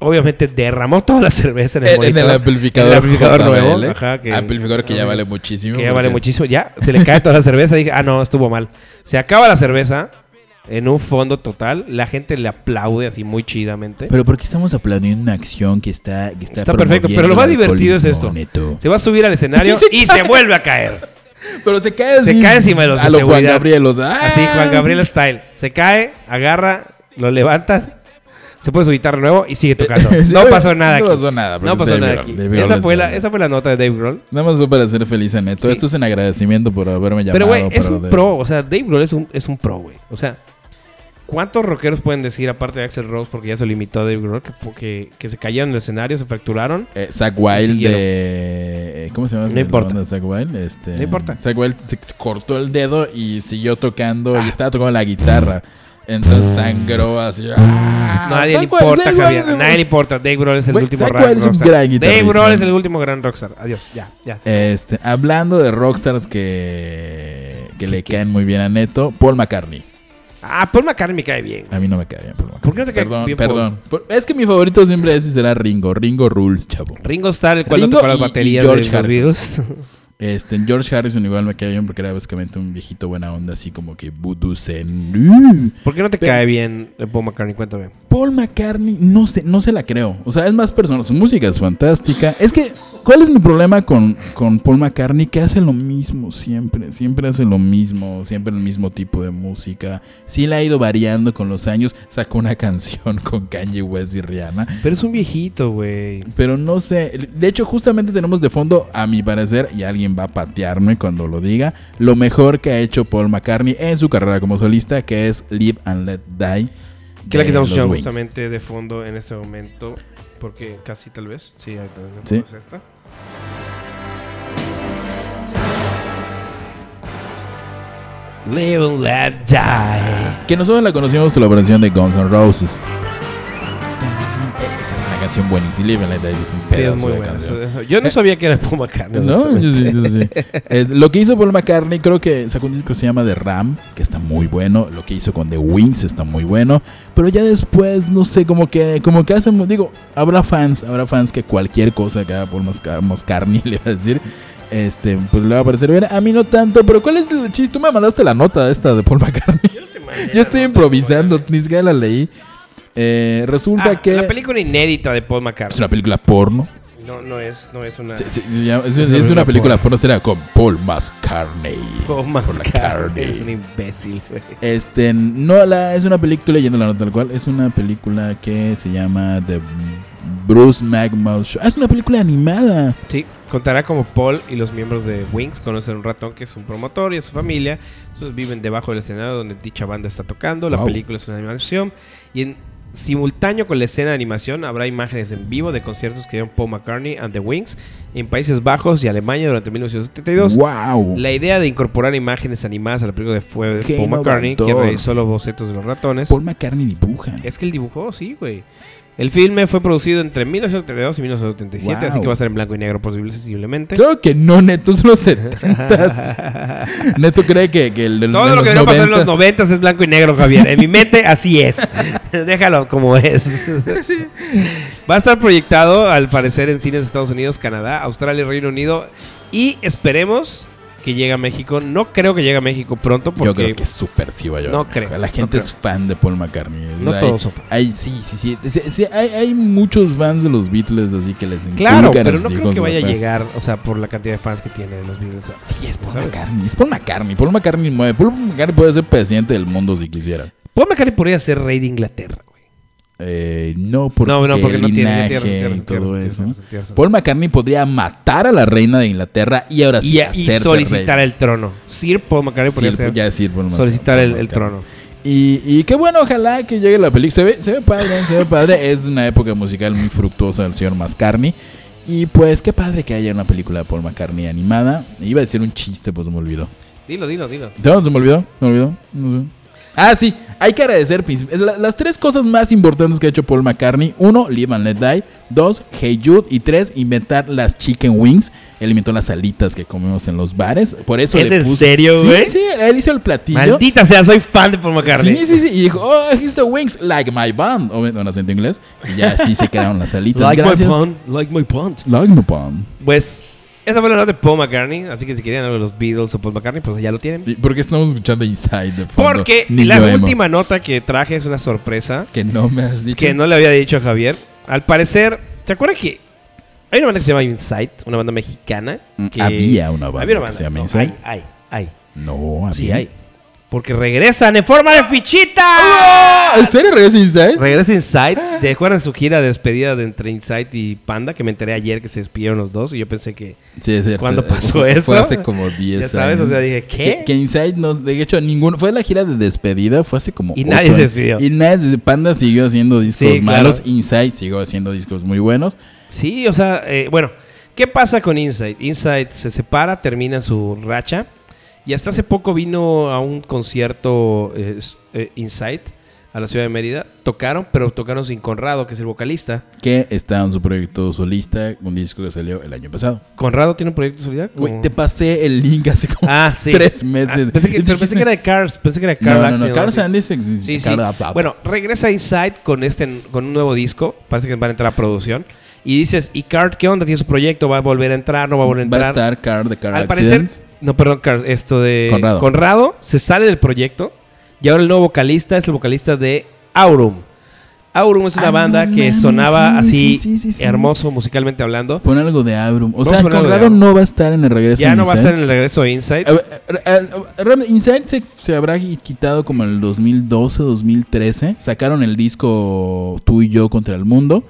Speaker 2: obviamente derramó toda la cerveza en el,
Speaker 1: En, en
Speaker 2: monitor,
Speaker 1: el amplificador,
Speaker 2: en el amplificador
Speaker 1: JBL,
Speaker 2: nuevo. Ajá, que,
Speaker 1: Ah, amplificador que ya vale muchísimo.
Speaker 2: que ya vale
Speaker 1: porque-
Speaker 2: muchísimo. Ya, se le cae toda la cerveza. Dije, ah, no, estuvo mal. Se acaba la cerveza en un fondo total. La gente le aplaude así muy chidamente.
Speaker 1: Pero porque estamos aplaudiendo una acción que está que está,
Speaker 2: Está perfecto, pero lo más
Speaker 1: promoviendo el
Speaker 2: divertido es esto.
Speaker 1: alcoholismo, neto.
Speaker 2: Se va a subir al escenario
Speaker 1: [LAUGHS]
Speaker 2: y se vuelve a caer.
Speaker 1: Pero se cae
Speaker 2: Se cae encima de los
Speaker 1: a
Speaker 2: de
Speaker 1: lo Juan
Speaker 2: seguridad.
Speaker 1: ¡ah! Gabriel, o sea,
Speaker 2: Así, Juan
Speaker 1: ¡ah!
Speaker 2: Gabriel Style. Se cae, agarra, lo levantan, se puede subir de nuevo y sigue tocando.
Speaker 1: [LAUGHS] Sí,
Speaker 2: no
Speaker 1: oye,
Speaker 2: pasó nada
Speaker 1: no
Speaker 2: aquí.
Speaker 1: pasó nada,
Speaker 2: No
Speaker 1: porque
Speaker 2: pasó
Speaker 1: Dave
Speaker 2: nada
Speaker 1: Grohl-
Speaker 2: aquí.
Speaker 1: Dave Grohl
Speaker 2: Esa
Speaker 1: es
Speaker 2: fue,
Speaker 1: Dave
Speaker 2: la,
Speaker 1: Grohl.
Speaker 2: esa fue la nota de Dave Grohl.
Speaker 1: Nada más fue para ser feliz a Neto.
Speaker 2: Sí.
Speaker 1: Esto es en agradecimiento por haberme llamado.
Speaker 2: Pero, güey, es
Speaker 1: para
Speaker 2: un
Speaker 1: de-
Speaker 2: pro. O sea, Dave Grohl es un, es un pro, güey. O sea, ¿cuántos rockeros pueden decir, aparte de Axel Rose, porque ya se limitó a Dave Grohl, que, que, que se cayeron del escenario, se fracturaron?
Speaker 1: Eh, Zach Wild
Speaker 2: Siguieron.
Speaker 1: de. ¿Cómo se llama?
Speaker 2: No
Speaker 1: la
Speaker 2: importa.
Speaker 1: banda de Zach Wild? Este,
Speaker 2: No importa.
Speaker 1: Zach Wild se se cortó el dedo y siguió tocando y estaba tocando la guitarra. Entonces sangró así. ¡ah!
Speaker 2: Nadie le
Speaker 1: Zach Wild-
Speaker 2: importa,
Speaker 1: Zach
Speaker 2: Javier.
Speaker 1: Wild-
Speaker 2: A nadie le importa. Dave Grohl es el
Speaker 1: Güey,
Speaker 2: último
Speaker 1: Zach
Speaker 2: gran
Speaker 1: Wild es un
Speaker 2: rockstar.
Speaker 1: gran
Speaker 2: Dave
Speaker 1: guitarrista.
Speaker 2: Grohl es el último gran rockstar. Adiós. Ya, ya.
Speaker 1: Este, hablando de rockstars que, que le caen muy bien a Neto, Paul McCartney.
Speaker 2: Ah, Paul McCartney me cae bien.
Speaker 1: A mí no me cae bien Paul McCartney.
Speaker 2: ¿Por qué no te cae
Speaker 1: perdón,
Speaker 2: bien Paul?
Speaker 1: Perdón, Por- Es que mi favorito siempre es y será Ringo. Ringo rules, chavo.
Speaker 2: Ringo Starr, el cual
Speaker 1: Ringo
Speaker 2: no tocó las
Speaker 1: y- y
Speaker 2: baterías de
Speaker 1: George
Speaker 2: los
Speaker 1: Harrison.
Speaker 2: Beatles. [LAUGHS]
Speaker 1: Este, George Harrison igual me cae bien porque era básicamente un viejito buena onda, así como que voodoo zen.
Speaker 2: ¿Por qué no te
Speaker 1: Pero-
Speaker 2: cae bien eh, Paul McCartney? Cuéntame.
Speaker 1: Paul McCartney, no se, no se la creo. O sea, es más personal. Su música es fantástica. Es que, ¿cuál es mi problema con, con Paul McCartney? Que hace lo mismo siempre. Siempre hace lo mismo. Siempre el mismo tipo de música. Sí la ha ido variando con los años. Sacó una [LAUGHS] canción con Kanye West y Rihanna.
Speaker 2: Pero es un viejito, güey.
Speaker 1: Pero no sé. De hecho, justamente tenemos de fondo, a mi parecer, y alguien va a patearme cuando lo diga, lo mejor que ha hecho Paul McCartney en su carrera como solista, que es Live and Let Die.
Speaker 2: Que la
Speaker 1: de
Speaker 2: quitamos
Speaker 1: los
Speaker 2: ya
Speaker 1: Wings.
Speaker 2: justamente de fondo en este momento. Porque casi tal vez. Sí, ahí tenemos
Speaker 1: Sí.
Speaker 2: esta. Live and let die.
Speaker 1: Que nosotros la conocimos en la versión de Guns N' Roses. Esa es una canción buenísima. Live and Let Die es un
Speaker 2: Sí, es
Speaker 1: pedazo
Speaker 2: muy
Speaker 1: de
Speaker 2: buena.
Speaker 1: canción. Eh,
Speaker 2: eso- eso. [LAUGHS] Yo no sabía que era Paul McCartney.
Speaker 1: No,
Speaker 2: honestamente.
Speaker 1: yo sí,
Speaker 2: [LAUGHS]
Speaker 1: yo sí. Es, lo que hizo Paul McCartney, creo que sacó un disco que se llama The Ram, que está muy bueno. Lo que hizo con The Wings está muy bueno. Pero ya después, no sé, como que, como que hacen, digo, habrá fans, habrá fans que cualquier cosa que haga Paul Masca- McCartney [LAUGHS] le va a decir. Este, pues le va a parecer bien. A mí no tanto, pero ¿cuál es el chiste? Tú me mandaste la nota esta de Paul McCartney. Yo estoy improvisando, ni siquiera la leí. Eh, resulta
Speaker 2: Ah,
Speaker 1: que
Speaker 2: La película inédita de Paul
Speaker 1: es
Speaker 2: McCartney.
Speaker 1: una película porno.
Speaker 2: No, no es, no es una.
Speaker 1: Se- se- se llama- es, es una película porno, será con Paul Mascarney.
Speaker 2: Paul McCartney.
Speaker 1: McCartney.
Speaker 2: Es un imbécil, güey.
Speaker 1: Este, no, la, es una película, leyendo la nota tal cual, es una película que se llama The Bruce Magma Show. Ah, es una película animada.
Speaker 2: Sí, contará como Paul y los miembros de Wings conocen a un ratón que es un promotor y a su familia. Entonces viven debajo del escenario donde dicha banda está tocando. La
Speaker 1: Wow.
Speaker 2: película es una animación. Y en simultáneo con la escena de animación habrá imágenes en vivo de conciertos que dieron Paul McCartney and the Wings en Países Bajos y Alemania durante 1972.
Speaker 1: wow.
Speaker 2: La idea de incorporar imágenes animadas a la película de fue de
Speaker 1: Qué
Speaker 2: Paul McCartney, que
Speaker 1: innovador.
Speaker 2: realizó los bocetos de los ratones.
Speaker 1: Paul McCartney dibuja.
Speaker 2: Es que él dibujó, sí, güey. El filme fue producido entre 1932 y 1937,
Speaker 1: Wow.
Speaker 2: así que va a ser en blanco y negro posible- posiblemente.
Speaker 1: Claro que no, Neto, es los
Speaker 2: [LAUGHS]
Speaker 1: 70. Neto cree que, que el del-
Speaker 2: Todo
Speaker 1: de
Speaker 2: lo que debió pasar en los
Speaker 1: 90.
Speaker 2: 90 es blanco y negro, Javier. En mi mente
Speaker 1: [LAUGHS]
Speaker 2: así es. Déjalo como es. Va a estar proyectado, al parecer, en cines de Estados Unidos, Canadá, Australia y Reino Unido. Y esperemos que llegue a México. No creo que llegue a México pronto porque...
Speaker 1: Yo creo que súper sí va a llevar.
Speaker 2: No creo,
Speaker 1: La
Speaker 2: no
Speaker 1: gente es fan de Paul McCartney.
Speaker 2: No
Speaker 1: Hay-
Speaker 2: todos son.
Speaker 1: hay- sí, sí, sí. Sí, sí, hay, hay muchos fans de los Beatles, así que les encanta.
Speaker 2: Claro, pero no creo que vaya a llegar, o sea, por la cantidad de fans que tiene los Beatles.
Speaker 1: Sí, es Paul
Speaker 2: ¿Sabes?
Speaker 1: McCartney. Es Paul McCartney. Paul McCartney mueve. Paul McCartney puede ser presidente del mundo si quisiera.
Speaker 2: Paul McCartney podría ser rey de Inglaterra, güey.
Speaker 1: Eh, no, porque
Speaker 2: no, no, porque
Speaker 1: el
Speaker 2: no tiene
Speaker 1: linaje
Speaker 2: tiene- tiene-
Speaker 1: y
Speaker 2: tiene-
Speaker 1: todo
Speaker 2: tiene-
Speaker 1: eso.
Speaker 2: tiene-
Speaker 1: ¿no?
Speaker 2: tiene- tiene-
Speaker 1: Paul McCartney podría matar a la reina de Inglaterra y ahora sí
Speaker 2: y, y
Speaker 1: hacerse
Speaker 2: solicitar
Speaker 1: rey.
Speaker 2: el trono. Sir Paul McCartney
Speaker 1: Sí,
Speaker 2: podría
Speaker 1: el-
Speaker 2: ser-
Speaker 1: ya decir Paul McCartney.
Speaker 2: solicitar el, el
Speaker 1: Paul McCartney.
Speaker 2: trono.
Speaker 1: Y, y qué bueno, ojalá que llegue la película. Se ve, se ve padre, se ve padre. Es una época musical muy fructuosa del señor Mascarni. Y pues qué padre que haya una película de Paul McCartney animada. Iba a decir un chiste, pues se me olvidó.
Speaker 2: Dilo, dilo, dilo.
Speaker 1: No, se me olvidó, se me olvidó. No sé. Ah, sí, hay que agradecer. princip- es la- las tres cosas más importantes que ha hecho Paul McCartney: uno, Live and Let Die. Dos, Hey Jude. Y tres, inventar las chicken wings. Él inventó las alitas que comemos en los bares. Por eso
Speaker 2: ¿Es
Speaker 1: le
Speaker 2: en
Speaker 1: puso-
Speaker 2: serio,
Speaker 1: Sí,
Speaker 2: güey?
Speaker 1: Sí, él hizo el platillo.
Speaker 2: Maldita sea, soy fan de Paul McCartney.
Speaker 1: Sí, sí, sí. Y dijo, oh, he's the wings, like my band. O bueno, no acento inglés. Y ya así se quedaron las alitas.
Speaker 2: Like my
Speaker 1: Gracias.
Speaker 2: pond, like my pond.
Speaker 1: Like my band.
Speaker 2: Pues, esa fue la nota de Paul McCartney. Así que si querían algo de los Beatles o Paul McCartney, pues ya lo tienen.
Speaker 1: ¿Y ¿Por qué estamos escuchando Inside de fondo?
Speaker 2: Porque
Speaker 1: Niño
Speaker 2: la
Speaker 1: emo.
Speaker 2: última nota que traje es una sorpresa
Speaker 1: Que no me has dicho.
Speaker 2: que no le había dicho a Javier. Al parecer, ¿se acuerdan que hay una banda que se llama Insight? Una banda mexicana.
Speaker 1: Mm,
Speaker 2: que-
Speaker 1: había una banda
Speaker 2: Había
Speaker 1: que se llama
Speaker 2: no,
Speaker 1: Insight.
Speaker 2: Hay, hay, hay.
Speaker 1: No,
Speaker 2: Sí,
Speaker 1: había.
Speaker 2: hay. Porque regresan en forma de fichita.
Speaker 1: ¡Ah! ¿En serio regresa Inside?
Speaker 2: Regresa Insight. ¿Te acuerdas de su gira de despedida de entre Insight y Panda? Que me enteré ayer que se despidieron los dos y yo pensé que.
Speaker 1: Sí, es cierto.
Speaker 2: ¿Cuándo
Speaker 1: Eh,
Speaker 2: pasó
Speaker 1: fue-
Speaker 2: eso?
Speaker 1: Fue hace como 10
Speaker 2: Ya
Speaker 1: años.
Speaker 2: sabes, o sea, dije, ¿qué?
Speaker 1: Que, que Inside no, de hecho, ninguno, fue la gira de despedida, fue hace como
Speaker 2: Y
Speaker 1: ocho
Speaker 2: nadie se
Speaker 1: años.
Speaker 2: despidió.
Speaker 1: Y nadie, se- Panda siguió haciendo discos
Speaker 2: Sí, claro.
Speaker 1: malos, Inside siguió haciendo discos muy buenos.
Speaker 2: Sí, o sea, eh, bueno, ¿qué pasa con Insight? Insight se separa, termina su racha y hasta hace poco vino a un concierto eh, s- eh, Insight a la ciudad de Mérida. Tocaron, pero tocaron sin Conrado, que es el vocalista.
Speaker 1: que está en su proyecto solista, un disco que salió el año pasado.
Speaker 2: ¿Conrado tiene un proyecto de solidad?
Speaker 1: Güey,
Speaker 2: Como-
Speaker 1: te pasé el link hace como
Speaker 2: Oh.
Speaker 1: [LAUGHS]
Speaker 2: Ah, sí.
Speaker 1: tres meses.
Speaker 2: Ah,
Speaker 1: [LAUGHS]
Speaker 2: pensé, que,
Speaker 1: Y
Speaker 2: pero
Speaker 1: dijiste-
Speaker 2: pensé que era de Cars, pensé que era de Carl
Speaker 1: No, no,
Speaker 2: Axel,
Speaker 1: no, Carl
Speaker 2: así.
Speaker 1: Sanders existe.
Speaker 2: Sí, sí.
Speaker 1: Carl-
Speaker 2: Bueno, regresa Inside con este con un nuevo disco. Parece que van a entrar a producción. Y dices, ¿y Card qué onda? ¿Tiene su proyecto? ¿Va a volver a entrar? ¿No va a volver a
Speaker 1: va a
Speaker 2: entrar?
Speaker 1: estar Car de Car
Speaker 2: Al parecer,
Speaker 1: Accidents.
Speaker 2: no, perdón, Car- esto de
Speaker 1: Conrado.
Speaker 2: se sale del proyecto y ahora el nuevo vocalista es el vocalista de Aurum. Aurum es una
Speaker 1: Ah,
Speaker 2: banda
Speaker 1: no
Speaker 2: que
Speaker 1: mames,
Speaker 2: sonaba
Speaker 1: sí,
Speaker 2: así
Speaker 1: sí, sí, sí.
Speaker 2: hermoso musicalmente hablando.
Speaker 1: Pon algo de Abrum. O
Speaker 2: Vamos
Speaker 1: sea,
Speaker 2: a poner algo de
Speaker 1: Conrado
Speaker 2: Abrum.
Speaker 1: no va a estar en el regreso.
Speaker 2: Ya
Speaker 1: de
Speaker 2: no va a
Speaker 1: Inside.
Speaker 2: estar en el regreso de Inside.
Speaker 1: A ver, a- a- a- realmente, Inside se, se habrá quitado como en el 2012, 2013. Sacaron el disco Tú y yo contra el mundo.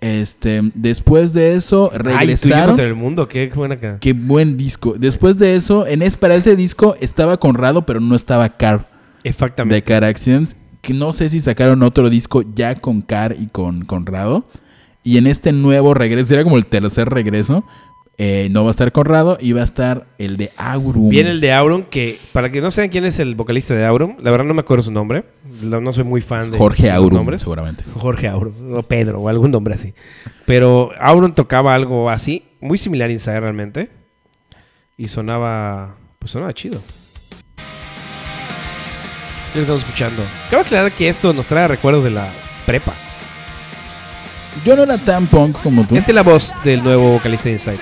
Speaker 1: Este, después de eso
Speaker 2: Ay, tú y yo
Speaker 1: regresaron.
Speaker 2: contra el mundo, qué buena cara.
Speaker 1: Qué buen disco. Después de eso, en es para ese disco estaba Conrado, pero no estaba Car de
Speaker 2: Exactamente.
Speaker 1: Car Accidents. Que no sé si sacaron otro disco ya con Car y con Conrado. Y en este nuevo regreso, era como el tercer regreso. eh, no va a estar Conrado y va a estar el de Aurum.
Speaker 2: Viene el de Aurum, que para que no sean quién es el vocalista de Aurum, la verdad no me acuerdo su nombre. No no soy muy fan de
Speaker 1: Jorge
Speaker 2: los
Speaker 1: Aurum,
Speaker 2: nombres.
Speaker 1: seguramente.
Speaker 2: Jorge Auron, o Pedro, o algún nombre así. Pero Auron tocaba algo así, muy similar a Inside realmente. Y sonaba, pues sonaba chido. ¿Qué estamos escuchando? Cabe aclarar que esto nos trae recuerdos de la prepa.
Speaker 1: Yo no era tan punk como tú.
Speaker 2: Esta es la voz del nuevo vocalista de Inside.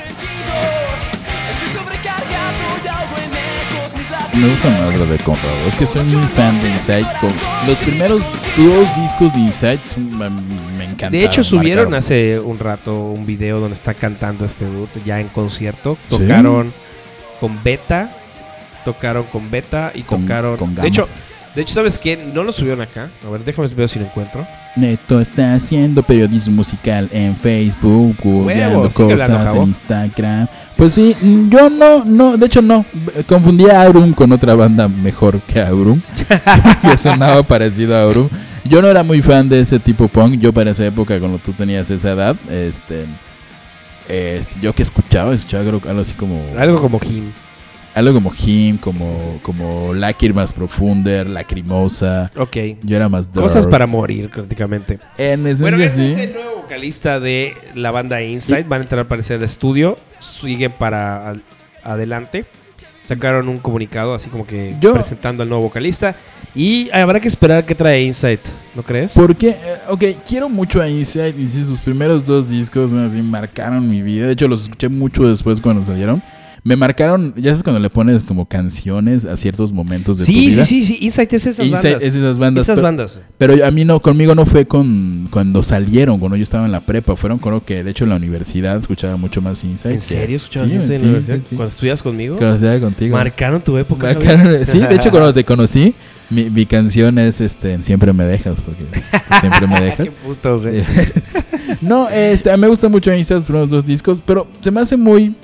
Speaker 1: Me gusta más lo de Conrado. Es que soy muy fan de Inside. Con... Los primeros dos discos de Inside son- me, me encantaron.
Speaker 2: De hecho, subieron
Speaker 1: marcaron.
Speaker 2: hace un rato un video donde está cantando este dude ya en concierto. Tocaron con Beta, tocaron con Beta y
Speaker 1: Con-
Speaker 2: tocaron.
Speaker 1: con Gamma.
Speaker 2: de hecho, de hecho, ¿sabes qué? No lo subieron acá. A ver, déjame ver si lo encuentro.
Speaker 1: Neto está haciendo periodismo musical en Facebook, googleando
Speaker 2: sigue
Speaker 1: cosas
Speaker 2: hablando, Javo.
Speaker 1: en Instagram. Pues sí, mm, yo no, no, de hecho no. B- Confundí a Aurum con otra banda mejor que Aurum, [LAUGHS] que sonaba parecido a Aurum. Yo no era muy fan de ese tipo punk. Yo para esa época, cuando tú tenías esa edad, este, eh, yo que escuchaba, escuchaba creo que algo así como
Speaker 2: Algo como Jim.
Speaker 1: algo como Him, como como Lágrimas Profunder, Lacrimosa.
Speaker 2: Ok.
Speaker 1: Yo era más
Speaker 2: Cosas
Speaker 1: Dirt.
Speaker 2: para morir, prácticamente.
Speaker 1: en esencia
Speaker 2: Bueno, ese
Speaker 1: sí.
Speaker 2: es el nuevo vocalista de la banda Inside. Van a entrar a aparecer al estudio. Siguen para al- adelante. Sacaron un comunicado así como que
Speaker 1: Yo-
Speaker 2: presentando al nuevo vocalista. Y habrá que esperar qué trae Inside, ¿no crees?
Speaker 1: Porque, eh, ok, quiero mucho a Inside y sí, sus primeros dos discos ¿no? así marcaron mi vida. De hecho, los escuché mucho después cuando salieron. Me marcaron, ya sabes cuando le pones como canciones a ciertos momentos de tu
Speaker 2: sí,
Speaker 1: vida.
Speaker 2: sí, sí, sí. Inside es esas
Speaker 1: Inside
Speaker 2: bandas.
Speaker 1: es esas bandas.
Speaker 2: Esas
Speaker 1: pero,
Speaker 2: bandas.
Speaker 1: pero a mí no, conmigo no fue con cuando salieron, cuando yo estaba en la prepa. Fueron, creo que de hecho en la universidad escuchaba mucho más Inside.
Speaker 2: ¿En
Speaker 1: que-
Speaker 2: serio escuchabas
Speaker 1: sí,
Speaker 2: Inside en
Speaker 1: sí,
Speaker 2: la universidad?
Speaker 1: sí, sí.
Speaker 2: Cuando estudias conmigo.
Speaker 1: Cuando estaba contigo.
Speaker 2: Marcaron tu época.
Speaker 1: Marcaron- eh,
Speaker 2: Javier.
Speaker 1: sí, de
Speaker 2: [LAUGHS]
Speaker 1: hecho cuando te conocí, mi, mi canción es este Siempre me dejas, porque siempre me dejas.
Speaker 2: Qué eh. puto, güey.
Speaker 1: [LAUGHS] no, este, me gusta mucho Inside los primeros dos discos, pero se me hace muy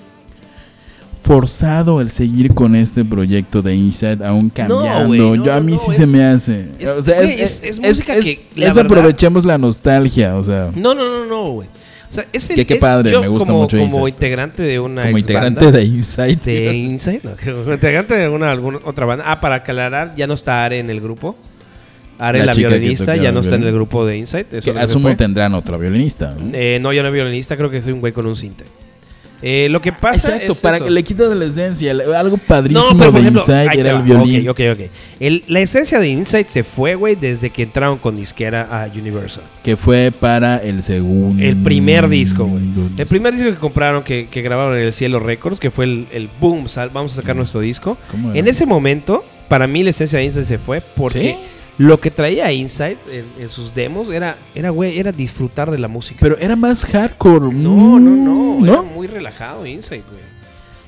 Speaker 1: forzado el seguir con este proyecto de Inside, aún cambiando.
Speaker 2: güey, no,
Speaker 1: Yo a
Speaker 2: no,
Speaker 1: mí
Speaker 2: no,
Speaker 1: sí
Speaker 2: es-
Speaker 1: se me hace.
Speaker 2: es-
Speaker 1: o sea,
Speaker 2: güey, es- es música que, la
Speaker 1: es
Speaker 2: verdad-
Speaker 1: aprovechemos la nostalgia, o sea,
Speaker 2: No, no, no, no, güey. O sea, es el,
Speaker 1: Que qué
Speaker 2: es-
Speaker 1: padre,
Speaker 2: yo
Speaker 1: me gusta
Speaker 2: como,
Speaker 1: mucho
Speaker 2: Como
Speaker 1: Inside.
Speaker 2: integrante de una
Speaker 1: como
Speaker 2: ex
Speaker 1: integrante
Speaker 2: banda-
Speaker 1: de Inside.
Speaker 2: de Inside, no, como integrante de una alguna otra banda. Ah, para aclarar, ya no está Are en el grupo. Are
Speaker 1: La
Speaker 2: la,
Speaker 1: chica que
Speaker 2: violinista
Speaker 1: tocaba
Speaker 2: ya no está en el
Speaker 1: violín.
Speaker 2: grupo de Inside.
Speaker 1: que
Speaker 2: Eso no se
Speaker 1: asumo
Speaker 2: fue.
Speaker 1: tendrán otro violinista. ¿no?
Speaker 2: Eh, no, ya no es violinista, creo que soy un güey con un cinte. Eh, lo que pasa
Speaker 1: Exacto,
Speaker 2: es
Speaker 1: para
Speaker 2: eso.
Speaker 1: que le quitas la esencia. le- Algo
Speaker 2: No,
Speaker 1: padrísimo
Speaker 2: pero
Speaker 1: de
Speaker 2: por ejemplo, ahí
Speaker 1: Inside
Speaker 2: te
Speaker 1: era el
Speaker 2: va.
Speaker 1: violín.
Speaker 2: Ok, ok, ok. El- la esencia de Inside se fue, güey, desde que entraron con disquera a Universal.
Speaker 1: Que fue para el segundo.
Speaker 2: El primer disco, güey. El primer disco que compraron, que, que grabaron en el Cielo Records, que fue el, el boom, sal- vamos a sacar nuestro disco.
Speaker 1: ¿Cómo era?
Speaker 2: En ese momento, para mí la esencia de Inside se fue porque
Speaker 1: ¿Sí?
Speaker 2: lo que traía Inside en, en sus demos era, era, güey, era disfrutar de la música.
Speaker 1: Pero era más hardcore.
Speaker 2: no, no, no,
Speaker 1: mm,
Speaker 2: Era muy relajado Inside, güey.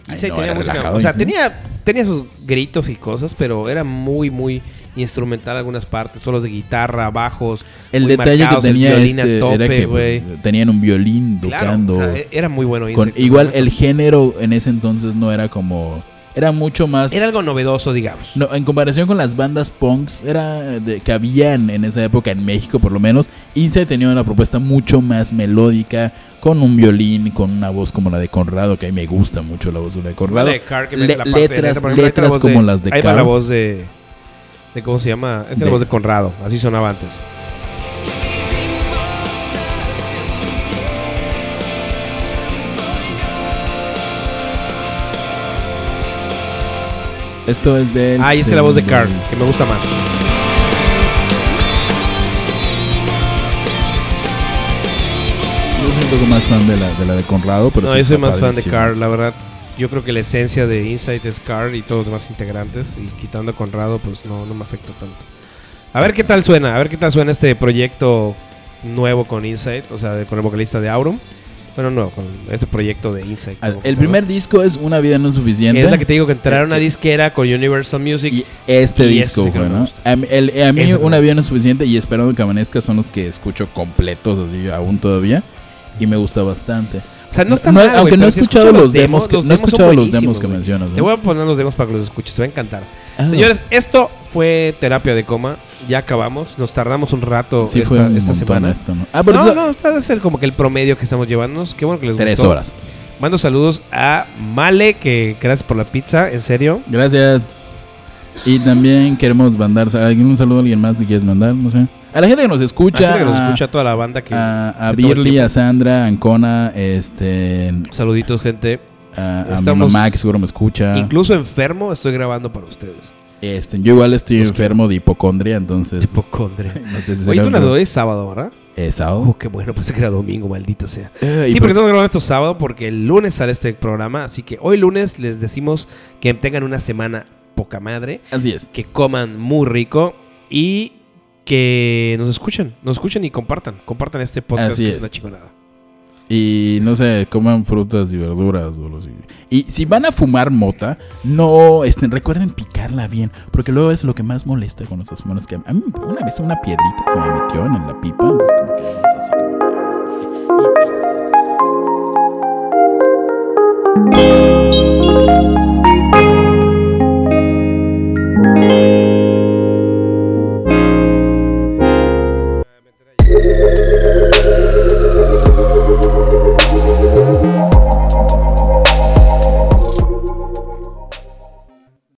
Speaker 1: Ay,
Speaker 2: Inside
Speaker 1: no,
Speaker 2: tenía
Speaker 1: era
Speaker 2: música.
Speaker 1: relajado
Speaker 2: O sea,
Speaker 1: Inside.
Speaker 2: tenía tenía sus gritos y cosas, pero era muy, muy instrumental algunas partes, solos de guitarra, bajos.
Speaker 1: El
Speaker 2: muy
Speaker 1: detalle
Speaker 2: marcados,
Speaker 1: que
Speaker 2: el
Speaker 1: tenía
Speaker 2: violín a
Speaker 1: este
Speaker 2: tope,
Speaker 1: era que
Speaker 2: güey.
Speaker 1: pues, tenían un violín
Speaker 2: Claro,
Speaker 1: tocando.
Speaker 2: o sea, eh, e-, era muy bueno.
Speaker 1: con,
Speaker 2: Insects.
Speaker 1: igual el género en ese entonces no era como... Era mucho más...
Speaker 2: Era algo novedoso, digamos.
Speaker 1: No, en comparación con las bandas punks era de, que habían en esa época en México por lo menos, Ince tenía una propuesta mucho más melódica, con un violín, con una voz como la de Conrado, que a mí me gusta mucho la voz de la de Conrado.
Speaker 2: Vale, Carr, que mete
Speaker 1: Le-
Speaker 2: la parte de
Speaker 1: letras-
Speaker 2: letra, por ejemplo, ahí está la
Speaker 1: letras
Speaker 2: voz
Speaker 1: como las de
Speaker 2: Ahí va la
Speaker 1: Carr.
Speaker 2: voz de, de ¿Cómo se llama? Esta es la
Speaker 1: De-
Speaker 2: voz de Conrado. Así sonaba antes.
Speaker 1: Esto es del...
Speaker 2: Ah, ahí está la voz de Carr,
Speaker 1: segundo-
Speaker 2: que me gusta más.
Speaker 1: Yo soy un poco más fan de la de, la de Conrado, pero
Speaker 2: no,
Speaker 1: sí
Speaker 2: yo soy
Speaker 1: está
Speaker 2: más fan de
Speaker 1: padrísimo.
Speaker 2: Carr, la verdad. Yo creo que la esencia de Insight es Carr y todos los demás integrantes. Y quitando a Conrado, pues no, no me afecta tanto. A ver qué tal suena, a ver qué tal suena este proyecto nuevo con Insight, o sea, de- con el vocalista de Aurum. Bueno, no, con este proyecto de Insight.
Speaker 1: Ah, El
Speaker 2: como vocalista,
Speaker 1: primer disco es Una vida no es
Speaker 2: ¿no?
Speaker 1: suficiente.
Speaker 2: Que es la que te digo que entraron a
Speaker 1: Eh, eh,
Speaker 2: disquera con Universal Music.
Speaker 1: Y este
Speaker 2: Y
Speaker 1: disco,
Speaker 2: este sí que
Speaker 1: güey,
Speaker 2: no me
Speaker 1: ¿no?
Speaker 2: gusta.
Speaker 1: A mí, el- eh, a mí
Speaker 2: Ese no
Speaker 1: un
Speaker 2: me
Speaker 1: avión es suficiente y esperando que amanezca son los que escucho completos, así aún todavía. Y me gusta bastante.
Speaker 2: O sea, no está
Speaker 1: No,
Speaker 2: mal, güey,
Speaker 1: aunque
Speaker 2: pero
Speaker 1: no he
Speaker 2: si
Speaker 1: escuchado
Speaker 2: escuchas
Speaker 1: los demos que- no he
Speaker 2: son
Speaker 1: escuchado los demos
Speaker 2: buenísimos,
Speaker 1: que
Speaker 2: güey.
Speaker 1: mencionas, ¿no?
Speaker 2: Te voy a poner los demos para que los escuches, te va a encantar.
Speaker 1: Ah.
Speaker 2: Señores, esto fue terapia de coma. Ya acabamos, nos tardamos un rato
Speaker 1: Sí,
Speaker 2: esta,
Speaker 1: fue un
Speaker 2: esta
Speaker 1: montón
Speaker 2: semana.
Speaker 1: esto, ¿no? Ah, pero
Speaker 2: No,
Speaker 1: eso-
Speaker 2: no, está de ser como que el promedio que estamos llevándonos. Qué bueno que les
Speaker 1: Tres
Speaker 2: gustó.
Speaker 1: horas.
Speaker 2: Mando saludos a Male, que gracias por la pizza, en serio.
Speaker 1: Gracias. Y también queremos mandar ¿alguien- un saludo a alguien más que quieres mandar, no sé. A la gente que nos escucha,
Speaker 2: A la gente que nos
Speaker 1: a,
Speaker 2: escucha toda la banda que
Speaker 1: a- a
Speaker 2: se toma el
Speaker 1: Birly,
Speaker 2: tiempo.
Speaker 1: a Sandra, a Ancona, este,
Speaker 2: Saluditos, gente.
Speaker 1: a, a mi
Speaker 2: Estamos-
Speaker 1: mamá que seguro me escucha.
Speaker 2: Incluso enfermo estoy grabando para ustedes.
Speaker 1: Este, yo igual estoy enfermo de hipocondria, entonces
Speaker 2: Hipocondria.
Speaker 1: no sé si
Speaker 2: Oye,
Speaker 1: será
Speaker 2: tú la
Speaker 1: un-
Speaker 2: es sábado, ¿verdad?
Speaker 1: Eh, sábado.
Speaker 2: Oh, qué bueno, pues que era domingo, maldita sea.
Speaker 1: Eh, y
Speaker 2: Sí,
Speaker 1: por-
Speaker 2: porque estamos grabando esto sábado porque el lunes sale este programa, así que hoy lunes les decimos que tengan una semana poca madre,
Speaker 1: Así es.
Speaker 2: que coman muy rico y que nos escuchen, nos escuchen y compartan, compartan este podcast
Speaker 1: Así
Speaker 2: que
Speaker 1: es.
Speaker 2: es una chingonada.
Speaker 1: Y no sé, coman frutas y verduras o algo así. Y si van a fumar mota, no estén, recuerden picarla bien, porque luego es lo que más molesta con estas fumadas que a mí una vez una piedrita se me metió en la pipa, entonces como que este, hizo así como- sí. Y-